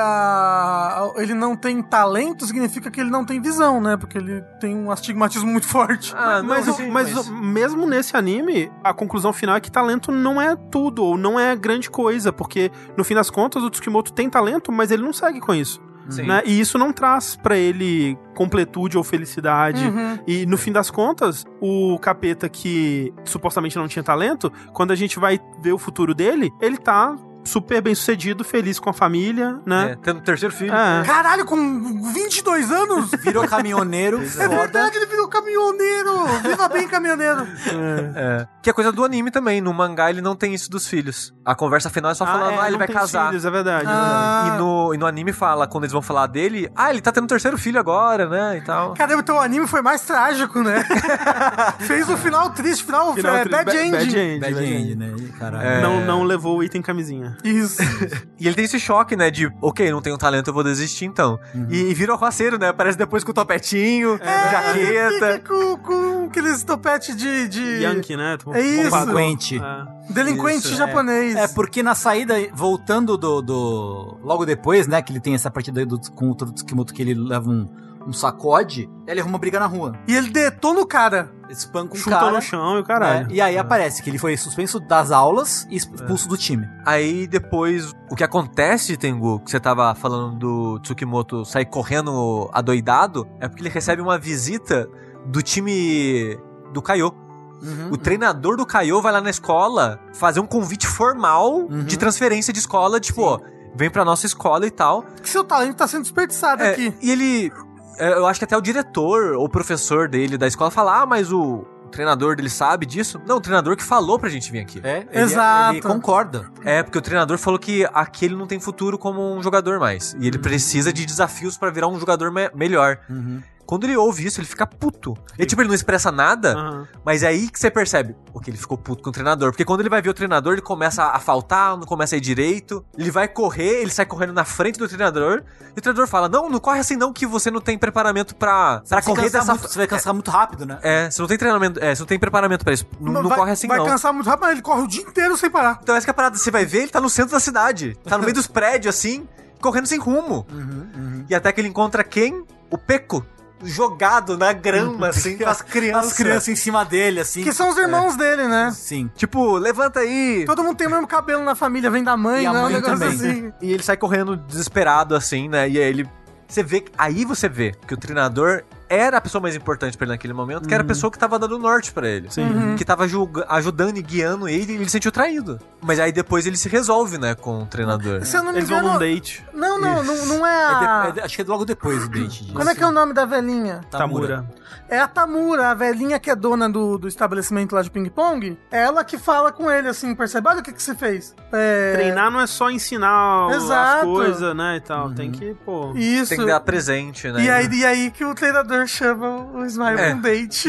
F: Agora, ele não tem talento significa que ele não tem visão, né? Porque ele tem um astigmatismo muito forte.
E: Ah, não,
D: mas, o-
E: sim,
D: mas o- mesmo nesse anime, a conclusão final é que talento não é tudo, ou não é grande coisa, porque no fim das contas o Tsukimoto tem talento, mas ele não segue com isso.
E: Sim.
D: né? E isso não traz pra ele completude ou felicidade.
F: Uhum.
D: E no fim das contas, o capeta que supostamente não tinha talento, quando a gente vai ver o futuro dele, ele tá super bem sucedido, feliz com a família,
E: É,
D: né?
E: tendo terceiro filho.
D: É.
F: Caralho, com 22 anos?
B: Virou caminhoneiro,
F: É
B: foda.
F: verdade, ele virou caminhoneiro! Viva bem, caminhoneiro!
E: É. Que é coisa do anime também. No mangá ele não tem isso dos filhos. A conversa final é só falando, ah, ele
D: não
E: vai
D: tem
E: casar.
D: filhos, é verdade. é verdade.
F: Ah,
E: E, no, e no anime fala, quando eles vão falar dele, ah, ele tá tendo terceiro filho agora, né? E tal.
F: Caramba, então o anime foi mais trágico, né? Fez o final triste, final,
D: Final
F: é,
D: triste,
F: bad
D: ba-
F: end.
D: Bad end.
B: Bad
D: bad
B: end,
D: end.
B: né? Caralho.
E: É.
D: Não, não levou o item camisinha.
F: Isso.
E: E ele tem esse choque, né? De, ok, não tenho talento, eu vou desistir então.
D: Uhum.
E: E, e vira o roceiro, né? Aparece depois com o topetinho,
D: É.
F: Fica
E: jaqueta.
F: com, com aqueles topete de. de
D: Yankee, né? Tipo,
F: É isso.
D: bombadão.
B: Frequente.
D: É.
F: Delinquente
B: Isso, é.
F: japonês.
B: É, porque na saída, voltando do, do- Logo depois, né, que ele tem essa partida aí do, com o Tsukimoto que ele leva um, um sacode, ele arruma briga na rua.
F: E ele detona o cara.
B: Espanca um
D: Chuta
B: cara.
D: no chão e o caralho.
B: né, e aí aparece que ele foi suspenso das aulas e expulso
D: É.
B: do time.
E: Aí depois, o que acontece, Tengu, que você tava falando do Tsukimoto sair correndo adoidado, é porque ele recebe uma visita do time do Kaiô. O treinador do Caio vai lá na escola fazer um convite formal
B: Uhum.
E: de transferência de escola, tipo, ó, vem pra nossa escola e tal.
F: Que seu talento tá sendo desperdiçado
E: É,
F: aqui.
E: e ele. é, eu acho que até o diretor ou professor dele da escola fala: Ah, mas o treinador dele sabe disso? Não, o treinador que falou pra gente vir aqui.
B: É, ele-
F: Exato.
B: Ele concorda.
E: É, porque o treinador falou que aqui ele não tem futuro como um jogador mais. E ele
F: Uhum.
E: precisa de desafios pra virar um jogador me- melhor.
D: Uhum.
E: Quando ele ouve isso, ele fica puto. E tipo, ele não expressa nada,
D: Aham.
E: mas é aí que você percebe, ok, ele ficou puto com o treinador. Porque quando ele vai ver o treinador, ele começa a faltar, não começa a ir direito. Ele vai correr, ele sai correndo na frente do treinador. E o treinador fala, não, não corre assim não, que você não tem preparamento pra, pra
B: Vai se
E: correr
B: cansar
E: dessa...
B: muito- você vai cansar muito rápido, né?
E: É, você não tem treinamento, é, você não tem preparamento pra isso. Não, não
F: vai,
E: corre assim
F: vai
E: não.
F: cansar muito rápido, mas ele corre o dia inteiro sem parar.
E: Então essa que é a parada, você vai ver, ele tá no centro da cidade. Tá no meio dos prédios, assim, correndo sem rumo.
B: Uhum,
E: E até que ele encontra quem? O Peco. Jogado na grama, assim, com as crianças.
B: As crianças em cima dele, assim. É,
F: Que são os irmãos dele, né?
B: Sim.
E: Tipo, levanta aí.
F: Todo mundo tem o mesmo cabelo na família, vem da mãe,
B: E a
F: né? Um
B: mãe
F: negócio
B: também.
F: assim.
E: E ele sai correndo desesperado, assim, né? E aí ele. Você vê. Aí você vê que o treinador era a pessoa mais importante pra ele naquele momento, que era a pessoa que tava dando o norte pra ele. Sim. Que tava julga- ajudando e guiando ele, e ele se sentiu traído. Mas aí depois ele se resolve, né, com o treinador.
F: Se eu não me
D: Eles vão num
F: engano.
D: date.
F: Não, não, não, não é
B: É de-
F: a.
B: é de- acho que é logo depois do date. disso.
F: Como é que é o nome da velhinha?
D: Tá. Tamura.
F: É a Tamura, a velhinha que é dona do, do estabelecimento lá de ping-pong. É ela que fala com ele, assim, percebe? Olha o que, que você fez. É...
D: Treinar não é só ensinar as
F: Exato.
D: coisas, né, e tal. Tem que, pô...
F: Isso.
E: Tem que dar presente, né?
F: E aí, e aí que o treinador chama o Smile pra
E: É.
F: um date.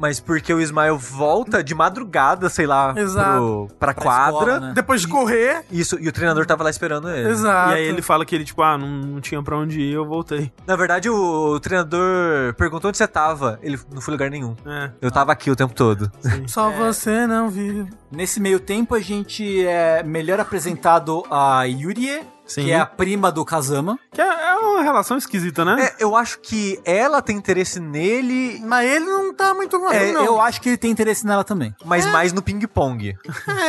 E: Mas porque o Ismael volta de madrugada, sei lá,
F: Exato.
E: pro, pra, quadra.
B: escola, né?
F: Depois de correr.
E: Isso, e o treinador tava lá esperando É. ele.
F: Exato.
D: E aí ele fala que ele, tipo, ah, não, não tinha pra onde ir, eu voltei.
E: Na verdade, o, treinador perguntou onde você tava. Ele não foi em lugar nenhum.
D: É.
E: Eu tava aqui o tempo todo.
F: Só você não viu.
B: Nesse meio tempo, a gente é melhor apresentado a Yurie,
D: Sim.
B: que é a prima do Kazama.
D: Que é, é uma relação esquisita, né?
E: É, eu acho que ela tem interesse nele,
F: Mas ele não tá muito ruim,
B: É,
F: não.
B: eu acho que ele tem interesse nela também.
E: mas mais no ping-pong.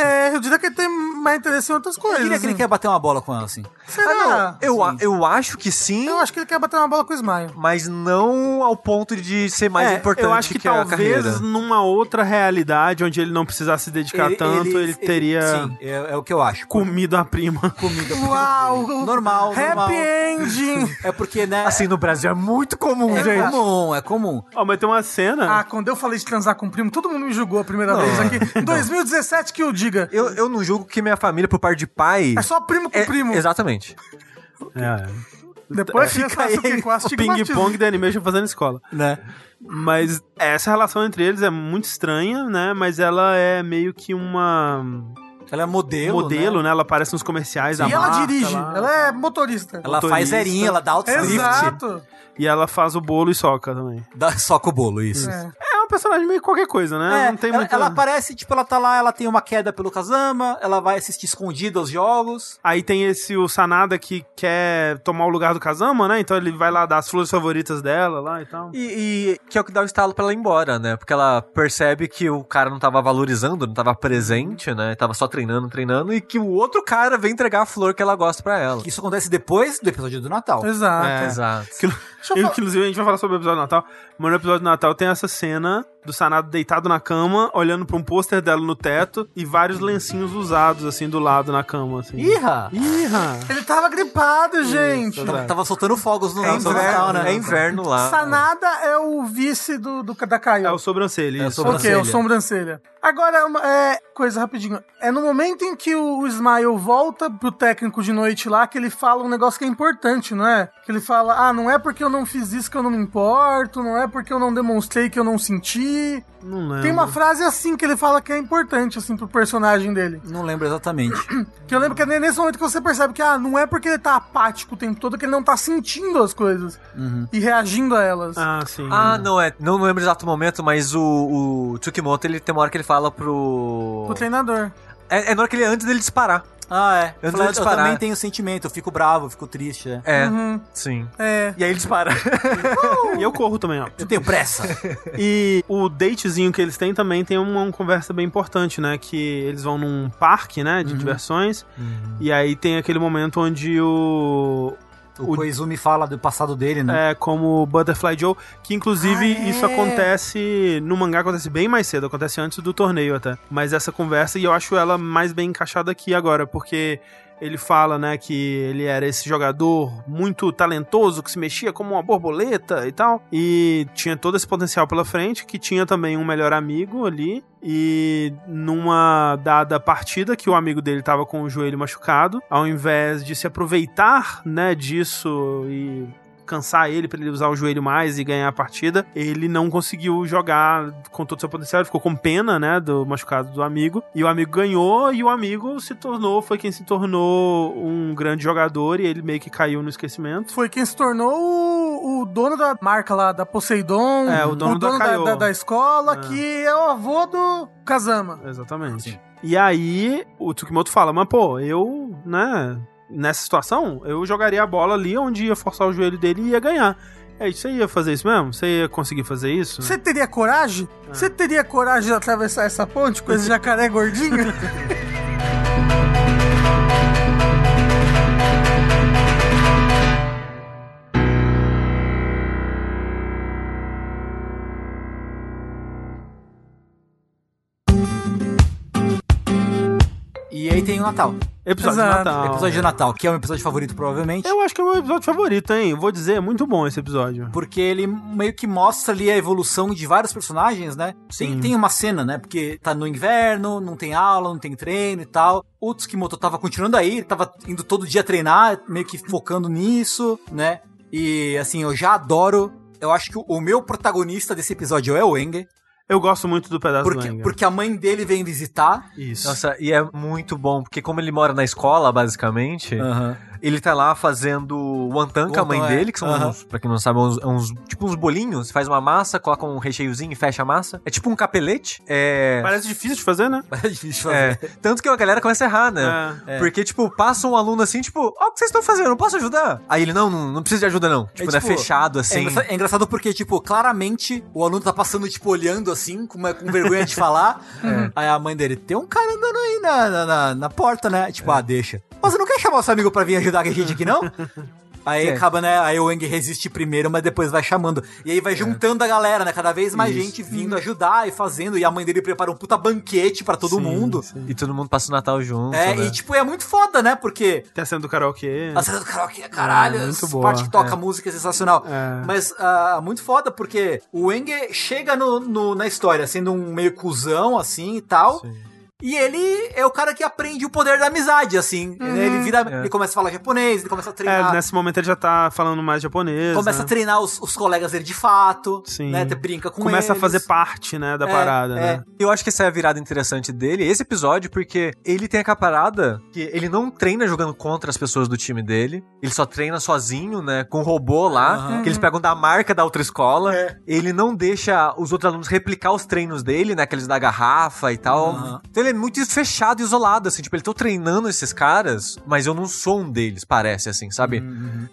F: É, eu diria que ele tem mais interesse em outras
B: Eu
F: coisas.
B: diria que ele
F: assim.
B: quer bater uma bola com ela, assim.
E: Ah,
F: Será?
E: Eu, a- eu acho que sim,
F: Eu acho que ele quer bater uma bola com o Smile.
E: mas não ao ponto de ser mais
D: É,
E: importante
D: eu acho que,
E: que a
D: talvez
E: carreira.
D: numa outra realidade onde ele não precisasse se dedicar tanto, ele, teria
B: Sim, é, é o que eu acho.
D: comido a prima.
B: Comida.
F: Uau!
B: Normal,
F: Happy
B: normal.
F: ending!
B: É porque, né?
E: Assim, no Brasil é muito comum,
B: é
E: gente.
B: comum, é comum.
D: Ó, mas tem uma cena.
F: Ah, quando eu falei de transar com o primo, todo mundo me julgou a primeira vez aqui. Em 2017 que eu diga.
E: Eu, eu não julgo que minha família, por parte de pai...
F: É só primo com
E: é-
F: primo.
E: Exatamente.
D: É,
F: Depois que
D: Fica aí o ping-pong da Animation fazendo escola.
C: né?
D: Mas essa relação entre eles é muito estranha, né? Mas ela é meio que uma
C: Ela é modelo.
D: modelo,
C: né?
D: né? Ela aparece nos comerciais da
F: E ela
D: marca
F: dirige,
D: lá.
F: ela é motorista.
C: Ela é faz
D: motorista.
C: zerinha, ela dá outdrift.
F: Exato.
D: E ela faz o bolo e soca também.
C: Dá só com o bolo, isso.
F: É.
D: É um personagem meio qualquer coisa, né?
C: É,
D: Não tem
C: ela,
D: muita...
C: ela aparece, tipo, ela tá lá, ela tem uma queda pelo Kazama, ela vai assistir escondida aos jogos.
D: Aí tem esse o Sanada que quer tomar o lugar do Kazama, né? Então ele vai lá dar as flores favoritas dela lá e tal.
E: E, e que é o que dá o estalo pra ela ir embora, né? Porque ela percebe que o cara não tava valorizando, não tava presente, né? Tava só treinando, treinando, e que o outro cara vem entregar a flor que ela gosta pra ela.
C: Isso acontece depois do episódio do Natal.
F: Exato.
D: É.
E: Exato.
F: Deixa eu falar-
D: Inclusive, a gente vai falar sobre o episódio do Natal. Mas no episódio do Natal tem essa cena do Sanado deitado na cama, olhando pra um pôster dela no teto e vários lencinhos usados, assim, do lado na cama, assim.
C: Irra!
D: Irra!
F: Ele tava gripado, gente.
C: ah, Tava, tava soltando fogos no
E: É
C: no Natal,
E: inverno,
C: né?
E: é inverno lá.
F: Sanada é o vice do, do da Caio.
D: tá. É o sobrancelho,
C: É o
D: isso.
C: sobrancelho.
F: Ok, é o sobrancelha. Agora, uma- é, coisa rapidinho. É no momento em que o, o Smile volta pro técnico de noite lá que ele fala um negócio que é importante, não é? Que ele fala: ah, não é porque eu não fiz isso que eu não me importo, não é porque eu não demonstrei que eu não senti.
D: Não lembro.
F: Tem uma frase assim que ele fala que é importante, assim, pro personagem dele.
C: Não lembro exatamente.
F: Que eu lembro que é nesse momento que você percebe que, ah, não é porque ele tá apático o tempo todo que ele não tá sentindo as coisas e reagindo a elas.
D: Ah, sim.
E: Ah, não é. Não lembro o exato momento, mas o, o Tsukimoto, ele tem uma hora que ele fala pro.
F: O treinador.
E: É, é na hora que ele antes dele disparar.
C: Ah, é. Eu,
E: Eu
C: falei,
E: vou
C: eu
E: disparar.
C: também tenho sentimento, eu fico bravo, eu fico triste. É.
E: É,
F: Uhum.
E: sim.
F: É.
E: E aí ele dispara.
D: E eu corro também, ó.
C: Eu tenho pressa.
D: E o datezinho que eles têm também tem uma, uma conversa bem importante, né? Que eles vão num parque, né? De diversões. E aí tem aquele momento onde o.
C: o
D: O-
C: Koizumi fala do passado dele, né?
D: É, como Butterfly Joe, que inclusive
F: Ah, é?
D: isso acontece no mangá, acontece bem mais cedo, acontece antes do torneio até. Mas essa conversa, e eu acho ela mais bem encaixada aqui agora, porque ele fala, né, que ele era esse jogador muito talentoso, que se mexia como uma borboleta e tal, e tinha todo esse potencial pela frente, que tinha também um melhor amigo ali, e numa dada partida que o amigo dele tava com o joelho machucado, ao invés de se aproveitar, né, disso e cansar ele pra ele usar o joelho mais e ganhar a partida. Ele não conseguiu jogar com todo o seu potencial, ele ficou com pena, né, do machucado do amigo. E o amigo ganhou e o amigo se tornou, foi quem se tornou um grande jogador e ele meio que caiu no esquecimento.
F: Foi quem se tornou o, o dono da marca lá, da Poseidon.
D: É, o dono da
F: da,
D: Kaiô.
F: da- da escola,
D: É.
F: que é o avô do Kazama.
D: Uhum. Exatamente.
C: Sim.
D: E aí o Tsukimoto fala, mas pô, eu, né, nessa situação, eu jogaria a bola ali onde ia forçar o joelho dele e ia ganhar. É, você ia fazer isso mesmo? Você ia conseguir fazer isso?
F: Você teria coragem?
D: Ah.
F: Você teria coragem de atravessar essa ponte com esse jacaré gordinho?
E: É.
C: E aí tem o Natal.
D: Episódio de
F: Exato.
D: Natal.
C: episódio de Natal, que é o meu episódio favorito, provavelmente.
D: Eu acho que é o meu episódio favorito, hein? Vou dizer, é muito bom esse episódio.
C: Porque ele meio que mostra ali a evolução de vários personagens, né? Tem,
D: Sim.
C: tem uma cena, né? Porque tá no inverno, não tem aula, não tem treino e tal. O Tsukimoto tava continuando aí, tava indo todo dia treinar, meio que focando nisso, né? E assim, eu já adoro. Eu acho que o- o meu protagonista desse episódio é o Enge,
D: Eu gosto muito do pedaço do
C: porque,
D: manga.
C: porque a mãe dele vem visitar.
D: Isso.
E: Nossa, e é muito bom, porque como ele mora na escola, basicamente,
C: Aham.
E: ele tá lá fazendo wonton com a mãe
C: Wonton, Ah. é.
E: dele, que são
C: Aham.
E: uns, pra quem não sabe, uns, é uns- tipo uns bolinhos, faz uma massa, coloca um recheiozinho e fecha a massa. É tipo um capelete. É...
D: Parece difícil de fazer, né?
C: É difícil fazer.
E: é. Tanto que a galera começa a errar, né?
C: É.
E: Porque, tipo, passa um aluno assim, tipo, ó, o que vocês estão fazendo? Eu Posso ajudar? Aí ele, não, não, não precisa de ajuda, não. Tipo, não é
C: tipo,
E: fechado,
C: É
E: assim.
C: engraçado, é engraçado porque, tipo, claramente o aluno tá passando, tipo, olhando assim, com, uma- com vergonha de falar. Aí a mãe dele, tem um cara andando aí na, na, na- na porta, né? Tipo, ah, deixa. Mas você não quer chamar o seu amigo pra vir ajudar a gente aqui, não? Aí
E: É.
C: acaba, né? Aí o Eng resiste primeiro, mas depois vai chamando. E aí vai juntando a galera, né? Cada vez mais gente vindo ajudar e fazendo. E a mãe dele prepara um puta banquete pra todo
D: Sim,
C: mundo.
D: sim.
E: E todo mundo passa o Natal junto.
C: É,
E: né?
C: e tipo, é muito foda, né? Porque
D: Tem a cena do karaokê.
C: a cena do karaokê, caralho,
D: É, muito
C: essa
D: boa,
C: parte que toca
E: é.
C: música é sensacional.
D: É.
C: Mas ah, muito foda, porque o Enge chega no- no- na história sendo um meio cuzão, assim, e tal. E ele é o cara que aprende o poder da amizade, assim. né? Ele vira. Ele começa a falar japonês, ele começa a
D: Uhum. É,
C: treinar.
D: nesse momento ele já tá falando mais japonês.
C: começa
D: né?
C: a treinar os, os colegas dele de fato.
D: Sim.
C: Né? Te- Brinca com
D: Começa a
C: eles.
D: fazer parte, né, da
C: É,
D: parada,
C: é.
D: né?
E: Eu acho que essa é a virada interessante dele, esse episódio, porque ele tem aquela parada que ele não treina jogando contra as pessoas do time dele. Ele só treina sozinho, né? Com o robô lá, que eles pegam da marca da outra escola. Ele não deixa os outros alunos replicar os treinos dele, né? Aqueles da garrafa e tal. Então ele é muito fechado e isolado, assim. Tipo, ele tô treinando esses caras, mas eu não sou um deles, parece, assim, sabe?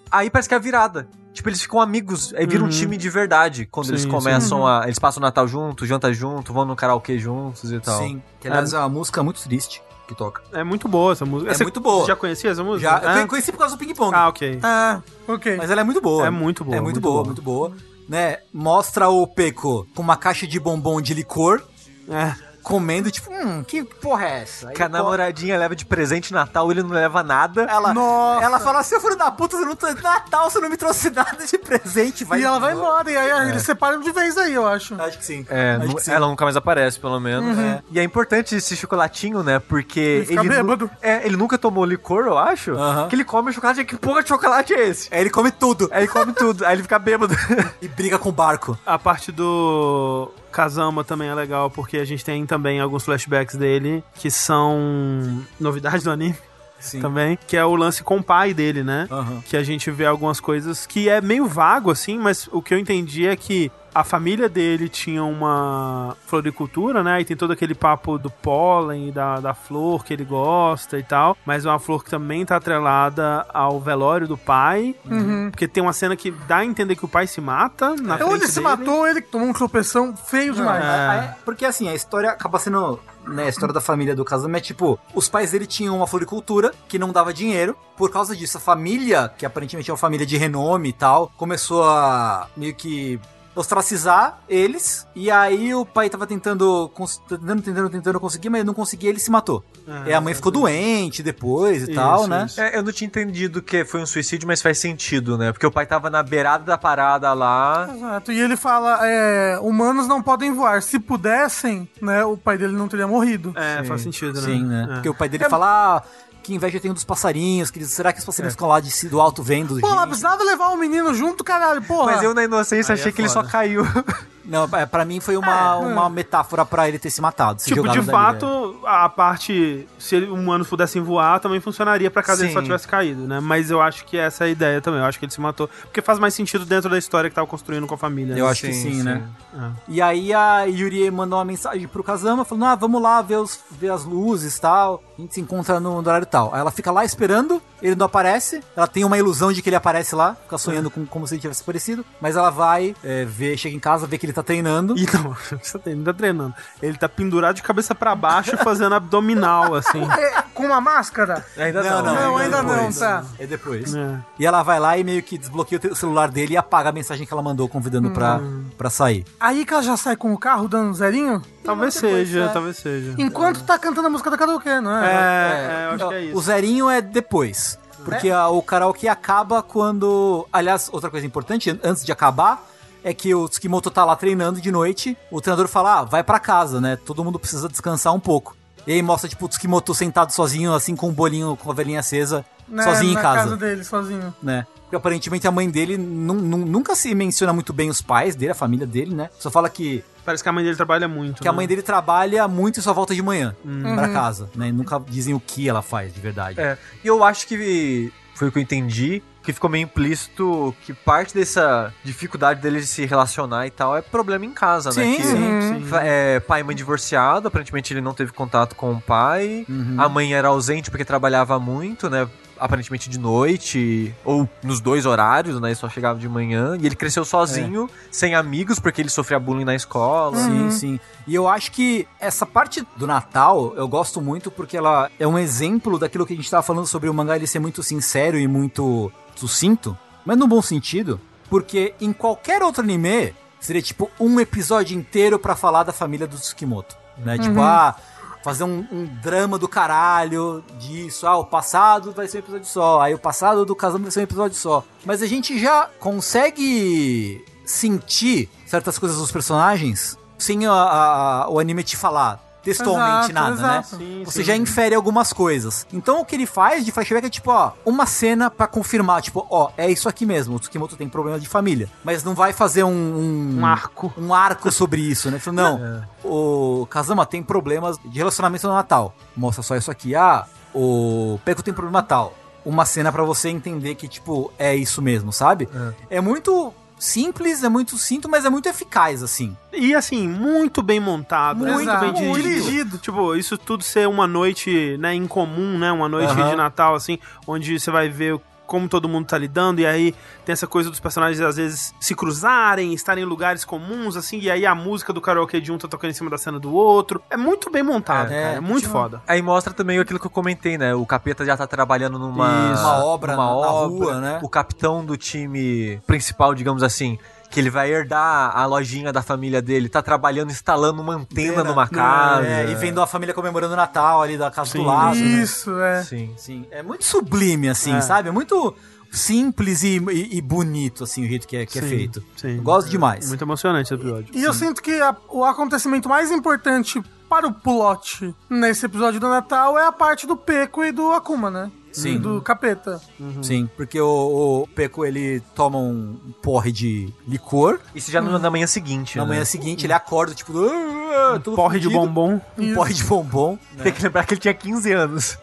E: Aí parece que é a virada. Tipo, eles ficam amigos, aí vira um time de verdade quando eles
D: sim.
C: Uhum.
E: começam a. Eles passam o Natal junto, jantam junto, vão no karaokê juntos e tal. Sim.
C: Sim. Que aliás é uma música muito triste que toca.
D: É muito boa essa música.
C: É
D: Você
C: muito boa.
D: já conhecia essa música?
C: Já,
D: É?
C: Eu conheci por causa do ping-pong.
D: Ah, ok.
C: Ah,
F: Ok.
C: mas ela é muito boa.
D: É muito boa,
C: É muito,
D: muito
C: boa,
D: boa.
C: muito boa. Né? Mostra o Peco com uma caixa de bombom de licor,
D: É.
C: comendo, tipo, hum, que porra é essa? Aí
E: Que a namoradinha leva de presente de Natal, ele não leva nada.
C: Ela,
F: Nossa.
C: ela fala, seu filho da puta, você não trouxe Natal, você não me trouxe nada de presente. Vai
F: e ela vai embora, e aí
D: É.
F: eles separam de vez aí, eu acho.
C: Acho que sim.
E: É,
C: Acho
E: nu-
C: que sim.
E: ela nunca mais aparece, pelo menos.
C: Uhum.
E: E é importante esse chocolatinho, né? Porque
F: fica
E: ele, nu-
F: bêbado.
E: é, ele nunca tomou licor, eu acho.
C: Aham.
E: Que ele come chocolate. Que porra de chocolate é esse?
C: Aí ele come tudo
E: Aí ele come tudo, aí ele fica bêbado.
C: e briga com o barco.
D: A parte do Kazama também é legal, porque a gente tem também alguns flashbacks dele, que são novidades do anime
C: Sim.
D: também, que é o lance com o pai dele, né?
C: Aham.
D: que a gente vê algumas coisas que é meio vago assim, mas o que eu entendi é que a família dele tinha uma floricultura, né? E tem todo aquele papo do pólen e da, da flor que ele gosta e tal. Mas é uma flor que também tá atrelada ao velório do pai.
C: Uhum.
D: Porque tem uma cena que dá a entender que o pai se mata na
F: Ou ele
D: frente
F: É, se
D: dele. Ah.
F: matou, ele tomou um tropeção feio demais.
C: É, Porque assim, a história acaba sendo. Né, a história da família do Kazama é tipo: os pais dele tinham uma floricultura que não dava dinheiro. Por causa disso, a família, que aparentemente é uma família de renome e tal, começou a meio que ostracizar eles. E aí o pai tava tentando, cons- tentando, tentando, tentando conseguir, mas não conseguia, ele se matou. e a mãe ficou doente depois e
D: Ah, Isso,
C: tal, né?
D: isso.
E: É, eu não tinha entendido que foi um suicídio, mas faz sentido, né? Porque o pai tava na beirada da parada lá.
F: Exato. E ele fala, é, humanos não podem voar. Se pudessem, né, o pai dele não teria morrido.
D: É, faz sentido, né?
C: Sim, né?
D: É.
C: Porque o pai dele fala. "Ah, que inveja eu tenho dos passarinhos, que eles- será que os
D: É.
C: passarinhos ficam lá de, si- do alto vendo?
F: Pô, lá
C: gente?"
F: precisava levar o menino junto, caralho, porra.
E: Mas eu, na inocência,
D: Aí é
E: achei que ele só
D: foda.
E: caiu.
C: Não, é, pra mim foi uma, uma metáfora pra ele ter se matado. se
D: Tipo,
C: jogado
D: de
C: dali, velho.
D: fato, a parte. Se ele- humanos pudessem voar, também funcionaria pra caso ele só
E: Sim.
D: tivesse caído, né? Mas eu acho que essa é a ideia também. Eu acho que ele se matou. Porque faz mais sentido dentro da história que tava construindo com a família.
C: Eu
D: né?
C: acho que sim, né?
D: Ah.
C: E aí a Yuri mandou uma mensagem pro Kazama falando: Ah, vamos lá ver, os, ver as luzes e tal. A gente se encontra no horário tal. Aí ela fica lá esperando, ele não aparece. Ela tem uma ilusão de que ele aparece lá, fica sonhando com, como se ele tivesse aparecido. Mas ela vai é, ver, chega em casa, vê que ele tá treinando.
D: Ih, não, ele não tá treinando. Ele tá pendurado de cabeça pra baixo fazendo abdominal, assim.
F: É, com uma máscara?
E: Ainda
F: não, ainda não,
C: depois.
F: tá.
C: É depois.
D: É.
C: E ela vai lá e meio que desbloqueia o celular dele e apaga a mensagem que ela mandou convidando pra, pra sair.
F: Aí que ela já sai com o carro dando um zerinho,
D: Talvez seja, talvez seja.
F: enquanto tá cantando a música da karaokê, não
D: É,
F: é?
D: é, eu acho que é
C: O
D: isso. É?
C: zerinho é depois. Porque a- o karaokê acaba quando. Aliás, outra coisa importante, an- antes de acabar, é que o Tsukimoto tá lá treinando de noite. O treinador fala: ah, vai pra casa, né? Todo mundo precisa descansar um pouco. E aí mostra, tipo, o Tsukimoto sentado sozinho, assim, com um bolinho, com a velhinha acesa,
F: Né,
C: sozinho em
F: na
C: casa.
F: casa dele, sozinho.
C: né? Porque aparentemente a mãe dele nu- nu- nunca se menciona muito bem os pais dele, a família dele, né? Só fala que
D: Parece que a mãe dele trabalha muito.
C: que a
D: né?
C: mãe dele trabalha muito e só volta de manhã
D: Uhum.
C: pra casa, né? E nunca dizem o que ela faz de verdade.
E: É, e eu acho que foi o que eu entendi, que ficou meio implícito que parte dessa dificuldade dele de se relacionar e tal é problema em casa, né?
C: Sim,
E: Que,
D: sim, sim.
E: É, pai e mãe divorciado, aparentemente ele não teve contato com o pai.
C: Uhum.
D: Uhum.
E: A mãe era ausente porque trabalhava muito, né? Aparentemente de noite, ou nos dois horários, né? Ele só chegava de manhã. E ele cresceu sozinho,
D: É.
E: sem amigos, porque ele sofria bullying na escola. assim.
D: Uhum.
C: Sim, sim. E eu acho que essa parte do Natal eu gosto muito porque ela é um exemplo daquilo que a gente tava falando sobre o mangá ele ser muito sincero e muito sucinto, mas no bom sentido, porque em qualquer outro anime seria tipo um episódio inteiro pra falar da família do Tsukimoto, né? Tipo, ah, fazer um, um drama do caralho disso, ah, o passado vai ser um episódio só, aí o passado do casamento vai ser um episódio só. Mas a gente já consegue sentir certas coisas dos personagens sem a- a- a- o anime te falar. textualmente
F: Exato,
C: nada,
F: exato.
C: né?
D: Sim,
C: Você
D: sim.
C: já infere algumas coisas. Então o que ele faz de flashback é tipo, ó, uma cena pra confirmar, tipo, ó, é isso aqui mesmo, o Tsukimoto tem problema de família. Mas não vai fazer um. um-
D: Um arco. É.
C: um arco sobre isso, né? Ele Falou, não, o Kazama tem problemas de relacionamento no Natal. Mostra só isso aqui. Ah, o Peko tem problema tal. Uma cena pra você entender que, tipo, é isso mesmo, sabe? É, muito simples, é muito cinto, mas é muito eficaz, assim.
D: E assim, muito bem montado, muito,
F: Exato.
D: bem
F: Muito.
D: dirigido. Tipo, isso tudo ser uma noite, né, incomum, né? Uma noite
C: Aham.
D: de Natal, assim, onde você vai ver como todo mundo tá lidando, e aí tem essa coisa dos personagens às vezes se cruzarem, estarem em lugares comuns, assim, e aí a música do karaokê de um tá tocando em cima da cena do outro. É muito bem montado,
C: É,
D: cara. É muito foda.
E: Aí mostra também aquilo que eu comentei, né? O capeta já tá trabalhando numa
C: Isso. Uma obra
E: numa
C: na- na
E: obra.
C: rua, né?
E: O capitão do time principal, digamos assim, que ele vai herdar a lojinha da família dele, tá trabalhando instalando uma antena numa casa.
C: É, e vendo a família comemorando o Natal ali da casa
D: Sim.
C: do lado. né?
F: Isso, é.
E: Sim.
C: Sim, é muito sublime, assim,
D: É.
C: sabe? É muito simples e, e- e bonito, assim, o jeito que é, que é
D: Sim,
C: feito.
D: sim.
C: Eu gosto demais.
D: Muito emocionante esse episódio.
F: E eu sinto que a- o acontecimento mais importante para o plot nesse episódio do Natal é a parte do Peco e do Akuma, né?
C: Sim.
F: Do capeta.
C: Sim, porque o, o Peco ele toma um porre de licor.
E: Isso já no- na manhã seguinte,
C: Na
E: né?
C: manhã seguinte ele acorda, tipo, "Ah, ah", todo
D: Porre de
C: fudido,
D: bombom.
C: Um porre de bombom.
E: Tem que lembrar que ele tinha 15 anos.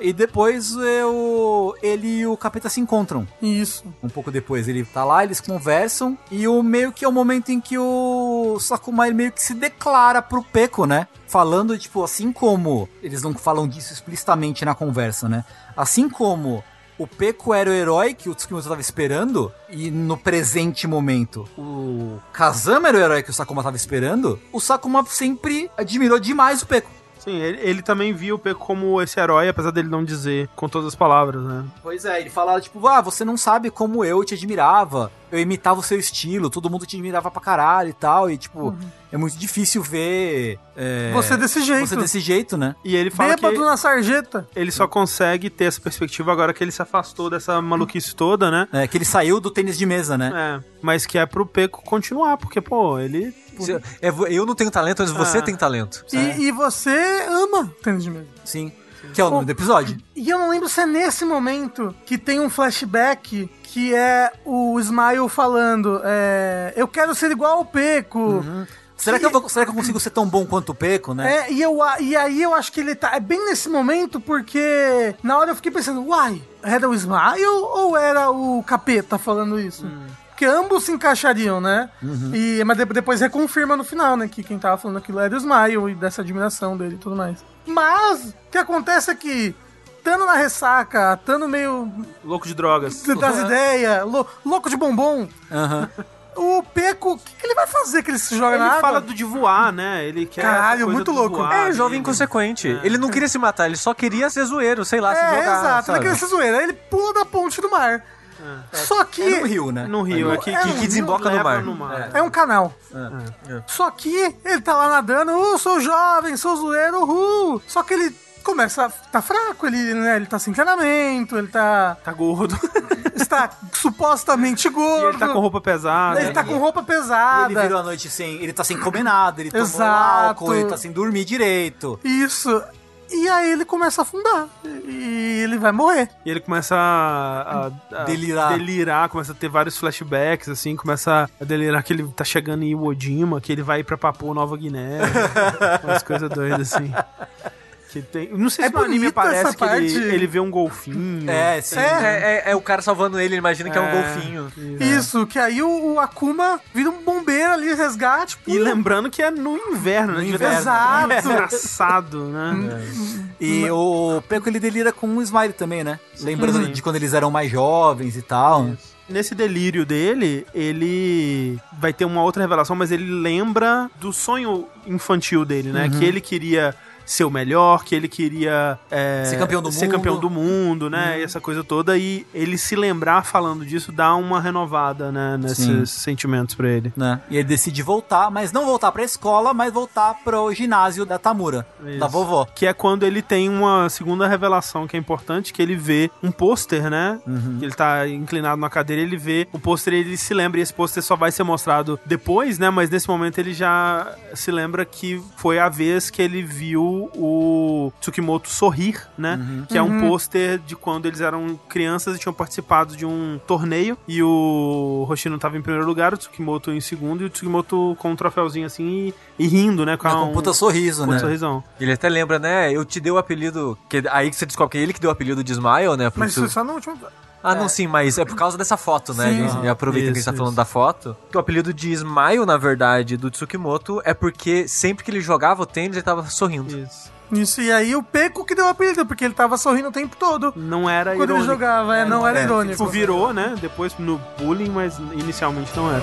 C: E depois eu, ele e o capeta se encontram.
F: Isso.
C: Um pouco depois ele tá lá, eles conversam. E o meio que é o momento em que o Sakuma ele meio que se declara pro Peco, né? Falando, tipo, assim como. Eles não falam disso explicitamente na conversa, né? Assim como o Peco era o herói que o Tsukimoto tava esperando, e no presente momento o Kazama era o herói que o Sakuma tava esperando, o Sakuma sempre admirou demais o Peco.
D: Sim, ele, ele também viu o Peco como esse herói, apesar dele não dizer com todas as palavras, né?
C: Pois é, ele falava tipo, ah, você não sabe como eu te admirava. Eu imitava o seu estilo, todo mundo te admirava pra caralho e tal. E, tipo, é muito difícil ver é,
F: Você desse jeito.
C: você desse jeito, né?
D: E ele fala
F: Bêbado
D: que...
F: na sarjeta.
D: Ele só consegue ter essa perspectiva agora que ele se afastou dessa maluquice toda, né?
C: É, que ele saiu do tênis de mesa, né?
D: É, mas que é pro Peco continuar, porque, pô, ele.
E: Se- é, vo- Eu não tenho talento, mas você
D: Ah.
E: tem talento.
C: é
F: E, e você ama tênis de mesa.
C: Sim. Que é o nome do episódio.
F: E eu não lembro se é nesse momento que tem um flashback que é o Smile falando: é, Eu quero ser igual ao Peco.
C: Será que, eu vou- será que eu consigo ser tão bom quanto o Peco, né?
F: É, e, eu, a- e aí eu acho que ele tá. É bem nesse momento, porque na hora eu fiquei pensando, uai, era o Smile ou era o capeta falando isso?
D: Hum.
F: Porque ambos se encaixariam, né?
D: Uhum.
F: E, mas de- depois reconfirma no final, né? Que quem tava falando aquilo era o Smile e dessa admiração dele e tudo mais. Mas o que acontece é que. Tando na ressaca, Tando meio
D: Louco de drogas.
F: das ideias, lou- louco de bombom,
C: Aham.
F: o Peco, o que, que ele vai fazer que ele se joga
D: Ele
F: na água?
D: fala do de voar, né? Ele quer. essa
F: Caralho,
D: coisa
F: muito
D: do
F: louco.
D: voar,
E: É, jovem
D: né?
E: inconsequente. Ele não queria se matar, ele só queria ser zoeiro, sei lá, se
F: É,
E: jogar.
F: exato,
E: sabe?
F: ele queria ser zoeira. Aí ele pula da ponte do mar. Só que
C: É no Rio, né?
D: No Rio, aqui,
F: É,
D: que,
F: no
D: que
F: Rio
D: desemboca no
E: leva
D: mar.
E: no
F: é um canal.
D: É.
F: Só que ele tá lá nadando, eu sou jovem, sou zoeiro, uhul. Só que ele começa a tá fraco, ele, né, ele tá sem treinamento, ele tá
D: Tá gordo.
F: está supostamente
D: e
F: gordo.
D: ele tá com roupa né? pesada.
F: ele tá com roupa pesada.
C: Ele virou a noite sem. Ele tá sem comer nada, ele tomou
F: Exato.
C: álcool, ele tá sem dormir direito.
D: um
F: Isso. E aí ele começa a afundar e ele vai morrer.
D: E ele começa a, a- a
C: Delirar.
D: delirar, começa a ter vários flashbacks, assim, começa a delirar que ele tá chegando em Iwo Jima, que ele vai pra Papua Nova Guiné, né? umas coisas doidas, assim. Que tem... Não sei
F: É
D: se no anime
F: bonita essa
D: aparece que ele,
F: parte.
D: ele vê um golfinho.
C: É, sim.
E: É, é- é o cara salvando ele, ele imagina que é um
D: É.
E: golfinho.
F: Isso, que aí o, o Akuma vira um bombeiro ali, resgate.
D: E
F: pula.
D: lembrando que é no inverno, né? Devia ter-
F: inverno.
D: Desgraçado, né?
C: E o Peco ele delira com um smile também, né? Lembrando de quando eles eram mais jovens e tal. né?
D: Nesse delírio dele, ele vai
B: Uhum.
D: ter uma outra revelação, mas ele lembra do sonho infantil dele, né? Que ele queria ser o melhor, que ele queria é,
B: Ser campeão do
D: ser
B: mundo. Uhum.
D: campeão do mundo, né? E essa coisa toda. E ele se lembrar falando disso dá uma renovada, né? Nesses
B: Sim.
D: sentimentos pra ele.
B: né? E ele decide voltar, mas não voltar pra escola, mas voltar pro ginásio da Tamura, da
D: Isso.
B: vovó.
D: Que é quando ele tem uma segunda revelação que é importante, que ele vê um pôster, né?
B: Uhum.
D: Que ele tá inclinado na cadeira, ele vê o pôster e ele se lembra, e esse pôster só vai ser mostrado depois, né? Mas nesse momento ele já se lembra que foi a vez que ele viu o Tsukimoto sorrir, né?
B: Uhum.
D: Que é um pôster de quando eles eram crianças e tinham participado de um torneio, e o Hoshino tava em primeiro lugar, o Tsukimoto em segundo, e o Tsukimoto com um troféuzinho assim e, e rindo, né? Com,
B: Né?
D: a-
B: Com
D: um
B: um puta sorriso,
D: puta
B: né?
D: sorrisão.
E: Ele até lembra, né? Eu te dei o apelido. Que, aí que você descobre que é ele que deu o apelido de Smile, né? pro
F: Mas
E: Tsu-
F: isso é só no último.
E: Ah, não, sim, mas é por causa dessa foto, né?
F: Sim.
E: Ele- ele aproveita que a gente
D: Isso,
E: tá falando
D: isso.
E: da foto. Que o apelido de Smile, na verdade, do Tsukimoto é porque sempre que ele jogava o tênis, ele tava sorrindo.
D: Isso.
F: Isso, e aí o Peco que deu o apelido, porque ele tava sorrindo o tempo todo.
D: Não era
F: Quando ele
D: irônico.
F: jogava, é, não era irônico.
D: Tipo, virou, né? Depois no bullying, mas inicialmente não era.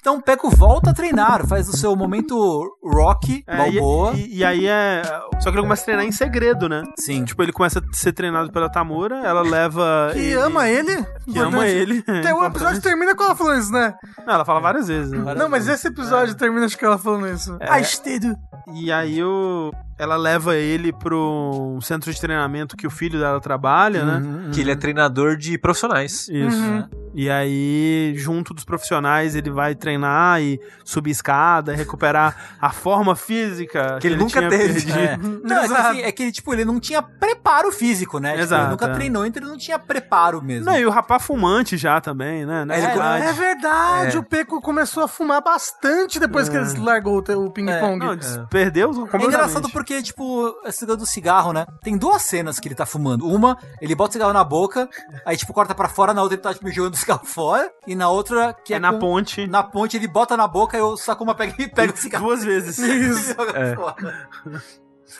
B: Então o Peco volta a treinar, faz o seu momento rock,
D: É,
B: balboa.
D: e, e- e aí é. Só que ele começa a treinar em segredo, né?
B: Sim.
D: Tipo, ele começa a ser treinado pela Tamura, ela leva.
F: Que ama ele.
D: Que ama
F: importante.
D: ele.
F: Tem um episódio que termina com ela falando isso, né?
D: Não, ela fala várias vezes. Né?
F: Não, mas esse episódio termina acho que ela falando isso.
D: É.
F: Ah, estedo.
D: E aí o... ela leva ele pro um centro de treinamento que o filho dela trabalha, né?
E: Que ele é treinador de profissionais.
D: Isso.
F: Uhum.
D: E aí, junto dos profissionais, ele vai treinar e subir escada, recuperar a forma física que,
E: ele nunca
D: tinha
E: teve.
D: perdido.
B: É. Não, é que, assim, é que, tipo, ele não tinha preparo físico, né? Tipo,
D: Exato,
B: ele nunca
D: é.
B: treinou, então ele não tinha preparo
C: É.
B: mesmo.
D: Não, e o rapaz fumante já também, né? Na
B: É, ele-
D: verdade.
F: É verdade,
E: É.
F: o Peco começou a fumar bastante depois que ele largou o te- o ping-pong.
D: É. Não, des- perdeu completamente.
B: É engraçado porque, tipo, essa coisa do cigarro, né? Tem duas cenas que ele tá fumando. Uma, ele bota o cigarro na boca, aí, tipo, corta pra fora, na outra ele tá, tipo, jogando o cigarro fora. E na outra, que
D: É
B: é,
D: na
B: com-
D: ponte.
B: Na ponte, ele bota na boca, eu saco uma pega e pega o cigarro.
D: Duas vezes.
B: Isso.
D: É.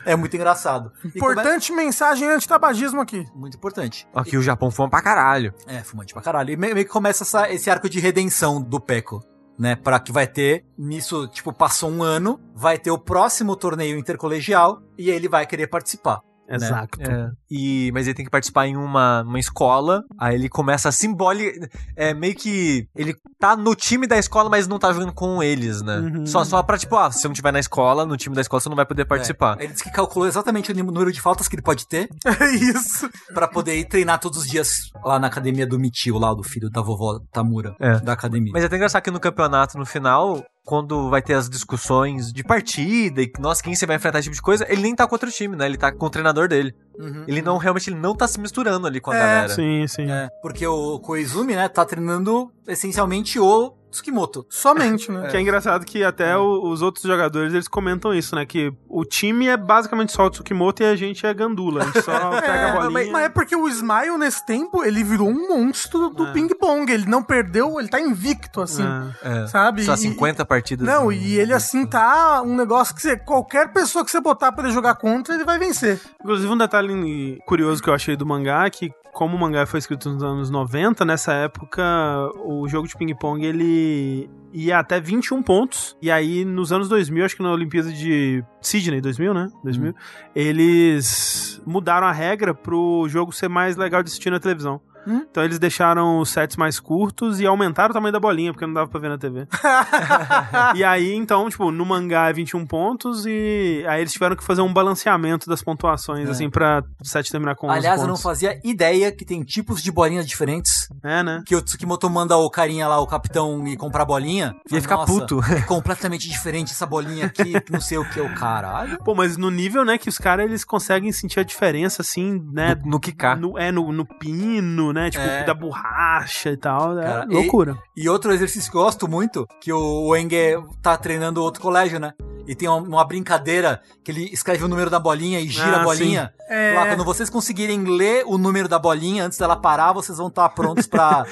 B: É muito engraçado. E começa-
F: Importante mensagem anti-tabagismo aqui.
B: Muito importante.
E: Aqui o Japão fuma pra caralho.
B: É, fumante pra caralho. E meio meio que começa essa- esse arco de redenção do Peco, né? Pra que vai ter, nisso, tipo, passou um ano, vai ter o próximo torneio intercolegial e aí ele vai querer participar.
D: Exato.
E: É. E, mas ele tem que participar em uma, uma escola. Aí ele começa a simbólica. É meio que. Ele tá no time da escola, mas não tá jogando com eles, né?
D: Uhum.
E: Só, só pra, tipo, ah, se você não tiver na escola, no time da escola, você não vai poder participar.
B: É, ele disse que calculou exatamente o número de faltas que ele pode ter
F: É isso.
B: pra poder ir treinar todos os dias lá na academia do Mitio, lá do filho da vovó Tamura,
E: É.
B: da academia.
E: Mas é até engraçado que no campeonato, no final, quando vai ter as discussões de partida e, nossa, quem você vai enfrentar, esse tipo de coisa, ele nem tá com outro time, né? Ele tá com o treinador dele.
B: Uhum.
E: Ele não, realmente, ele não tá se misturando ali com a
F: É,
E: galera.
D: Sim, sim.
B: É, porque o Koizumi, né, tá treinando essencialmente o Tsukimoto.
F: Somente, né?
D: Que é engraçado que até o- os outros jogadores eles comentam isso, né? Que o time é basicamente só o Tsukimoto e a gente é gandula. A gente só pega a bolinha.
F: mas, mas é porque o Smile, nesse tempo, ele virou um monstro do
D: É.
F: ping-pong. Ele não perdeu, ele tá invicto, assim.
D: É.
E: É.
F: Sabe?
E: Só
F: E-
E: 50 partidas.
F: Não,
E: no-
F: e ele assim tá um negócio que você, qualquer pessoa que você botar pra ele jogar contra, ele vai vencer.
D: Inclusive, um detalhe curioso que eu achei do mangá é que, como o mangá foi escrito nos anos 90, nessa época, o jogo de ping-pong ele ia é até 21 pontos. E aí, nos anos 2000, acho que na Olimpíada de Sydney, 2000, né?
C: Hum.
D: 2000, eles mudaram a regra pro jogo ser mais legal de assistir na televisão.
C: Hum?
D: Então eles deixaram os sets mais curtos e aumentaram o tamanho da bolinha, porque não dava pra ver na TV. e aí, então, tipo, no mangá é 21 pontos e aí eles tiveram que fazer um balanceamento das pontuações, assim, pra o set terminar com 11
C: É. Aliás, eu não
D: pontos.
C: fazia ideia que tem tipos de bolinhas diferentes.
D: É, né?
C: Que o Tsukimoto manda o carinha lá, o capitão, ir comprar bolinha.
E: E ia ficar
C: Nossa,
E: puto.
C: É completamente diferente essa bolinha aqui, que não sei o que, o caralho.
D: Pô, mas no nível, né, que os caras, eles conseguem sentir a diferença, assim, né,
E: No, no Kiká.
D: No, é, no, no pino, né? Tipo,
C: Ah. É.
D: da borracha e tal. É
C: Cara, e-
D: loucura.
C: E outro exercício que eu gosto muito, que o Enge tá treinando outro colégio, né? E tem uma, uma brincadeira que ele escreve o número da bolinha e gira
D: Ah,
C: a bolinha.
F: É.
C: Lá, quando vocês conseguirem ler o número da bolinha antes dela parar, vocês vão estar prontos pra,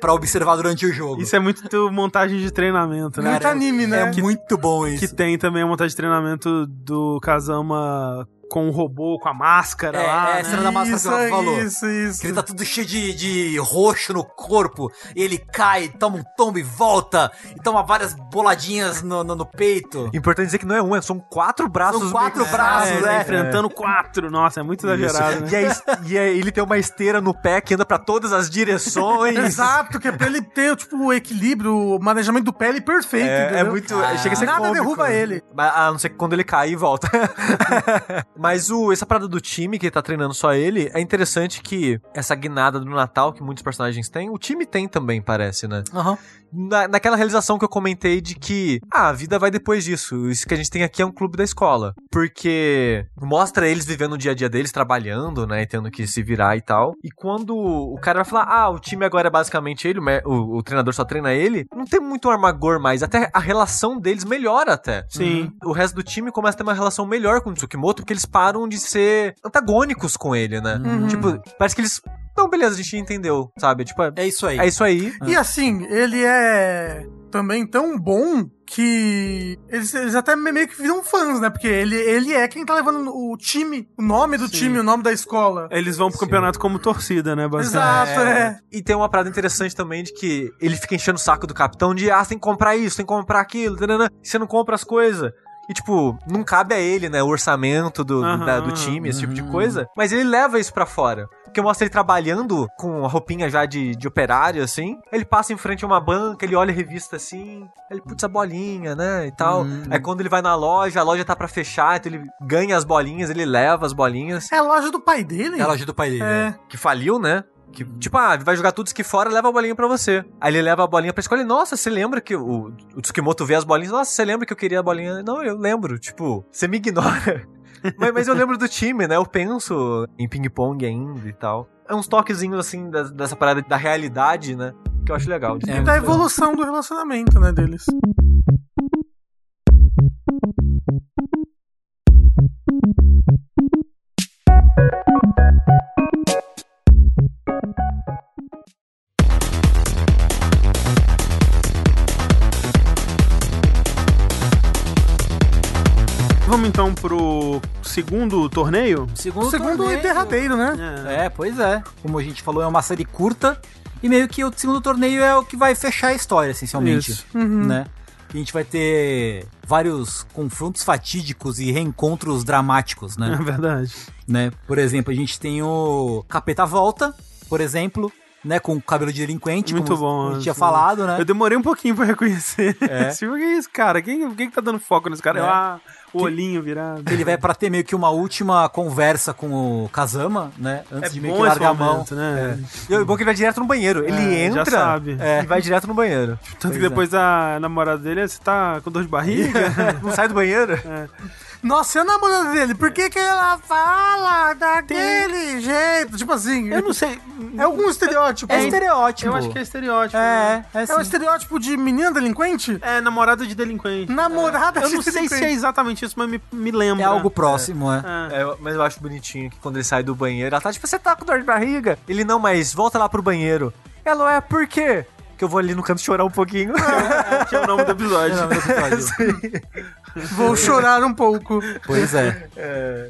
C: pra observar durante o jogo.
D: Isso é muito do montagem de treinamento, né?
F: Muito anime, né?
C: É muito bom
D: Que
C: isso.
D: tem também a montagem de treinamento do Kazama com o robô, com a máscara
C: É,
D: lá.
C: é,
D: né?
C: essa era da máscara que ela falou.
F: Isso, isso.
C: Que ele tá tudo cheio de, de roxo no corpo, e ele cai, toma um tombo e volta, e toma várias boladinhas no, no, no peito.
E: Importante dizer que não é um, é- são quatro braços.
C: São quatro
E: meio-
D: É,
C: braços,
D: ele tá
C: né?
D: enfrentando quatro. Nossa, é muito exagerado, né?
E: E aí, e aí ele tem uma esteira no pé que anda pra todas as direções.
F: Exato, que é pra ele ter, tipo, o equilíbrio, o manejamento do pé ele perfeito,
E: É, é
F: entendeu?
E: muito. chega a ser
F: Nada
E: cômico.
F: derruba ele.
E: Mas, A não ser que quando ele cai e volta. Mas o, essa parada do time que tá treinando só ele, é interessante que essa guinada do Natal que muitos personagens têm, o time tem também, parece, né?
C: Aham.
E: Na, naquela realização que eu comentei de que ah, a vida vai depois disso. Isso que a gente tem aqui é um clube da escola. Porque mostra eles vivendo o dia a dia deles, trabalhando, né? E tendo que se virar e tal. E quando o cara vai falar, ah, o time agora é basicamente ele, o, me- o- o treinador só treina ele, não tem muito armagor mais. Até a relação deles melhora até. Uhum.
D: Sim.
E: O resto do time começa a ter uma relação melhor com o Tsukimoto, porque eles param de ser antagônicos com ele, né? Tipo, parece que eles. Não, beleza, a gente entendeu, sabe? Tipo, é,
C: É isso aí.
E: é isso aí.
F: E assim, ele é também tão bom que eles, eles até me- meio que viram fãs, né? Porque ele, ele é quem tá levando o time, o nome do time, o nome da escola.
D: Eles vão pro campeonato como torcida, né? Basicamente.
F: Exato, é.
E: E tem uma parada interessante também de que ele fica enchendo o saco do capitão de ah, você tem que comprar isso, tem que comprar aquilo, tanana, você não compra as coisas. E, tipo, não cabe a ele, né, o orçamento do, do-
D: Aham, uhum.
E: da- do time, esse tipo de coisa. Mas ele leva isso pra fora. Porque mostra ele trabalhando com a roupinha já de, de operário, assim. Ele passa em frente a uma banca, ele olha a revista assim. Ele, putz, a bolinha, né, e tal.
D: Uhum.
E: Aí quando ele vai na loja, a loja tá pra fechar, então ele ganha as bolinhas, ele leva as bolinhas.
F: É a loja do pai dele?
C: Ela ajuda o pai dele. né?
F: É.
E: que faliu, né? Que,
D: Uhum.
E: tipo, ah, vai jogar tudo isso aqui fora, leva a bolinha pra você. Aí ele leva a bolinha pra escola e, nossa, você lembra que o, o Tsukimoto vê as bolinhas? Nossa, você lembra que eu queria a bolinha? Não, eu lembro. Tipo, você me ignora. mas, mas eu lembro do time, né? Eu penso em ping-pong ainda e tal. É uns toquezinhos, assim, das- dessa parada da realidade, né? Que eu acho legal. tá,
C: É,
F: da
C: muito bom.
F: Tá evolução do relacionamento, né, deles.
D: Vamos então pro segundo torneio?
C: Segundo,
F: O segundo e
C: torneio.
F: derradeiro, né?
D: É.
C: É, pois é. Como a gente falou, é uma série curta. E meio que o segundo torneio é o que vai fechar a história, essencialmente.
D: Isso. Uhum.
C: Né? E a gente vai ter vários confrontos fatídicos e reencontros dramáticos, né?
D: É verdade.
C: né? Por exemplo, a gente tem o Capeta Volta, por exemplo, né? Com o cabelo de delinquente,
D: Muito
C: como
D: bom,
C: a gente tinha
D: assim.
C: falado, né?
D: Eu demorei um pouquinho pra reconhecer. Tipo, que isso, cara? Quem, quem que tá dando foco nesse cara?
C: É.
D: Ah, o olhinho virado.
C: Ele vai pra ter meio que uma última conversa com o Kazama, né?
D: É
C: Antes de meio que
D: esse
C: largar a mão.
D: momento, né?
E: E o bom é que ele vai direto no banheiro. Ele
D: É, já
E: entra
D: sabe.
E: e vai direto no banheiro.
D: Tanto
C: Pois é.
D: que depois a namorada dele, você tá com dor de barriga?
E: Não sai do banheiro?
F: Nossa, e a namorada dele? Por que que ela fala daquele jeito? Tipo assim,
D: Eu não sei.
F: é algum estereótipo.
C: É estereótipo.
D: Eu acho que é estereótipo.
C: É, é
F: É um
C: assim.
F: estereótipo de menina delinquente?
D: É, namorada de delinquente.
F: Namorada
D: Eu
F: de
D: não sei
F: delinquente.
D: se é exatamente isso, mas me, me lembra.
C: É algo próximo, é.
D: É.
E: É, mas eu acho bonitinho que quando ele sai do banheiro, ela tá tipo, você tá com dor de barriga? Ele não, mas volta lá pro banheiro. Ela é, por quê? Porque que eu vou ali no canto chorar um pouquinho.
D: Que é o nome do episódio.
F: Vou chorar um pouco.
C: Pois é.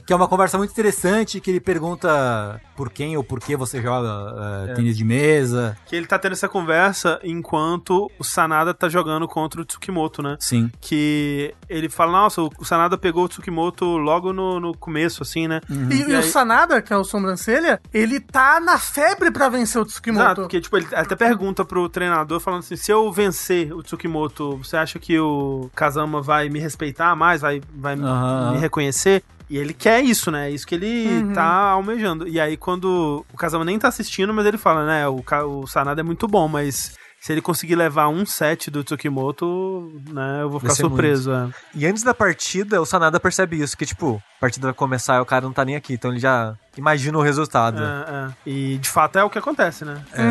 C: Que é uma conversa muito interessante, que ele pergunta por quem ou por que você joga
D: É.
C: eh, tênis de mesa.
D: que ele tá tendo essa conversa enquanto o Sanada tá jogando contra o Tsukimoto, né?
C: Sim.
D: Que ele fala, nossa, o Sanada pegou o Tsukimoto logo no, no começo, assim, né?
F: E, e
D: E
F: o
D: aí-
F: Sanada, que é o sobrancelha, ele tá na febre pra vencer o
D: Exato,
F: Tsukimoto.
D: porque tipo, ele até pergunta pro treinador falando assim: se eu vencer o Tsukimoto, você acha que o Kazama vai me respeitar mais, vai, vai me-
C: Aham.
D: me reconhecer? E ele quer isso, né? É isso que ele tá almejando. E aí, quando o Kazama nem tá assistindo, mas ele fala, né? O, Ka- o Sanada é muito bom, mas se ele conseguir levar um set do Tsukimoto, né? Eu vou ficar
E: ser
D: surpreso. é.
E: E antes da partida, o Sanada percebe isso, que tipo, a partida vai começar e o cara não tá nem aqui, então ele já imagina o resultado.
D: É, é. E de fato é o que acontece, né? É.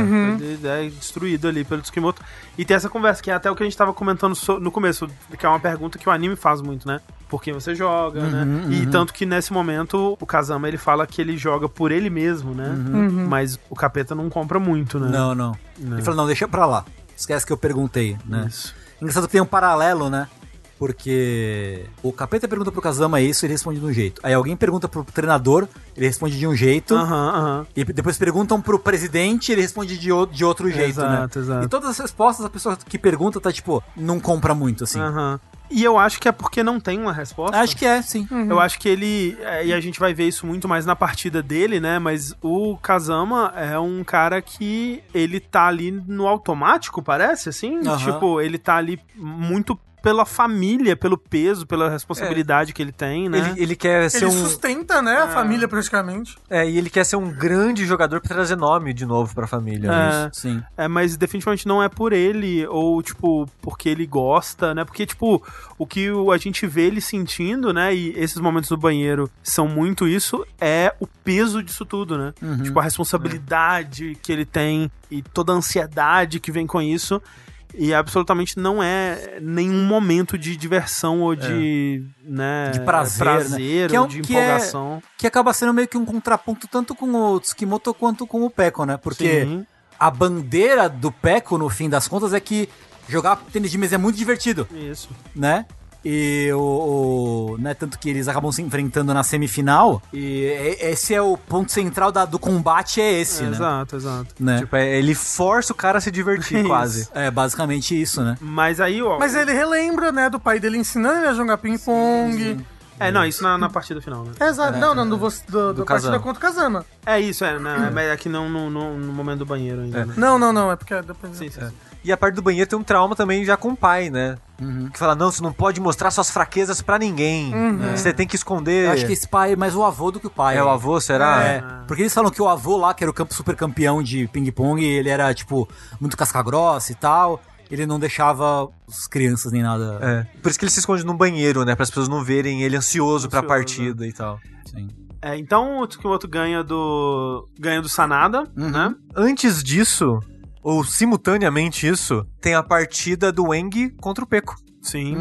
D: Ele é destruído ali pelo Tsukimoto. E tem essa conversa, que é até o que a gente tava comentando so- no começo, que é uma pergunta que o anime faz muito, né? Por quem você joga, né? E tanto que nesse momento o Kazama ele fala que ele joga por ele mesmo, né? Mas o capeta não compra muito, né?
C: Não, não. Ele falou, não, deixa pra lá. Esquece que eu perguntei, né?
D: Isso.
C: Engraçado que tem um paralelo, né? Porque o capeta pergunta pro Kazama isso, ele responde de um jeito. Aí alguém pergunta pro treinador, ele responde de um jeito.
D: Aham, aham.
C: E depois perguntam pro presidente, ele responde de, ou- de outro jeito,
D: Exato,
C: né?
D: exato.
C: E todas as respostas, a pessoa que pergunta tá tipo, não compra muito, assim.
D: aham. E eu acho que é porque não tem uma resposta.
C: Acho que é, sim.
D: Eu acho que ele. é, E a gente vai ver isso muito mais na partida dele, né? Mas o Kazama é um cara que ele tá ali no automático, parece, assim?
C: Aham.
D: Tipo, ele tá ali muito pela família, pelo peso, pela responsabilidade que ele tem, né?
E: Ele, ele quer
F: Ele
E: ser um.
F: sustenta,
D: Ah.
F: né, a família praticamente.
E: É, e ele quer ser um grande jogador pra trazer nome de novo pra família.
D: É.
C: Sim.
D: É, mas definitivamente não é por ele, ou, tipo, porque ele gosta, né? Porque, tipo, o que o- a gente vê ele sentindo, né? E esses momentos no banheiro são muito isso, é o peso disso tudo, né?
C: Uhum.
D: Tipo, a responsabilidade que ele tem e toda a ansiedade que vem com isso. E absolutamente não é nenhum momento de diversão ou de, né,
C: É. De prazer, né?
D: prazer
C: Que é
D: ou
C: um-
D: de
C: que é-
D: empolgação.
C: Que acaba sendo meio que um contraponto tanto com o Tsukimoto quanto com o Peko, né? Porque
D: Sim.
C: a bandeira do Peko, no fim das contas, é que jogar tênis de mesa é muito divertido,
D: Isso.
C: né? E o, o- né, tanto que eles acabam se enfrentando na semifinal. E é- esse é o ponto central da- do combate, é esse, né?
D: Exato, exato.
C: né?
E: Tipo, é, ele força o cara a se divertir,
D: Isso.
E: quase.
C: É basicamente isso, né?
D: Mas aí, ó.
F: Mas ele relembra, né, do pai dele ensinando ele a jogar ping-pong.
D: É, não, isso na, na partida final, né?
F: É, Exato. Não, não, do, você- do, do, partida
E: Kazama.
F: contra o Kazama.
D: É isso, é, né? mas é que não no, no- no momento do banheiro ainda, né?
F: Não, não, não, é porque é depois.
D: Sim, sim, sim.
E: E a parte do banheiro tem um trauma também já com o pai, né?
C: Uhum.
E: Que fala, não, você não pode mostrar suas fraquezas pra ninguém.
D: Uhum.
E: É. Você tem que esconder.
C: Eu acho que esse pai é mais o avô do que o pai.
E: É o avô, será?
C: É,
D: Ah.
C: porque eles falam que o avô lá, que era o campo super campeão de ping-pong, ele era, tipo, muito casca grossa e tal. Ele não deixava as crianças nem nada.
E: É. Por isso que ele se esconde num banheiro, né? Para as pessoas não verem ele ansioso, pra
D: Ansioso,
E: partida e tal.
B: assim.
D: É, então o Tsukimoto ganha do. ganha do Sanada,
F: Uhum.
D: né?
E: Antes disso, ou simultaneamente isso, tem a partida do Eng contra o Peco.
D: Sim.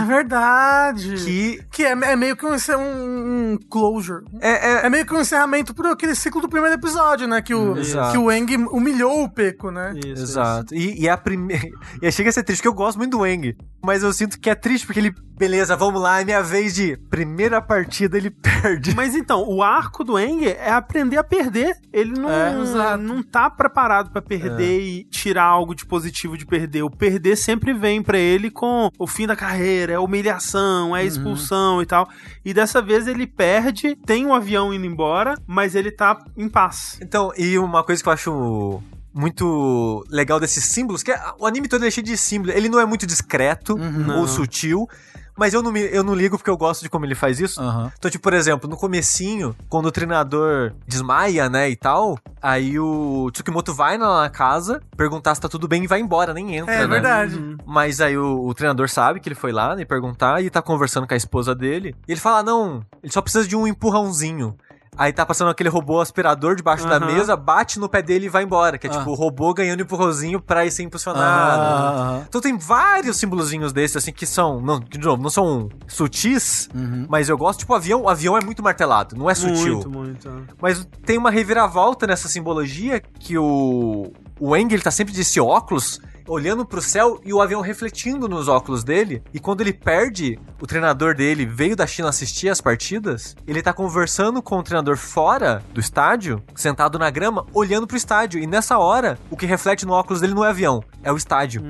F: É verdade. Que,
E: Que
F: é, é meio que um, encer- um, um closure.
E: é, é-
F: É meio que um encerramento pro aquele ciclo do primeiro episódio, né? Que o,
E: Exato.
F: que o Eng humilhou o Peco, né?
D: Uhum. Isso,
E: Exato. E, e é a primeira. e chega a ser triste, porque eu gosto muito do Eng. Mas eu sinto que é triste porque ele. Beleza, vamos lá, é minha vez de. Primeira partida ele perde.
D: isso. Mas então, o arco do Eng é aprender a perder. Ele não,
F: É,
D: não tá preparado pra perder e tirar algo de positivo de perder. O perder sempre vem pra ele com o fim da carreira, é humilhação, é
F: Uhum.
D: expulsão e tal. E dessa vez ele perde, tem o avião indo embora, mas ele tá em paz.
E: Então, e uma coisa que eu acho muito legal desses símbolos, que é- o anime todo ele é cheio de símbolos. Ele não é muito discreto
F: Uhum.
E: ou sutil, mas eu não, me- eu não ligo porque eu gosto de como ele faz isso.
C: Aham.
E: Então, tipo, por exemplo, no comecinho, quando o treinador desmaia, né, e tal, aí o Tsukimoto vai na casa perguntar se tá tudo bem e vai embora, nem entra,
F: É,
D: Uhum.
E: né?
F: verdade.
E: Mas aí o, o treinador sabe que ele foi lá, né, perguntar, e tá conversando com a esposa dele. E ele fala, "Ah, não, ele só precisa de um empurrãozinho. Aí tá passando aquele robô aspirador debaixo da
D: Aham.
E: mesa, bate no pé dele e vai embora. Que é tipo o robô ganhando empurrãozinho pra ir ser impulsionado.
C: Ah,
E: Então tem vários símbolozinhos desses, assim, que são, não, que, de novo, não são sutis, mas eu gosto. Tipo, o avião, o avião é muito martelado, não é sutil.
D: Muito, muito.
E: Mas tem uma reviravolta nessa simbologia que o o Aang, ele tá sempre desse óculos, olhando pro céu e o avião refletindo nos óculos dele. E quando ele perde, o treinador dele veio da China assistir as partidas. Ele tá conversando com o treinador fora do estádio, sentado na grama, olhando pro estádio. E nessa hora, o que reflete no óculos dele não é avião, é o estádio.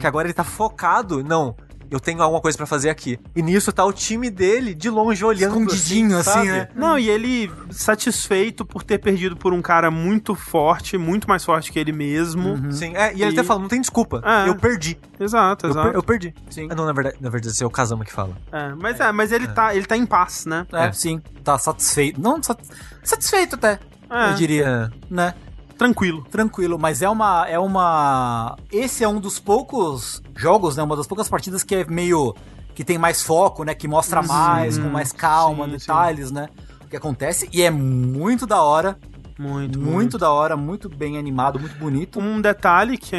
E: Que agora ele tá focado, não. Eu tenho alguma coisa pra fazer aqui. E nisso tá o time dele de longe olhando pro-
B: Escondidinho, assim,
E: sabe?
B: né?
D: Não, e ele satisfeito por ter perdido por um cara muito forte, muito mais forte que ele mesmo.
E: Sim, é, e ele
D: Uhum. E-
E: até fala, não tem desculpa,
D: É.
E: eu perdi.
D: Exato,
E: Eu,
D: exato.
E: per- eu perdi. Sim. não, na verdade, na verdade, esse é o Kazama que fala.
D: É, mas é, mas ele tá, ele tá em paz, né?
B: É,
E: É.
B: sim. Tá satisfeito. Não, sat- satisfeito até, eu
D: É,
B: diria, né?
D: tranquilo.
B: Tranquilo, mas é uma. É uma. Esse é um dos poucos jogos, né? Uma das poucas partidas que é meio. que tem mais foco, né? Que mostra mais, com mais calma,
D: Uhum. sim, sim.
B: detalhes, né? O que acontece. E é muito da hora.
D: Muito,
B: Muito,
D: muito.
B: da hora, muito bem animado, muito bonito.
D: Um detalhe que é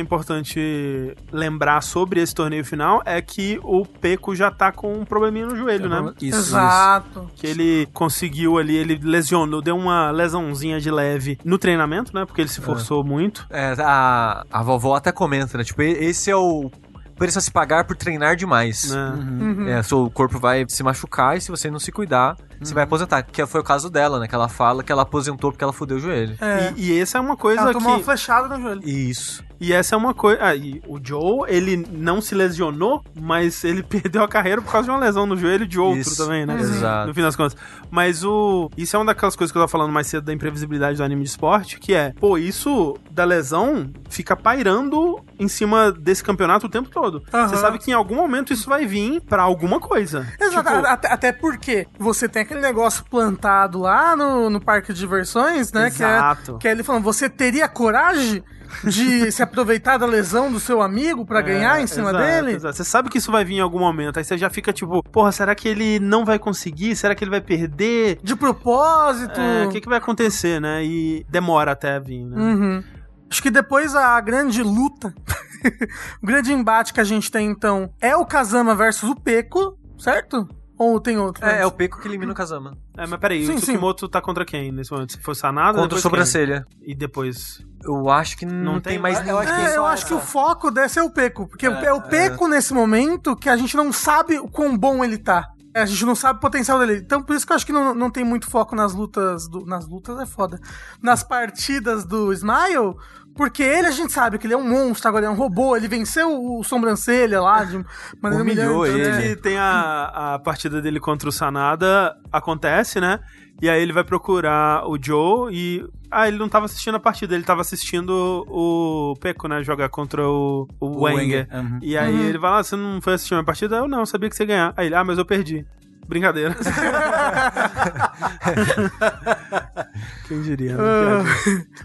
D: importante lembrar sobre esse torneio final é que o Peco já tá com um probleminha no joelho, né?
B: Isso,
F: Exato.
D: Que ele conseguiu ali, ele lesionou, deu uma lesãozinha de leve no treinamento, né? Porque ele se forçou muito.
E: É, a, a vovó até comenta, né? Tipo, e- esse é o preço a se pagar por treinar demais.
D: Né?
E: É, seu corpo vai se machucar e se você não se cuidar,
D: Uhum.
E: você vai aposentar. Que foi o caso dela, né? Que ela fala que ela aposentou porque ela fodeu o joelho.
F: É.
D: E, e essa é uma coisa
F: Ela
D: que.
F: tomou uma flechada no joelho.
E: Isso.
D: E essa é uma coisa. Ah, e o Joe, ele não se lesionou, mas ele perdeu a carreira por causa de uma lesão no joelho de outro
E: Isso.
D: também, né?
E: Exato.
D: No fim das contas. Mas o. Isso é uma daquelas coisas que eu tava falando mais cedo da imprevisibilidade do anime de esporte, que é, pô, isso da lesão fica pairando em cima desse campeonato o tempo todo.
F: Aham.
D: Você sabe que em algum momento isso vai vir pra alguma coisa.
F: Exato,
D: Tipo,
F: até, até porque você tem aquele negócio plantado lá no, no parque de diversões, né? que é-
D: Exato.
F: Que é, ele falando, você teria coragem de se aproveitar da lesão do seu amigo pra ganhar Ah, em cima
D: É, exato,
F: dele?
D: exato. Você sabe que isso vai vir em algum momento. Aí você já fica tipo, porra, será que ele não vai conseguir? Será que ele vai perder?
F: De propósito?
D: É, o que, que vai acontecer, né? E demora até vir, né?
F: Uhum. Acho que depois a grande luta, o grande embate que a gente tem então é o Kazama versus o Peco, certo? Ou tem outro?
E: É, é o Peco que elimina o Kazama.
D: É, mas peraí,
F: Sim,
D: o
F: sim.
D: Tsukimoto tá contra quem nesse momento? Se for Sanada?
E: Contra o
D: depois
E: sobrancelha.
D: quem? E depois...
E: Eu acho que não, tem,
D: tem
E: mais
D: mais-
E: ninguém.
F: É, eu acho que o foco desse é o Peco, porque é, o Peco nesse momento que a gente não sabe o quão bom ele tá. É, A gente não sabe o potencial dele. Então, por isso que eu acho que não, não tem muito foco nas lutas. do- nas lutas é foda. Nas partidas do Smile, porque ele a gente sabe que ele é um monstro, agora ele é um robô, ele venceu o sobrancelha lá de maneira
E: Humilhou
F: humilhante, né?
E: ele.
D: Ele é um tem a, a partida dele contra o Sanada, acontece, né? E aí ele vai procurar o Joe e... Ah, ele não tava assistindo a partida, ele tava assistindo o Peco, né? Jogar contra o, o, Wenger.
B: Uhum.
D: E aí ele vai lá, você não foi assistir minha partida? Eu não, sabia que você ia ganhar. Aí ele, ah, mas eu perdi. Brincadeira. Quem diria, né? Piadinha.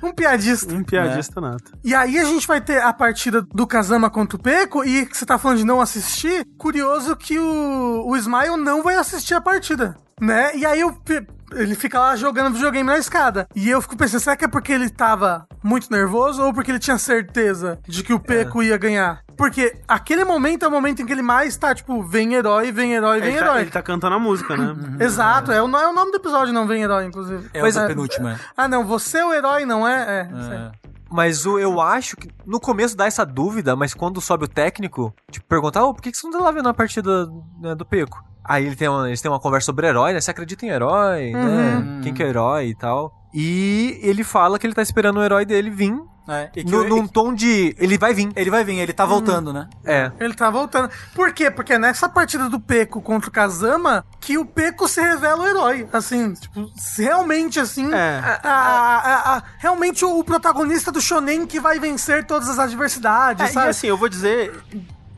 F: Ah. Um piadista.
D: Um piadista nato.
F: E aí a gente vai ter a partida do Kazama contra o Peco, e que você tá falando de não assistir, curioso que o, o Smile não vai assistir a partida, né? E aí o Pe- ele fica lá jogando videogame na escada. E eu fico pensando, será que é porque ele tava muito nervoso ou porque ele tinha certeza de
D: É.
F: que o Peco ia ganhar? Porque aquele momento é o momento em que ele mais tá, tipo, vem herói, vem herói, vem
D: Ele tá,
F: é herói.
D: ele tá cantando a música, né?
F: Exato, é o, no- é o nome do episódio, não vem herói, inclusive.
B: É
E: Pois
B: a
E: é.
B: penúltima.
F: Ah, não, você é o herói, não é? É. certo.
E: Mas o, eu acho que no começo dá essa dúvida, mas quando sobe o técnico, tipo, perguntar, ô, por que que você não tá lá vendo a partida né, do Peco? Aí ele tem uma, eles têm uma conversa sobre herói, né? Você acredita em herói, né? Quem que é herói e tal. E ele fala que ele tá esperando o herói dele vir.
B: É, e que
E: No,
B: o-
E: num tom de. Ele vai vir.
B: Ele vai vir, ele
E: Uhum.
B: tá voltando, né?
E: É.
F: Ele tá voltando. Por quê? Porque é nessa partida do Peco contra o Kazama que o Peco se revela o herói. Assim, tipo, se realmente assim.
D: É.
F: a- a- a- realmente o protagonista do Shonen que vai vencer todas as adversidades,
D: É, e
F: sabe?
D: assim, eu vou dizer.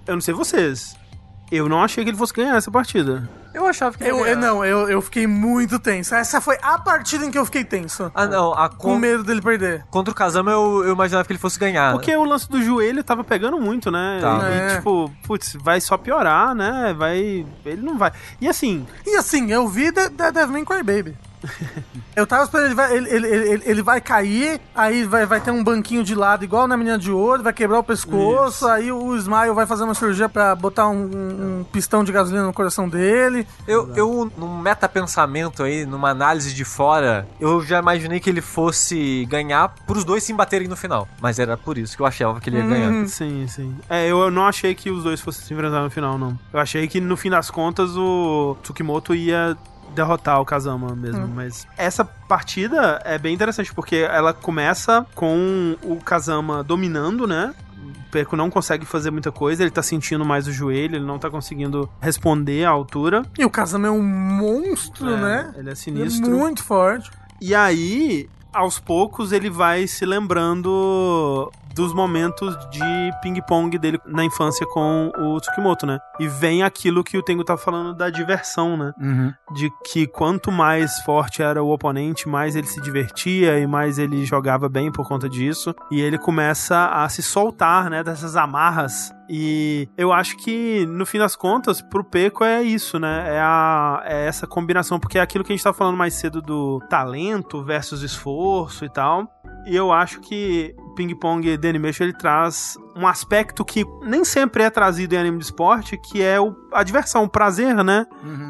D: Eu não sei vocês. Eu não achei que ele fosse ganhar essa partida.
E: Eu achava que.
F: Eu, eu- não, eu, eu fiquei muito tenso. Essa foi a partida em que eu fiquei tenso.
E: Ah, não. A
F: Com
E: con-
F: medo dele perder.
E: Contra o Kazama eu, eu imaginava que ele fosse ganhar.
D: Porque o lance do joelho tava pegando muito, né?
E: Tava.
D: E,
F: É.
D: tipo, putz, vai só piorar, né? Vai. Ele não vai. E assim,
F: E assim, eu vi The, The Devil May Cry Baby. Eu tava esperando, ele vai, ele, ele, ele, ele vai cair, aí vai, vai ter um banquinho de lado, igual na menina de ouro, vai quebrar o pescoço, aí o Smile vai fazer uma cirurgia pra botar um, um pistão de gasolina no coração dele.
E: Eu, eu, num metapensamento aí, numa análise de fora, eu já imaginei que ele fosse ganhar pros dois se embaterem no final. Mas era por isso que eu achava que ele ia
F: Hum.
E: ganhar.
D: Sim, sim. É, eu, eu não achei que os dois fossem se enfrentar no final, não. Eu achei que no fim das contas o Tsukimoto ia derrotar o Kazama mesmo,
F: Hum.
D: mas essa partida é bem interessante porque ela começa com o Kazama dominando, né? O Perco não consegue fazer muita coisa, ele tá sentindo mais o joelho, ele não tá conseguindo responder à altura.
F: E o Kazama é um monstro,
D: É,
F: né?
D: Ele é
F: Ele é
D: sinistro.
F: muito forte.
D: E aí, aos poucos, ele vai se lembrando dos momentos de ping-pong dele na infância com o Tsukimoto, né? E vem aquilo que o Tengu tá falando da diversão, né?
B: Uhum.
D: De que quanto mais forte era o oponente, mais ele se divertia e mais ele jogava bem por conta disso. E ele começa a se soltar, né? Dessas amarras. E eu acho que, no fim das contas, pro Peco é isso, né? É, a, é essa combinação, porque é aquilo que a gente tava falando mais cedo do talento versus esforço e tal. E eu acho que o Ping Pong The Animation ele traz um aspecto que nem sempre é trazido em anime de esporte, que é o, a diversão, o prazer, né?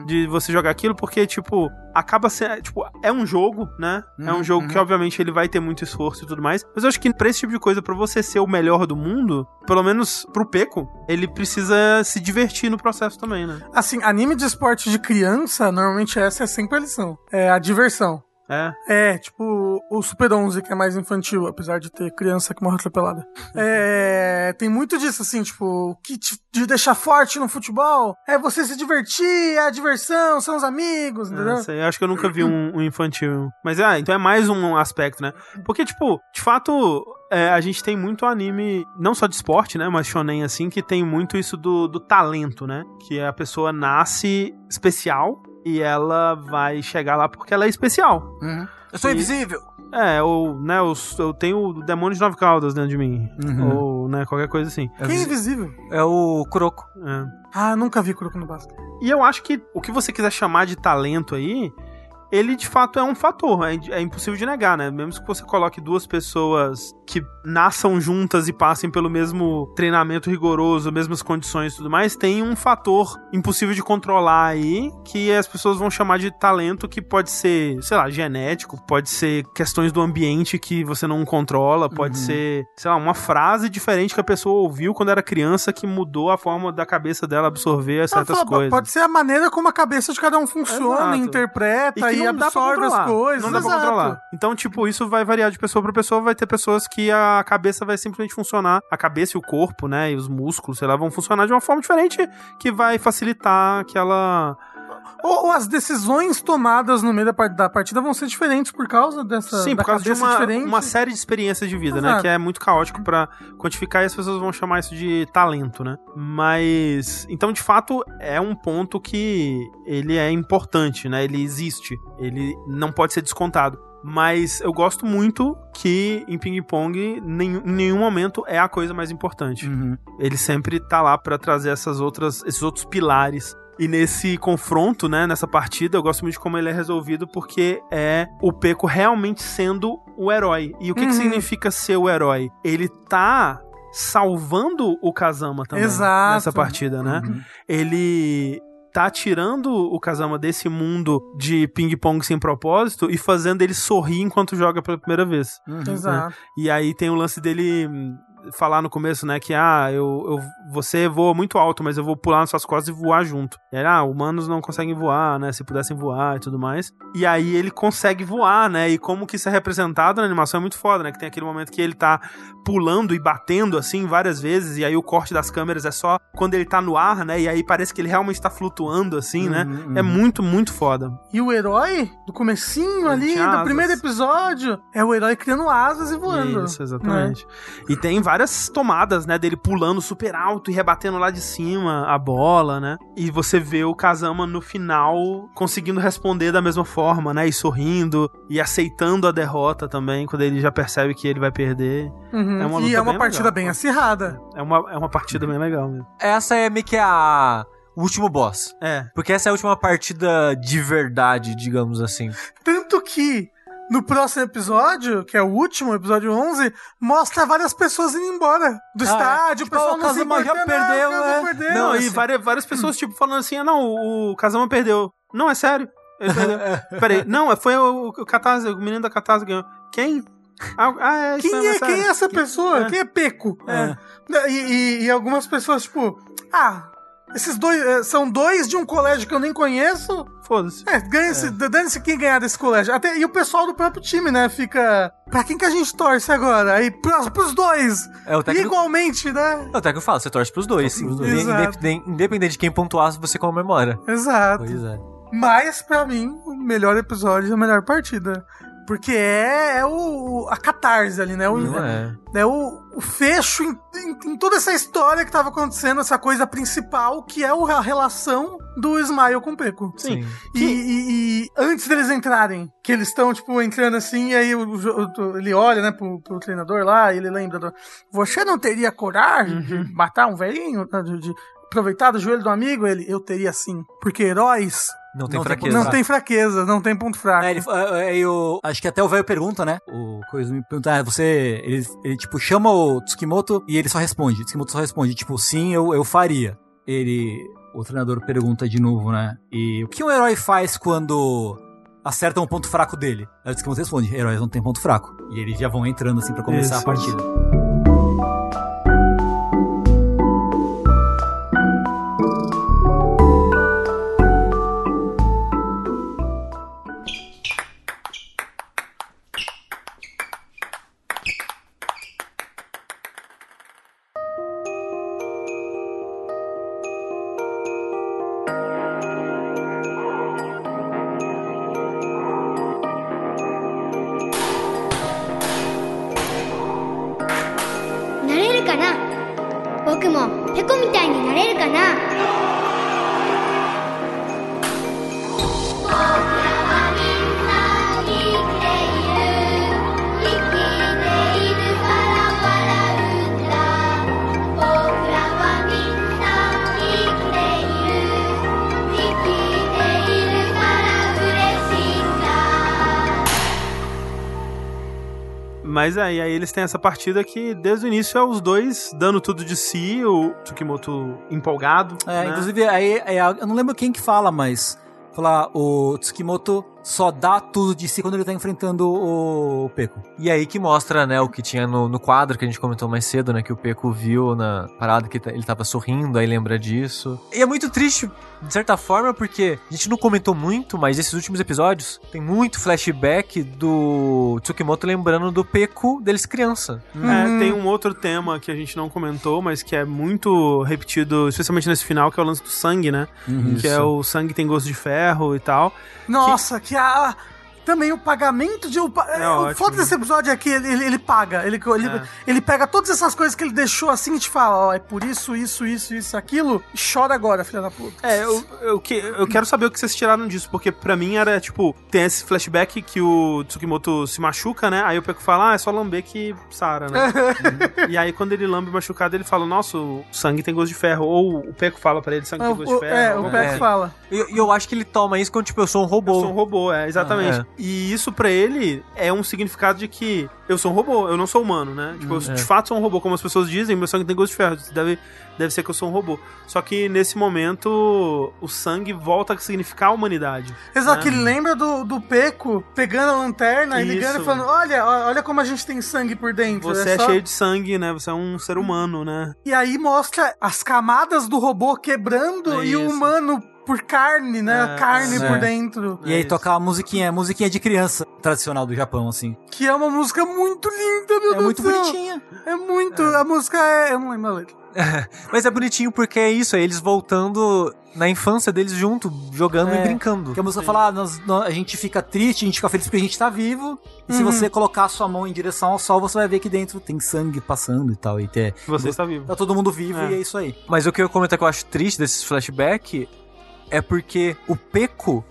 D: De você jogar aquilo, porque, tipo, acaba sendo. Tipo, é um jogo, né? é um jogo que, obviamente, ele vai ter muito esforço e tudo mais. Mas eu acho que pra esse tipo de coisa, pra você ser o melhor do mundo, pelo menos pro Peco, ele precisa se divertir no processo também, né?
F: Assim, anime de esporte de criança, normalmente essa é sempre a lição. É a diversão.
D: É.
F: É, tipo o Super 11, que é mais infantil, apesar de ter criança que morre atropelada.
D: Uhum.
F: É, tem muito disso, assim, tipo, o que te, te deixa forte no futebol é você se divertir, é a diversão, são os amigos,
D: É,
F: entendeu?
D: não sei, eu acho que eu nunca vi um, um infantil. Mas é, então é mais um aspecto, né? Porque, tipo, de fato, é, a gente tem muito anime, não só de esporte, né? Mas shonen, assim, que tem muito isso do, do talento, né? Que a pessoa nasce especial e ela vai chegar lá porque ela é especial.
E: Uhum.
B: Eu sou
D: E-
B: invisível.
D: É, ou, né, eu, eu tenho o demônio de nove caudas dentro de mim.
C: Uhum.
B: Uhum.
D: Ou, né, qualquer coisa assim.
F: Quem é invisível?
E: É o Kuroko.
D: É.
F: Ah, nunca vi Kuroko no Basket.
D: E eu acho que o que você quiser chamar de talento aí, ele de fato é um fator, é, é impossível de negar, né? Mesmo que você coloque duas pessoas que nasçam juntas e passem pelo mesmo treinamento rigoroso, mesmas condições e tudo mais, tem um fator impossível de controlar aí, que as pessoas vão chamar de talento, que pode ser, sei lá, genético, pode ser questões do ambiente que você não controla, pode ser, sei lá, uma frase diferente que a pessoa ouviu quando era criança que mudou a forma da cabeça dela absorver certas
F: Ah, fala,
D: coisas.
F: Pode ser a maneira como a cabeça de cada um
D: Exato.
F: funciona, interpreta
D: que
F: e,
D: não dá pra
F: absorve as
D: controlar,
F: coisas.
D: Não dá pra
F: Exato.
D: controlar. Então, tipo, isso vai variar de pessoa pra pessoa. Vai ter pessoas que a cabeça vai simplesmente funcionar. A cabeça e o corpo, né? E os músculos, sei lá, vão funcionar de uma forma diferente que vai facilitar aquela.
F: Ou, ou as decisões tomadas no meio da, par- da partida vão ser diferentes por causa dessa.
D: Sim,
F: da
D: por causa de
F: cabeça
D: uma,
F: diferente.
D: uma série de experiências de vida, né?
F: Exato.
D: Que é muito caótico pra quantificar e as pessoas vão chamar isso de talento, né? Mas. Então, de fato, é um ponto que ele é importante, né? Ele existe. Ele não pode ser descontado. Mas eu gosto muito que em ping-pong nenhum- em nenhum momento é a coisa mais importante.
B: Uhum.
D: Ele sempre tá lá pra trazer essas outras, esses outros pilares. E nesse confronto, né, nessa partida, eu gosto muito de como ele é resolvido, porque é o Peco realmente sendo o herói. E o que, que
F: Uhum.
D: significa ser o herói? Ele tá salvando o Kazama também
F: Exato. Uhum.
D: nessa partida, né? Ele tá tirando o Kazama desse mundo de ping-pong sem propósito e fazendo ele sorrir enquanto joga pela primeira vez.
B: Uhum.
E: Então,
F: Exato.
D: E aí tem o lance dele hum, falar no começo, né, que ah, eu, eu você voa muito alto, mas eu vou pular nas suas costas e voar junto. E aí, ah, humanos não conseguem voar, né, se pudessem voar e tudo mais. E aí ele consegue voar, né? E como que isso é representado na animação é muito foda, né? Que tem aquele momento que ele tá pulando e batendo assim várias vezes e aí o corte das câmeras é só quando ele tá no ar, né? E aí parece que ele realmente tá flutuando assim, né?
F: Uhum,
D: É muito, muito foda.
F: E o herói do comecinho ali,
D: tinha
F: do
D: asas.
F: primeiro episódio, é o herói criando asas e voando.
D: Isso, exatamente.
F: né?
D: E tem várias tomadas, né, dele pulando super alto e rebatendo lá de cima a bola, né? E você vê o Kazama no final conseguindo responder da mesma forma, né? E sorrindo e aceitando a derrota também, quando ele já percebe que ele vai perder.
F: Uhum.
D: É uma
F: e
D: luta
F: é uma
D: bem
F: partida
D: legal.
F: bem acirrada.
D: É uma, é uma partida bem legal mesmo.
E: Essa é meio que a... O último boss.
D: É.
E: Porque essa é a última partida de verdade, digamos assim.
F: Tanto Tanto que no próximo episódio, que é o último, episódio 11, mostra várias pessoas indo embora
D: Ah,
F: do
D: é.
F: estádio,
D: Tipo,
F: o pessoal
B: o
F: não se
B: Kazama já
F: importando,
B: perdeu,
F: ah, o Kazama
B: é.
F: perdeu.
D: né?" Não,
B: assim-
D: e várias, várias pessoas, tipo, falando assim, ah, não, o, o Kazama perdeu. Não, é sério. Ele perdeu. Peraí, não, é, foi o, o Katase, o menino da Katase ganhou. Quem? Ah, ah, é, isso
F: Quem
D: mesmo,
F: é,
D: sério.
F: quem é essa pessoa?
D: é.
F: Quem é Peco? É. E, e- e algumas pessoas, tipo, ah, esses dois eh, são dois de um colégio que eu nem conheço.
D: Foda-se.
F: É, ganha-se, dane-se quem ganhar desse colégio. Até, e o pessoal do próprio time, né? Fica. Pra quem que a gente torce agora? Aí pros, pros dois!
E: É, o técnico-
F: Igualmente, né?
E: É o técnico fala, você torce pros dois. Sim.
F: dois. Exato.
E: Independente de quem pontuar, você comemora.
F: Exato.
B: Pois é.
F: Mas, pra mim, o melhor episódio é a melhor partida. Porque é, é o, a catarse ali, né? O,
E: Não é.
F: né, o, o fecho em, em- em toda essa história que tava acontecendo, essa coisa principal, que é o- a relação do Ismael com o Peco.
D: Sim.
F: E, e- e antes deles entrarem, que eles estão, tipo, entrando assim, e aí o- o- o- ele olha, né, pro, pro treinador lá, e ele lembra do... Você não teria coragem de matar um velhinho? né, De, de aproveitar do joelho do amigo? Ele, eu teria sim. Porque heróis
E: Não tem
B: Não tem
E: fraqueza.
B: Exato.
F: não tem fraqueza, não tem ponto fraco.
B: É, ele, é, é, eu, acho que até o velho pergunta, né? O Coisa me pergunta, ah, você. Ele, ele, tipo, chama o Tsukimoto e ele só responde. O Tsukimoto só responde, tipo, sim, eu, eu faria. Ele. O treinador pergunta de novo, né? E o que um herói faz quando acertam um ponto fraco dele? Aí o Tsukimoto responde: heróis não tem ponto fraco. E eles já vão entrando, assim, pra começar
D: Isso,
B: a partida.
G: なれるかな僕もペコみたいになれるかな僕らはみんな生きている生きているから笑うんだ僕らはみんな生きている生きているから嬉しいんだ
D: Mas aí, aí eles têm essa partida que desde o início é os dois dando tudo de si, o Tsukimoto empolgado.
B: É,
D: né?
B: inclusive, aí, é, eu não lembro quem que fala, mas fala, o Tsukimoto só dá tudo de si quando ele tá enfrentando o Peco.
E: E aí que mostra, né, o que tinha no, no quadro que a gente comentou mais cedo, né, que o Peco viu na parada que ta- ele tava sorrindo, aí lembra disso. E é muito triste, de certa forma, porque a gente não comentou muito, mas esses últimos episódios tem muito flashback do Tsukimoto lembrando do Peco deles criança.
B: Uhum.
D: É, tem um outro tema que a gente não comentou, mas que é muito repetido, especialmente nesse final, que é o lance do sangue, né? que é o sangue tem gosto de ferro e tal.
F: Nossa, que, a. Também o pagamento de. O, pa-
D: É
F: é, o
D: ótimo.
F: foda desse episódio é que ele, ele, ele paga. Ele, ele,
D: É.
F: ele pega todas essas coisas que ele deixou assim e te fala: ó, é por isso, isso, isso, isso, aquilo. e Chora agora, filha da puta.
D: É, eu, eu, que, eu quero saber o que vocês tiraram disso, porque pra mim era tipo, tem esse flashback que o Tsukimoto se machuca, né? Aí o Peco fala, ah, é só lamber que sara, né? e aí quando ele lambe machucado, ele fala, nossa, o sangue tem gosto de ferro. Ou o Peco fala pra ele, sangue tem
F: o,
D: gosto de
F: o-
D: ferro.
F: é, o
D: alguma
F: Peck
D: coisa assim.
F: fala.
E: E eu, eu acho que ele toma isso quando, tipo, eu sou um robô.
D: Eu sou um robô, é, exatamente.
E: Ah, é.
D: E isso pra ele é um significado de que eu sou um robô, eu não sou humano, né? Tipo, eu de fato sou um robô, como as pessoas dizem, meu sangue tem gosto de ferro, deve, deve ser que eu sou um robô. Só que nesse momento, o sangue volta a significar a humanidade.
F: Exato, que ele lembra do, do Peco pegando a lanterna e
D: Isso.
F: ligando e falando: olha, ó, olha como a gente tem sangue por dentro.
D: Você é,
F: só-
D: cheio de sangue, né? Você é um ser humano, né?
F: E aí mostra as camadas do robô quebrando e o
D: Isso.
F: humano por carne, né?
D: É,
F: carne
B: é.
F: por dentro.
B: E aí
D: isso.
B: toca a musiquinha, musiquinha de criança tradicional do Japão, assim.
F: Que é uma música muito linda, meu
B: É
F: Deus
B: muito
F: do céu.
B: bonitinha.
F: É muito. A música é. Eu não lembro a letra.
E: Mas é bonitinho porque é isso, é eles voltando na infância deles junto, jogando
B: É.
E: e brincando.
B: Porque a música fala, ah, nós- nó- a gente fica triste, a gente fica feliz porque a gente tá vivo. E
D: Uhum.
B: se você colocar a sua mão em direção ao sol, você vai ver que dentro tem sangue passando e tal. E ter,
D: Você está vivo.
B: tá todo mundo vivo
D: É.
B: e é isso aí.
E: Mas o que eu comento que eu acho triste desses flashback é porque o Peco,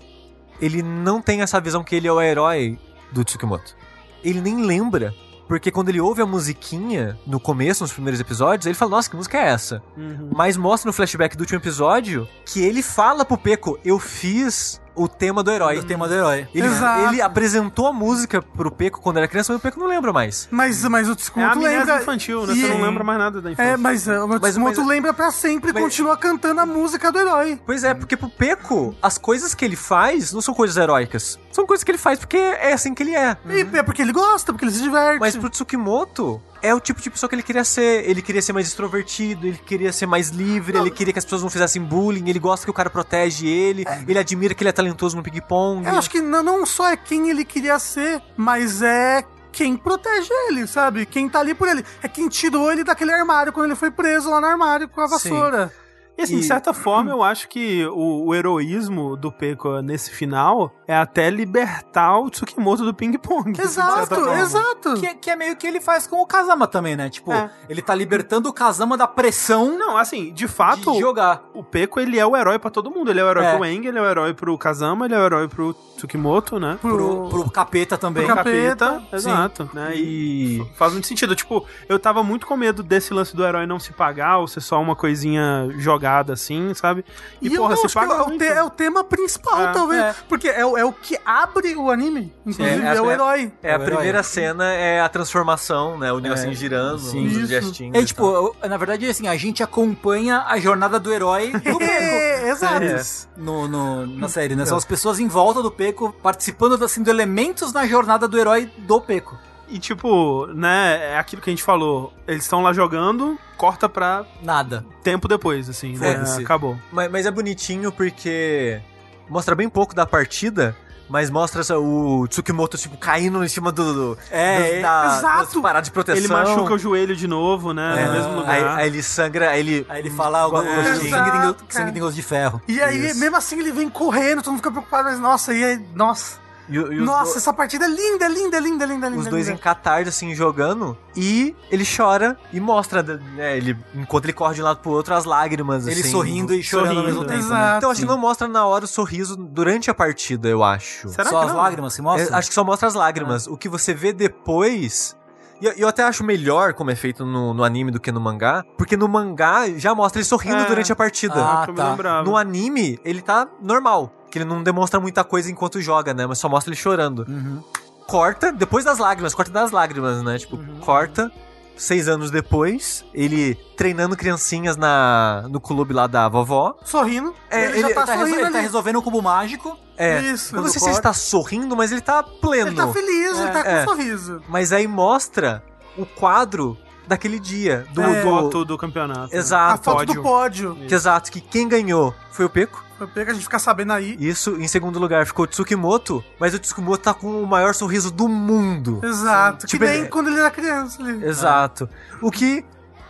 E: ele não tem essa visão que ele é o herói do Tsukimoto. Ele nem lembra. Porque quando ele ouve a musiquinha no começo, nos primeiros episódios, ele fala, nossa, que música é essa?
D: Uhum.
E: Mas mostra no flashback do último episódio que ele fala pro Peco, eu fiz o tema do herói.
B: O tema do herói.
E: Ele,
F: Exato.
E: ele apresentou a música pro Peco quando era criança, mas o Peco não lembra mais.
F: Mas, mas
D: É
F: o
D: a
F: Tsumuto
D: amnésia
F: lembra.
D: infantil, né?
F: e-
D: Você não lembra mais nada da infância.
F: É, mas uh, o
E: Mas-
F: Tsumuto
E: mas-
F: lembra pra sempre e
E: mas-
F: continua cantando a música do herói.
E: Pois é, porque pro Peco, as coisas que ele faz não são coisas heróicas. São coisas que ele faz porque é assim que ele é.
F: E é porque ele gosta, porque ele se diverte.
E: Mas pro Tsukimoto, é o tipo de pessoa que ele queria ser. Ele queria ser mais extrovertido, ele queria ser mais livre, ele queria que as pessoas não fizessem bullying, ele gosta que o cara protege ele, ele admira que ele é talentoso no ping-pong.
F: Eu acho que não, não só é quem ele queria ser, mas é quem protege ele, sabe? Quem tá ali por ele. É quem tirou ele daquele armário quando ele foi preso lá no armário com a vassoura.
D: E assim, de certa forma, eu acho que o, o heroísmo do Peco nesse final é até libertar o Tsukimoto do ping-pong.
F: Exato, exato.
B: Que, é- que é meio que ele faz com o Kazama também, né? Tipo,
D: É.
B: ele tá libertando o Kazama da pressão
D: Não, assim, de fato,
B: de jogar.
D: o Peco ele é o herói pra todo mundo. Ele é o herói
B: É.
D: pro Eng, ele é o herói pro Kazama, ele é o herói pro Tsukimoto, né?
B: Pro, pro capeta também.
D: Pro
F: capeta,
D: exato. Né? E
E: E.
D: faz muito sentido. Tipo, eu tava muito com medo desse lance do herói não se pagar ou ser só uma coisinha jogada assim, sabe? E,
F: eu
D: porra,
F: não,
D: se
F: acho que
D: paga
F: é, o
D: muito.
F: te- é o tema principal,
D: É,
F: talvez.
B: é.
F: Porque é, o- é o que abre o anime. Inclusive,
E: é
F: é,
E: a-
F: o
E: é-
F: herói.
E: É, a
B: o herói.
E: primeira cena é a transformação, né? O negocinho girando,
F: Isso.
E: os gestinhos.
B: É
E: e
B: tipo,
E: tal.
B: eu- na verdade, assim, a gente acompanha a jornada do herói do Peco
F: É, exato.
B: no, no- na série, né? São as pessoas em volta do Peco participando, assim, de elementos na jornada do herói do Peco.
D: E tipo, né, é aquilo que a gente falou. Eles estão lá jogando, corta pra
B: Nada.
D: tempo depois, assim, né?
B: Foda-se.
D: Acabou.
E: Mas, mas é bonitinho porque mostra bem pouco da partida, mas mostra essa- o Tsukimoto, tipo, caindo em cima do. do
B: É,
E: das- da-
F: exato.
E: das paradas de proteção.
D: Ele machuca o joelho de novo, né? No
E: É.
D: mesmo
E: Aí,
D: lugar.
E: aí ele sangra, aí ele.
B: Aí ele fala algo
E: É,
B: assim, sangue, tem
F: exato,
B: go-
F: cara.
B: sangue tem gosto de ferro.
F: E aí, mesmo assim, ele vem correndo, todo mundo fica preocupado, mas nossa, e aí, nossa.
E: e o- e os
F: Nossa,
E: do-
F: essa partida é linda, é linda, é linda, é linda, é linda.
E: os dois
F: linda.
E: em catarse, assim, jogando, e ele chora e mostra, né, ele, enquanto ele corre de um lado pro outro, as lágrimas,
B: Ele
E: assim.
B: sorrindo e chorando ao
D: sorrindo.
B: mesmo tempo. né?
F: Exato.
E: Então, acho que não mostra na hora o sorriso durante a partida, eu acho.
D: Será
B: né? Só
D: que
B: as
D: não?
B: lágrimas assim, se
E: É,
B: mostram?
E: acho que só mostra as lágrimas. O que você vê depois. E eu, eu até acho melhor como é feito no, no anime do que no mangá, porque no mangá já mostra ele sorrindo
D: É.
E: durante a partida.
B: Ah,
D: Eu me
B: tá.
D: lembrava.
E: No anime, ele tá normal. Que ele não demonstra muita coisa enquanto joga, né? Mas só mostra ele chorando.
B: Uhum.
E: Corta, depois das lágrimas, corta das lágrimas, né? Tipo, corta. Seis anos depois, ele treinando criancinhas na, no clube lá da vovó.
F: Sorrindo.
E: É,
F: ele, já
E: ele
F: tá,
B: Tá resol-
F: sorrindo
B: ele tá
F: ali.
B: resolvendo o cubo mágico.
E: É.
F: Isso.
E: eu não sei se
F: Ele
E: ele está sorrindo, mas ele tá pleno.
F: tá feliz, ele tá com
E: É.
F: um sorriso.
E: Mas aí mostra o quadro daquele dia. Do,
D: Do
E: do-
D: voto É, do campeonato. né?
F: A
E: Exato.
F: foto do pódio.
E: Que exato, que quem ganhou foi o Peco.
F: Eu pego, a gente fica sabendo aí.
E: Isso, em segundo lugar ficou o Tsukimoto. Mas o Tsukimoto tá com o maior sorriso do
D: É.
E: mundo.
F: Exato.
E: Tipo,
F: que nem
E: ele-
F: quando ele era criança. ali.
E: Exato. O que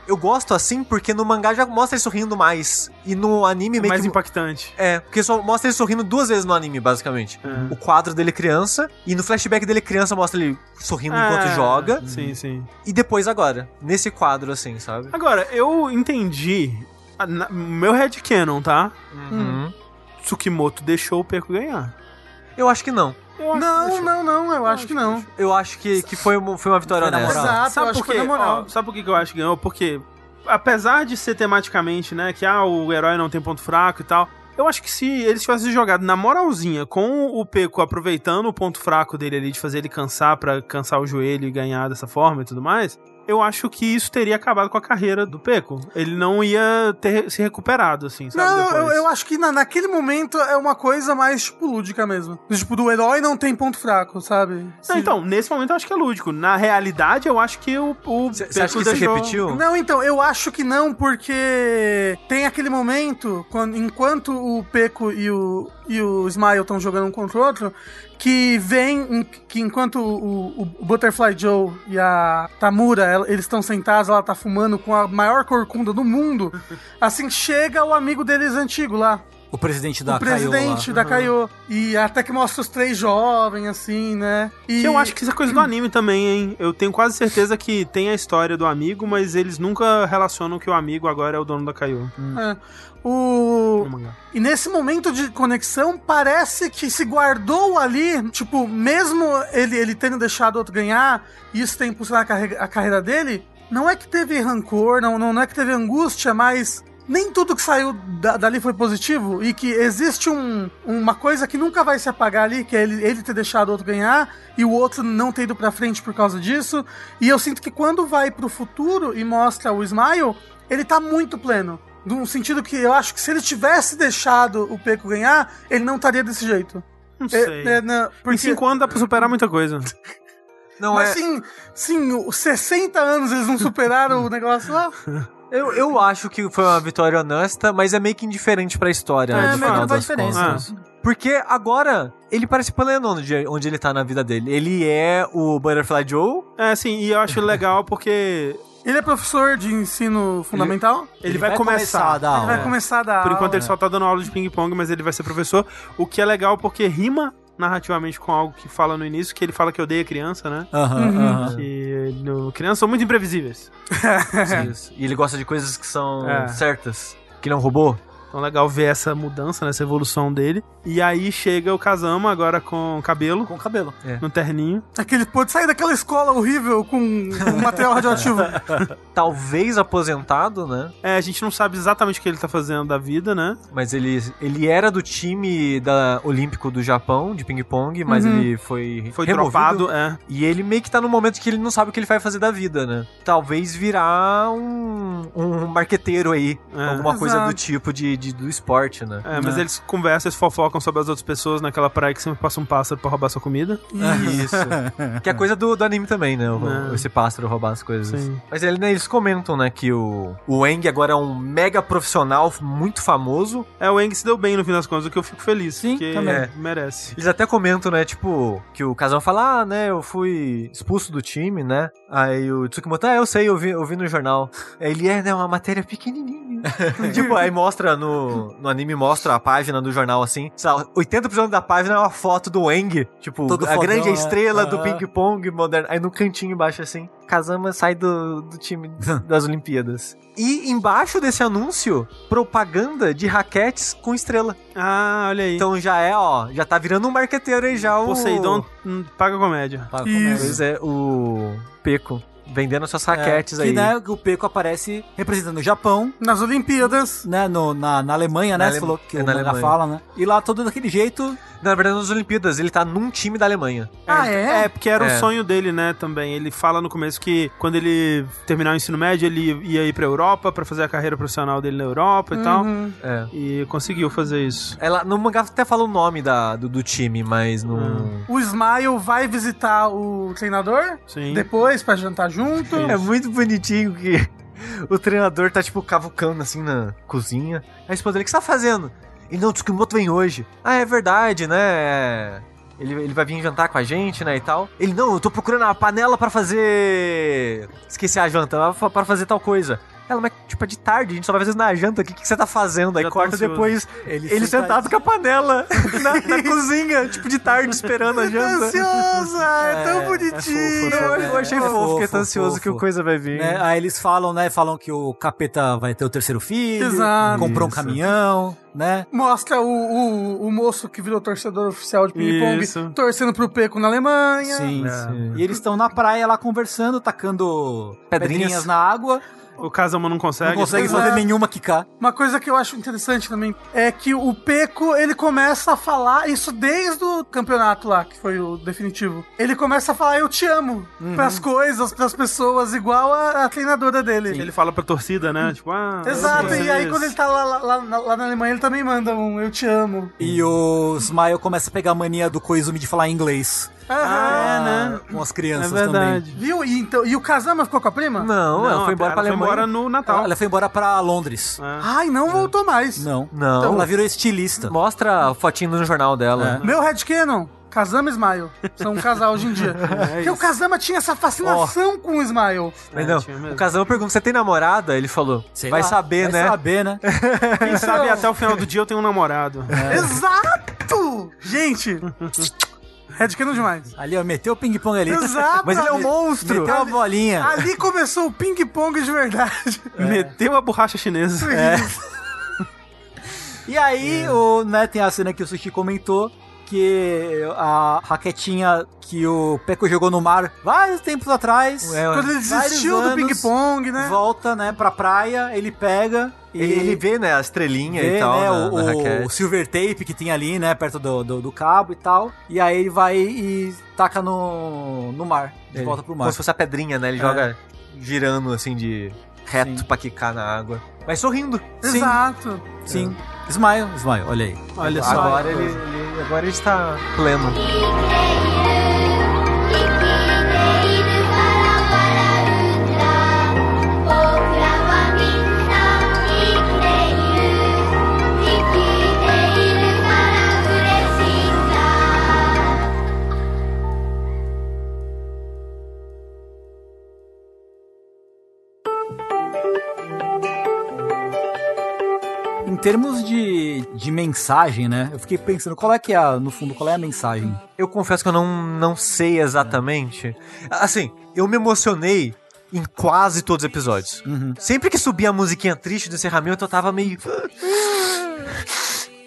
E: eu gosto assim, porque no mangá já mostra ele sorrindo mais. E no anime
D: É
E: meio
D: mais
E: que.
D: impactante.
E: É, porque só mostra ele sorrindo duas vezes no anime, basicamente.
D: É.
E: O quadro dele criança, e no flashback dele criança mostra ele sorrindo enquanto
D: É,
E: joga.
D: Sim, sim.
E: E depois agora, nesse quadro, assim, sabe?
D: Agora, eu entendi. a- na- Meu headcanon, tá?
E: Uhum.
D: Tsukimoto deixou o Peco ganhar.
E: Eu acho que não.
D: Eu acho que
F: Não,
D: deixou.
F: não, não, eu acho que não.
E: Eu acho que, que foi, uma, foi uma vitória
B: Foi na
E: honesta.
B: moral.
F: Exato, eu
D: Sabe
F: acho
D: por
F: que
D: quê?
F: na moral.
D: Ó, sabe por que que eu acho que ganhou? Porque, apesar de ser tematicamente, né, que ah, o herói não tem ponto fraco e tal, eu acho que se eles tivessem jogado na moralzinha, com o Peco aproveitando o ponto fraco dele ali, de fazer ele cansar pra cansar o joelho e ganhar dessa forma e tudo mais, eu acho que isso teria acabado com a carreira do Peco. Ele não ia ter se recuperado, assim, sabe?
F: Não,
D: depois.
F: eu, eu acho que na- naquele momento é uma coisa mais, tipo, lúdica mesmo. Tipo, do herói não tem ponto fraco, sabe?
D: Não, então, nesse momento eu acho que é lúdico. Na realidade, eu acho que o, o
E: Você acha que isso é repetiu?
F: Não, então, eu acho que não, porque tem aquele momento, quando, enquanto o Peco e o, e o Smile estão jogando um contra o outro, que vem, em- que enquanto o, o- o Butterfly Joe e a Tamura, ela- eles estão sentados, ela tá fumando com a maior corcunda do mundo, assim, chega o amigo deles antigo lá,
B: O presidente da
F: o presidente
B: Kaiô lá.
F: da Kaiô, e até que mostra os três jovens, assim, né? E
D: Que eu acho que isso é coisa do anime também, hein? Eu tenho quase certeza que tem a história do amigo, mas eles nunca relacionam que o amigo agora é o dono da Kaiô.
F: é, o...
D: no mangá.
F: E nesse momento de conexão, parece que se guardou ali, tipo, mesmo ele, ele tendo deixado outro ganhar, isso tem impulsionado a, carre- a carreira dele, não é que teve rancor, não, não, não é que teve angústia, mas nem tudo que saiu da- dali foi positivo e que existe um- uma coisa que nunca vai se apagar ali, que é ele, ele ter deixado o outro ganhar e o outro não ter ido pra frente por causa disso. E eu sinto que quando vai pro futuro e mostra o Smile, ele tá muito pleno. Num sentido que eu acho que se ele tivesse deixado o Peco ganhar, ele não estaria desse jeito.
D: Não
F: É,
D: sei.
F: é, não,
D: Por
F: porque-
D: cinco anos dá pra superar muita coisa.
E: Não
F: mas
E: é.
F: sim, sim, o- 60 anos eles não superaram o negócio lá.
E: Eu, eu acho que foi uma vitória honesta, mas é meio que indiferente pra história, né?
D: É,
E: no
D: meio que
E: final
D: não faz
E: das
D: diferença.
E: contas. Porque agora ele parece pleno onde, onde ele tá na vida dele. Ele é o Butterfly Joe.
D: É, sim, e eu acho legal porque
F: Ele é professor de ensino fundamental.
D: ele, vai, começar.
B: a dar
F: Ele vai
B: aula.
F: começar a dar
D: Por
F: aula.
D: enquanto ele só tá dando aula de ping-pong, mas ele vai ser professor. O que é legal porque rima narrativamente com algo que fala no início, que ele fala que odeia criança, né?
B: Aham, aham.
D: Que no, crianças são muito imprevisíveis.
E: Isso. E ele gosta de coisas que são
D: É.
E: certas. Que ele é um robô.
D: Então legal ver essa mudança, né, essa evolução dele. E aí chega o Kazama agora com cabelo,
B: Com o cabelo.
D: no terninho.
F: É que ele pôde sair daquela escola horrível com, com material radioativo.
E: Talvez aposentado, né?
D: É, a gente não sabe exatamente o que ele tá fazendo da vida, né?
E: Mas ele, ele era do time da Olímpico do Japão, de ping-pong, mas ele foi,
D: Foi
E: removido.
D: dropado, é.
E: E ele meio que tá num momento que ele não sabe o que ele vai fazer da vida, né? Talvez virar um, um marqueteiro aí.
D: É.
E: alguma coisa
F: Exato.
E: do tipo de, de- do esporte, né?
D: É, mas eles conversam, eles fofocam sobre as outras pessoas naquela praia que sempre passa um pássaro pra roubar sua comida.
E: Isso. que é coisa do, do anime também, né? O-
D: É.
E: Esse pássaro roubar as coisas.
D: Sim.
E: Mas ele- né, eles comentam, né, que o, o Eng agora é um mega profissional, muito famoso.
D: É, o Eng se deu bem no fim das contas, o que eu fico feliz.
B: Sim,
D: porque
B: também.
D: é, merece.
E: Eles até comentam, né, tipo, que o Kazan fala, ah, né, eu fui expulso do time, né? Aí o Tsukimoto, ah, eu sei, eu vi, eu vi no jornal. Aí Ele é, né, uma matéria pequenininha. tipo, aí mostra no, no anime, mostra a página do jornal, assim. Sei lá, 80% da página é uma foto do Eng, tipo,
B: Todo
E: a
B: fodão,
E: grande
B: né?
E: estrela do
B: Ah.
E: ping-pong moderno. Aí no cantinho embaixo, assim, Kazama sai do, do time das Olimpíadas. E embaixo desse anúncio, propaganda de raquetes com estrela.
D: Ah, olha aí.
E: Então já é, ó, já tá virando um marqueteiro aí já o...
D: Poseidon hum, paga comédia.
B: Tá, como é?
E: Pois é, o Peco vendendo suas raquetes
B: que,
E: aí.
B: né, o Peco aparece representando o Japão,
F: Nas Olimpíadas.
B: né, no, na, na Alemanha,
E: Na
B: né,
E: Ale-
B: você falou que
E: é
B: o
E: na
B: mangá
E: Alemanha.
B: fala, né? E lá todo daquele jeito,
E: Na verdade, nas Olimpíadas, ele tá num time da Alemanha.
F: Ah, é?
D: É, porque era
E: É.
D: o sonho dele, né, também. Ele fala no começo que quando ele terminar o ensino médio, ele ia ir pra Europa pra fazer a carreira profissional dele na Europa e tal.
F: Uhum.
E: É.
D: E conseguiu fazer isso.
E: Ela, no mangá até fala o nome da, do, do time, mas não...
B: Hum.
F: O Smile vai visitar o treinador
D: Sim. É
F: depois pra jantar junto.
E: É muito bonitinho que o treinador tá, tipo, cavucando, assim, na cozinha. A esposa dele, o que você tá fazendo? E não, diz que o moto vem hoje. Ah, é verdade, né? Ele, ele vai vir jantar com a gente, né, e tal. Ele, não, eu tô procurando a panela pra fazer... Esqueci a janta, mas fa- pra fazer tal coisa. Ela, mas, tipo, é de tarde, a gente só vai fazer na janta. O que, que você tá fazendo? Aí
D: Já tô
E: corta
D: ansioso.
E: depois ele, sentado com a panela na, na cozinha, tipo, de tarde, esperando a janta.
F: Ansiosa,
E: ah,
F: é, tão bonitinho.
B: é fofo, é fofo.
E: Eu achei
B: É
E: fofo, fiquei
B: fofo,
E: tão ansioso que o
B: fofo.
E: coisa vai vir.
B: né? Aí eles falam, né? Falam que o capeta vai ter o terceiro filho,
F: Exato.
B: comprou
D: Isso.
B: um caminhão, né?
F: Mostra o, o, o moço que virou torcedor oficial de
D: Isso.
F: ping-pong torcendo pro Peco na Alemanha.
B: Sim, sim. É. E eles estão na praia lá conversando, tacando pedrinhas,
E: Pedrinhas.
B: na água,
D: O Kazama não consegue.
B: não consegue
F: exato.
B: fazer nenhuma quicar.
F: Uma coisa que eu acho interessante também é que o Peco, ele começa a falar isso desde o campeonato lá, que foi o definitivo. Ele começa a falar eu te amo pras coisas, pras pessoas, igual a, a treinadora dele.
D: Ele fala pra torcida, né? Tipo, ah...
F: Uhum. Exato,
D: vocês-
F: e aí quando ele tá lá, lá- lá- lá na Alemanha, ele também manda um eu te amo.
B: E o Smile começa a pegar a mania do Koizumi de falar inglês.
D: Ah, é, né?
B: Com as
D: É
B: crianças também.
D: verdade.
F: Viu? E, então, e o Kazama ficou com a prima?
E: Não, ela foi embora pra
D: Foi
E: Alemanha.
D: embora no Natal.
B: Ela, ela foi embora pra Londres.
F: Ai, não voltou mais.
B: Não.
E: Não.
B: Então, ela virou estilista.
E: Mostra a fotinho no jornal dela.
F: Meu Red Cannon, Kazama e Smile. São um casal hoje em
E: É
F: dia. Porque o Kazama tinha essa fascinação com o Smile.
E: Mas não,
D: É, tinha mesmo.
E: o casal pergunta, você tem namorada? Ele falou,
B: Sei
E: vai
B: lá.
E: saber, né?
B: É. Vai saber, né?
D: Quem sabe
F: Então,
D: até o final do dia eu tenho um namorado.
F: É, Exato! Gente! Red Cannon demais.
B: Ali, ó, meteu o ping-pong ali.
F: Exato!
E: Mas ele é um monstro.
B: Meteu a
E: É.
B: bolinha.
F: Ali começou o ping-pong de verdade.
D: Meteu a borracha chinesa.
E: É.
B: E aí, o, né, tem a cena que o Sushi comentou,
C: porque a raquetinha que o Peco jogou no mar vários tempos atrás,
E: É,
F: Quando ele desistiu do
C: vários anos,
F: ping-pong, né?
C: volta, né, pra praia, ele pega e
E: Ele, ele vê, né, a estrelinha
C: vê,
E: e tal
C: né,
E: na,
C: o,
E: na
C: o
E: raquete.
C: silver tape que tem ali, né, perto do, do, do cabo e tal, e aí ele vai e taca no, no mar, de
E: Ele-
C: volta pro
E: Como
C: mar.
E: se fosse a pedrinha, né? Ele
C: É.
E: joga girando, assim, de reto
C: Sim.
E: pra quicar na água. Mas sorrindo.
F: Exato.
C: Sim,
E: um
C: Ismael, Ismael, olha aí.
D: Olha só.
E: Agora ele, ele- agora ele está pleno.
G: 僕らはみんな生きている」「生きているから嬉しいんだ」
C: Em termos de, de mensagem, né? Eu fiquei pensando, qual é que é, a- no fundo, qual é a mensagem?
E: Eu confesso que eu não, não sei exatamente. Assim, eu me emocionei em quase todos os episódios.
F: Uhum.
E: Sempre que subia a musiquinha triste do encerramento, eu tava meio.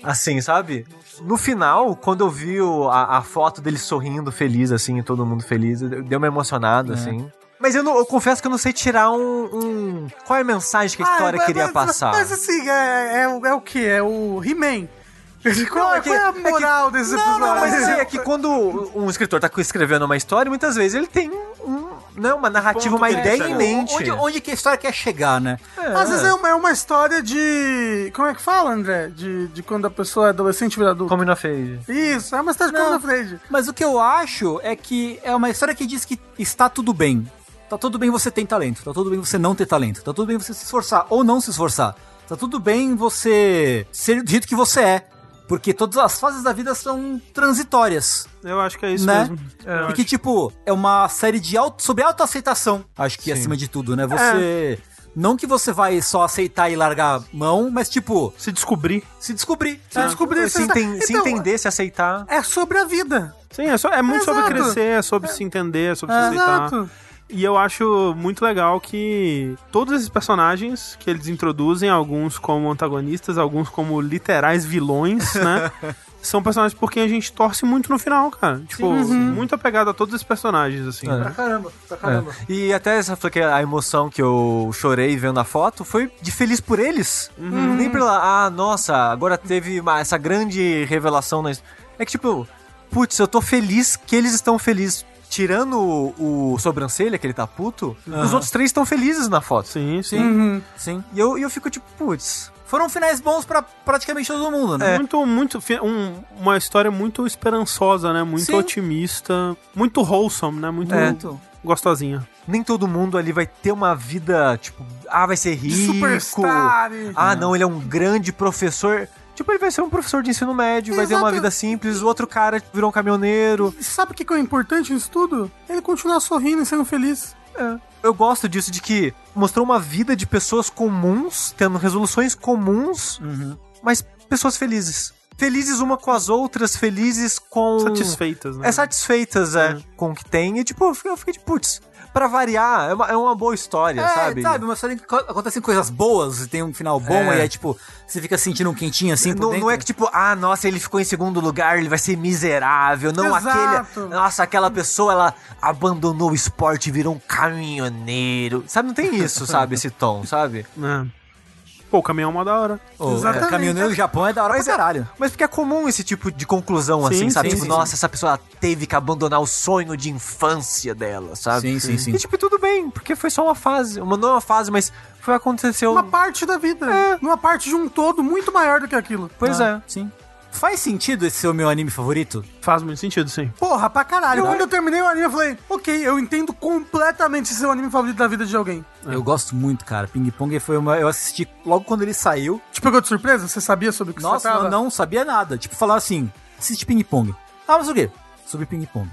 E: Assim, sabe? No final, quando eu vi o- a, a foto dele sorrindo, feliz, assim, todo mundo feliz, eu- deu uma
F: É.
E: emocionada, assim. Mas eu, não- eu confesso que eu não sei tirar um. um- Qual é a mensagem que a história
F: Ah,
E: queria
F: mas-
E: passar?
F: Mas assim, é, é, o- é o que? É o He-Man. Qual,
E: Não, é
F: é
E: que-
F: qual é a
E: é que-
F: moral desse
E: Não,
F: episódio?
E: não, mas assim, é que quando um escritor tá escrevendo uma história, muitas vezes ele tem um, né, uma
D: Ponto
E: narrativa, uma
D: que ele
E: ideia
D: chega.
E: em mente.
C: Onde, onde que a história quer chegar, né?
F: Às vezes é uma, é uma história de. Como é que fala, André? De, de quando a pessoa é adolescente e vira adulto.
E: Como na fez.
F: Isso, é uma história de como na frente.
C: Mas o que eu acho é que é uma história que diz que está tudo bem. Tá tudo bem você ter talento, tá tudo bem você não ter talento, tá tudo bem você se esforçar ou não se esforçar. Tá tudo bem você ser do jeito que você é, porque todas as fases da vida são transitórias.
D: Eu acho que é isso
C: Né?
D: mesmo. Eu
C: e que, tipo, é uma série de auto, sobre autoaceitação, acho que acima de tudo,
E: É.
C: né? Você. Não que você vai só aceitar e largar a mão, mas, tipo,
D: acho- Se descobrir.
C: se descobrir.
F: Se
E: É.
F: descobrir
E: Se,
F: se está-
E: enten- se
F: Então,
E: entender, se aceitar.
F: É sobre a vida.
D: Sim, é, só, é muito sobre
F: Exato.
D: crescer, é sobre se entender, é sobre se aceitar.
F: Exato.
D: E eu acho muito legal que todos esses personagens que eles introduzem, alguns como antagonistas, alguns como literais vilões, né? São personagens por quem a gente torce muito no final, cara. Tipo, muito apegado a todos esses personagens, assim.
F: É.
D: né?
C: Caramba, pra
E: E até essa foi que a emoção que eu chorei vendo a foto foi de feliz por eles.
F: Uhum.
E: Nem pela. Ah, nossa, agora teve uma- essa grande revelação. Na... his-". É que, tipo, putz, eu tô feliz que eles estão felizes. Tirando o, o sobrancelha, que ele tá puto, os outros três estão felizes na foto.
D: Sim, sim.
C: Sim.
E: E eu, e eu fico tipo, putz.
C: Foram finais bons pra praticamente todo mundo, né?
D: Muito, muito. fi- um- uma história muito esperançosa, né? Muito
C: Sim.
D: otimista. Muito wholesome, né? Muito
E: É.
D: gostosinha.
E: Nem todo mundo ali vai ter uma vida, tipo, ah, vai ser
F: De
E: rico.
F: superstar. e-
E: Ah, não, ele é um grande professor. Tipo, ele vai ser um professor de ensino médio, vai ter uma
F: Exato.
E: vida simples. O outro cara virou um caminhoneiro.
F: E sabe o que que é o importante nisso tudo? Ele continuar sorrindo e sendo feliz.
E: Eu gosto disso, de que mostrou uma vida de pessoas comuns, tendo resoluções comuns,
F: Uhum.
E: mas pessoas felizes. Felizes uma com as outras, felizes com.
D: Satisfeitas,
C: Uhum.
D: né?
E: É satisfeitas, é, com o que tem. E, tipo, eu fiquei- eu fiquei de putz. Pra variar, é uma, é uma boa história,
C: É,
E: sabe?
C: Uma história em que co- acontecem coisas boas e tem um final bom
E: É.
C: e aí, tipo, você fica sentindo um quentinho assim por
E: Não,
C: dentro.
E: não é que tipo, ah, nossa, ele ficou em segundo lugar, ele vai ser miserável. Não,
F: Exato.
E: aquele. Nossa, aquela pessoa, ela abandonou o esporte e virou um caminhoneiro. Sabe, não tem isso, sabe? Esse tom, sabe?
D: É. Pô, o caminhão é uma da hora.
C: Ô,
F: Exatamente.
C: é, Caminhoneiro do Japão é da hora pra caralho.
E: Mas porque é comum esse tipo de conclusão, assim, sabe?
C: sim,
E: tipo,
C: sim,
E: nossa, essa pessoa ela teve que abandonar o sonho de infância dela,
C: Sim,
E: sabe?
C: sim, sim.
E: E tipo, tudo bem, porque foi só uma fase. Uma, não uma fase, mas foi aconteceu.
F: Uma parte da vida. Uma parte de um todo muito maior do que aquilo.
E: É. Pois é.
C: Ah, Sim. Faz sentido esse ser o meu anime favorito?
D: Faz muito sentido, sim.
F: Porra, pra caralho. Quando eu terminei o anime, eu falei, ok, eu entendo completamente ser o anime favorito da vida de alguém.
E: É.
C: Eu gosto muito, cara. Ping Pong foi uma. Eu assisti logo quando ele saiu.
F: Te pegou de surpresa? Você sabia sobre o que você
C: Nossa,
F: tava?
C: eu não sabia nada. Tipo, falar assim, assiste ping-pong. Ah, mas o quê? Sobre ping-pong.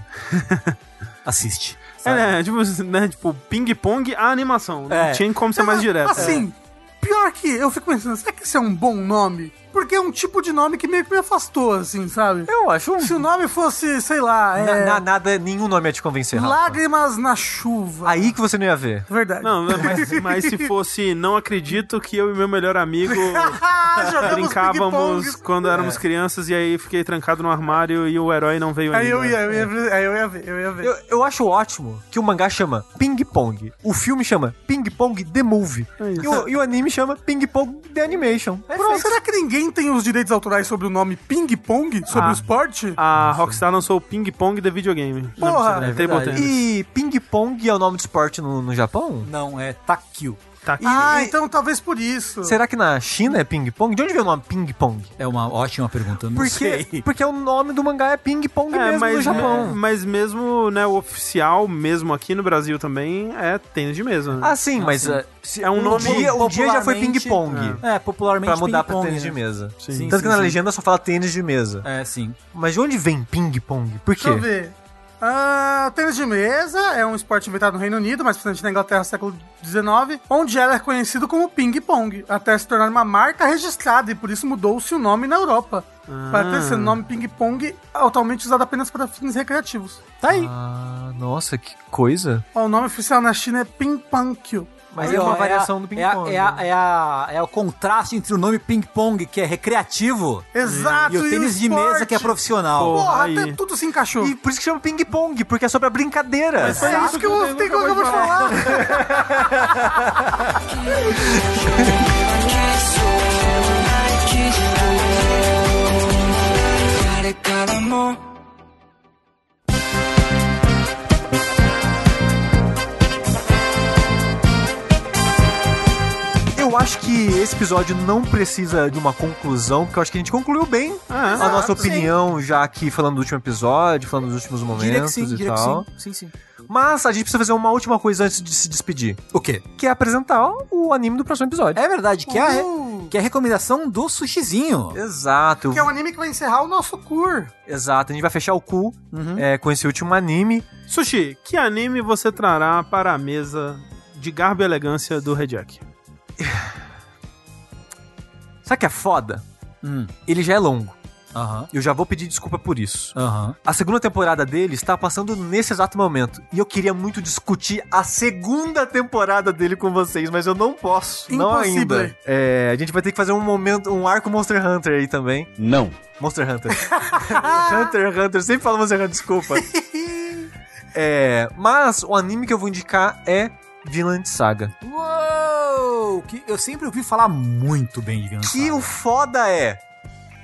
C: assiste.
D: É,
C: sabe?
D: né? Tipo, né? tipo ping-pong, a animação.
C: É.
F: Ah,
D: Não tinha como ser mais direto.
F: Assim, pior que eu fico pensando, será que esse é um bom nome? porque é um tipo de nome que meio que me afastou, assim, sabe?
E: Eu acho um...
F: Se o nome fosse, sei lá,
E: na-
F: é,
E: na- nada, nenhum nome ia te convencer, Rafa.
F: Lágrimas na Chuva. É
E: Aí que você não ia ver.
F: Verdade.
D: Não, né, mas, mas se fosse Não Acredito que eu e meu melhor amigo
F: Jogamos
D: brincávamos
F: ping-pong.
D: quando éramos crianças e aí fiquei trancado no armário e o herói não veio
F: Aí eu
D: ainda.
F: ia, eu ia, aí eu ia ver, eu ia ver.
E: Eu, eu acho ótimo que o mangá chama Ping Pong. O filme chama Ping Pong The Movie. E o, e o anime chama Ping Pong The Animation. É
F: Pronto, será que ninguém tem os direitos autorais sobre o nome Ping Pong? Sobre
D: Ah.
F: o esporte?
D: A Rockstar lançou o Ping Pong de videogame.
E: É
F: Porra!
D: Não, Table Tennis.
E: E Ping Pong é o nome de esporte no, no Japão?
B: Não, é Takyu.
D: Tá aqui.
F: ah, então talvez por isso.
E: Será que na China é Ping Pong? De onde veio o nome Ping Pong?
B: É uma ótima pergunta, eu não sei.
E: Porque, porque o nome do mangá é Ping Pong mesmo no Japão.
D: mas é, mesmo, né, o oficial, mesmo aqumo aqui no Brasil também, é tênis de mesa, né?
E: Ah, sim, mas é, se-
D: É um
E: um,
D: nome
E: dia, um dia já foi Ping
B: popularmente-
E: Pong.
B: É, popularmente
E: Pra mudar pra
B: ping-pong,
E: tênis
B: né?
E: de mesa.
B: Sim,
E: Tanto
B: sim,
E: que na
B: sim.
E: legenda só fala tênis de mesa.
B: É, sim.
E: Mas de onde vem ping-pong? Por
F: Deixa eu
E: quê?
F: ver. Ah, tênis de mesa é um esporte inventado no Reino Unido, mais presente na Inglaterra no século XIX, onde era conhecido como ping-pong, até se tornar uma marca registrada e por isso mudou-se o nome na Europa.
B: Ah.
F: Para ter esse nome ping-pong é atualmente usado apenas para fins recreativos. Tá aí.
E: Ah, nossa, que coisa.
F: Ó, o nome oficial na China é ping-pong.
E: Mas
B: Aí,
E: é
B: ó,
E: uma variação
B: a-
E: do
B: é a-
E: ping-pong. né?
B: É, a- é, a- é o contraste entre o nome ping-pong, que é recreativo,
F: Exato.
B: e o tênis de mesa, que é
F: esporte.
B: profissional.
D: Pô.
F: Porra,
D: Aí.
F: até tudo se encaixou.
E: E por isso que chama ping-pong, porque é sobre a brincadeira.
F: É isso que eu tenho que eu vou falar.
E: Eu acho que esse episódio não precisa de uma conclusão, porque eu acho que a gente concluiu bem
D: Ah,
E: a nossa opinião, já aqui falando do último episódio, falando dos últimos
B: Diria que
E: momentos
B: sim,
E: e
B: diria que
E: tal.
B: sim. Sim, sim.
E: Mas a gente precisa fazer uma última coisa antes de se despedir,
B: O quê?
E: que é apresentar o anime do próximo episódio.
B: É verdade, que é, a, re- que é a recomendação do sushizinho.
E: Exato, eu-
F: Que é um anime que vai encerrar o nosso cur.
E: exato. A gente vai fechar o cu é, com esse último anime.
D: Sushi, que anime você trará para a mesa de garbo e elegância do Rejack?
E: Sabe o que é foda?
B: Hum.
E: Ele já é longo.
B: Aham.
E: Eu já vou pedir desculpa por isso.
B: Aham.
E: A segunda temporada dele está passando nesse exato momento. E eu queria muito discutir a segunda temporada dele com vocês, mas eu não posso. Não
F: Impossível.
E: ainda. É, a gente vai ter que fazer um momento, um arco Monster Hunter aí também.
A: Não.
E: Monster Hunter. Hunter, Hunter. Eu sempre falo Monster Hunter, desculpa. É, mas o anime que eu vou indicar é Vinland Saga.
B: Uou! Que eu sempre ouvi falar muito bem de Vinland
E: Que o foda é...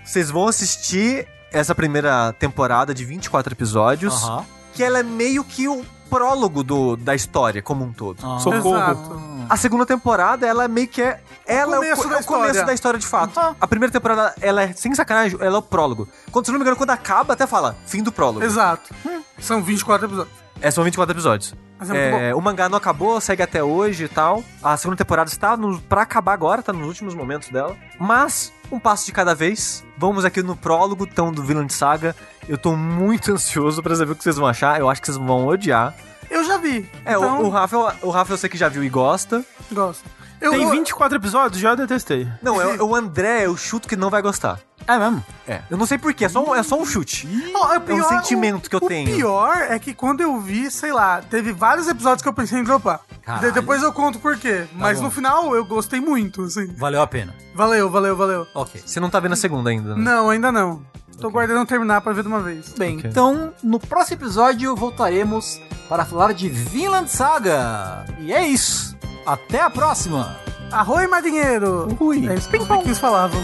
E: Vocês vão assistir essa primeira temporada de 24 episódios.
B: Aham.
E: que ela é meio que o prólogo do, da história como um todo.
B: Ah.
D: Socorro.
F: Exato.
E: A segunda temporada, ela meio que é. Ela é, o,
F: começo
E: co-
F: da
E: é o começo
F: história.
E: da história de fato. A primeira temporada, ela é, sem sacanagem, ela é o prólogo. Quando, se não me engano, quando acaba, até fala, fim do prólogo.
F: Exato. São 24 episódios.
E: É, são 24 episódios.
F: Mas é muito
E: É, o mangá não acabou, segue até hoje e tal. A segunda temporada está no, pra acabar agora, tá nos últimos momentos dela. Mas, um passo de cada vez. Vamos aqui no prólogo, então, do Villain Saga. Eu tô muito ansioso pra saber o que vocês vão achar. Eu acho que vocês vão odiar.
F: Eu já vi.
E: É,
F: então,
E: o, o Rafa, o Rafa eu sei que já viu e gosta.
F: gosto. Eu,
D: Tem
F: eu-
D: 24 episódios? Já detestei.
E: Não, é, o André, eu chuto que não vai gostar.
B: É mesmo?
E: É. Eu não sei porquê, é só um, é só um chute.
F: Ó, é, o
E: um sentimento que eu
F: o
E: tenho.
F: pior é que quando eu vi, sei lá, teve vários episódios que eu pensei em dropar.
B: Caralho.
F: De- Depois eu conto por
E: Tá
F: quê. Mas
B: bom.
F: no final eu gostei muito, assim.
B: Valeu a pena.
F: Valeu, valeu, valeu.
B: Ok.
E: Você não tá vendo a segunda ainda, né?
F: Não, ainda não. Tô guardando terminar pra ver de uma vez.
B: Bem, então no próximo episódio voltaremos para falar de Vinland Saga. E é isso. Até a próxima.
F: Arroi, marinheiro!
B: Ui.
F: É isso que os vikings falavam.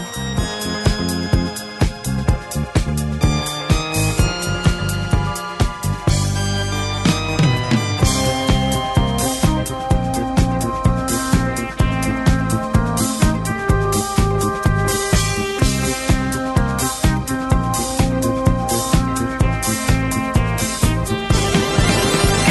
G: 「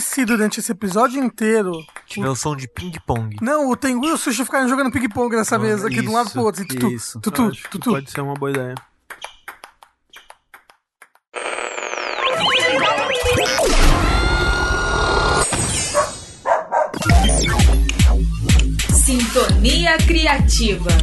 F: se durante esse episódio inteiro.
E: Tiver o som de ping-pong.
F: Não, o Tengu e o Sushi ficaram jogando ping-pong nessa mesa aqui de um lado pro outro. E tutu,
B: isso.
F: tutu,
D: Acho que
F: tutu.
D: Pode ser uma boa ideia.
H: Sintonia Criativa.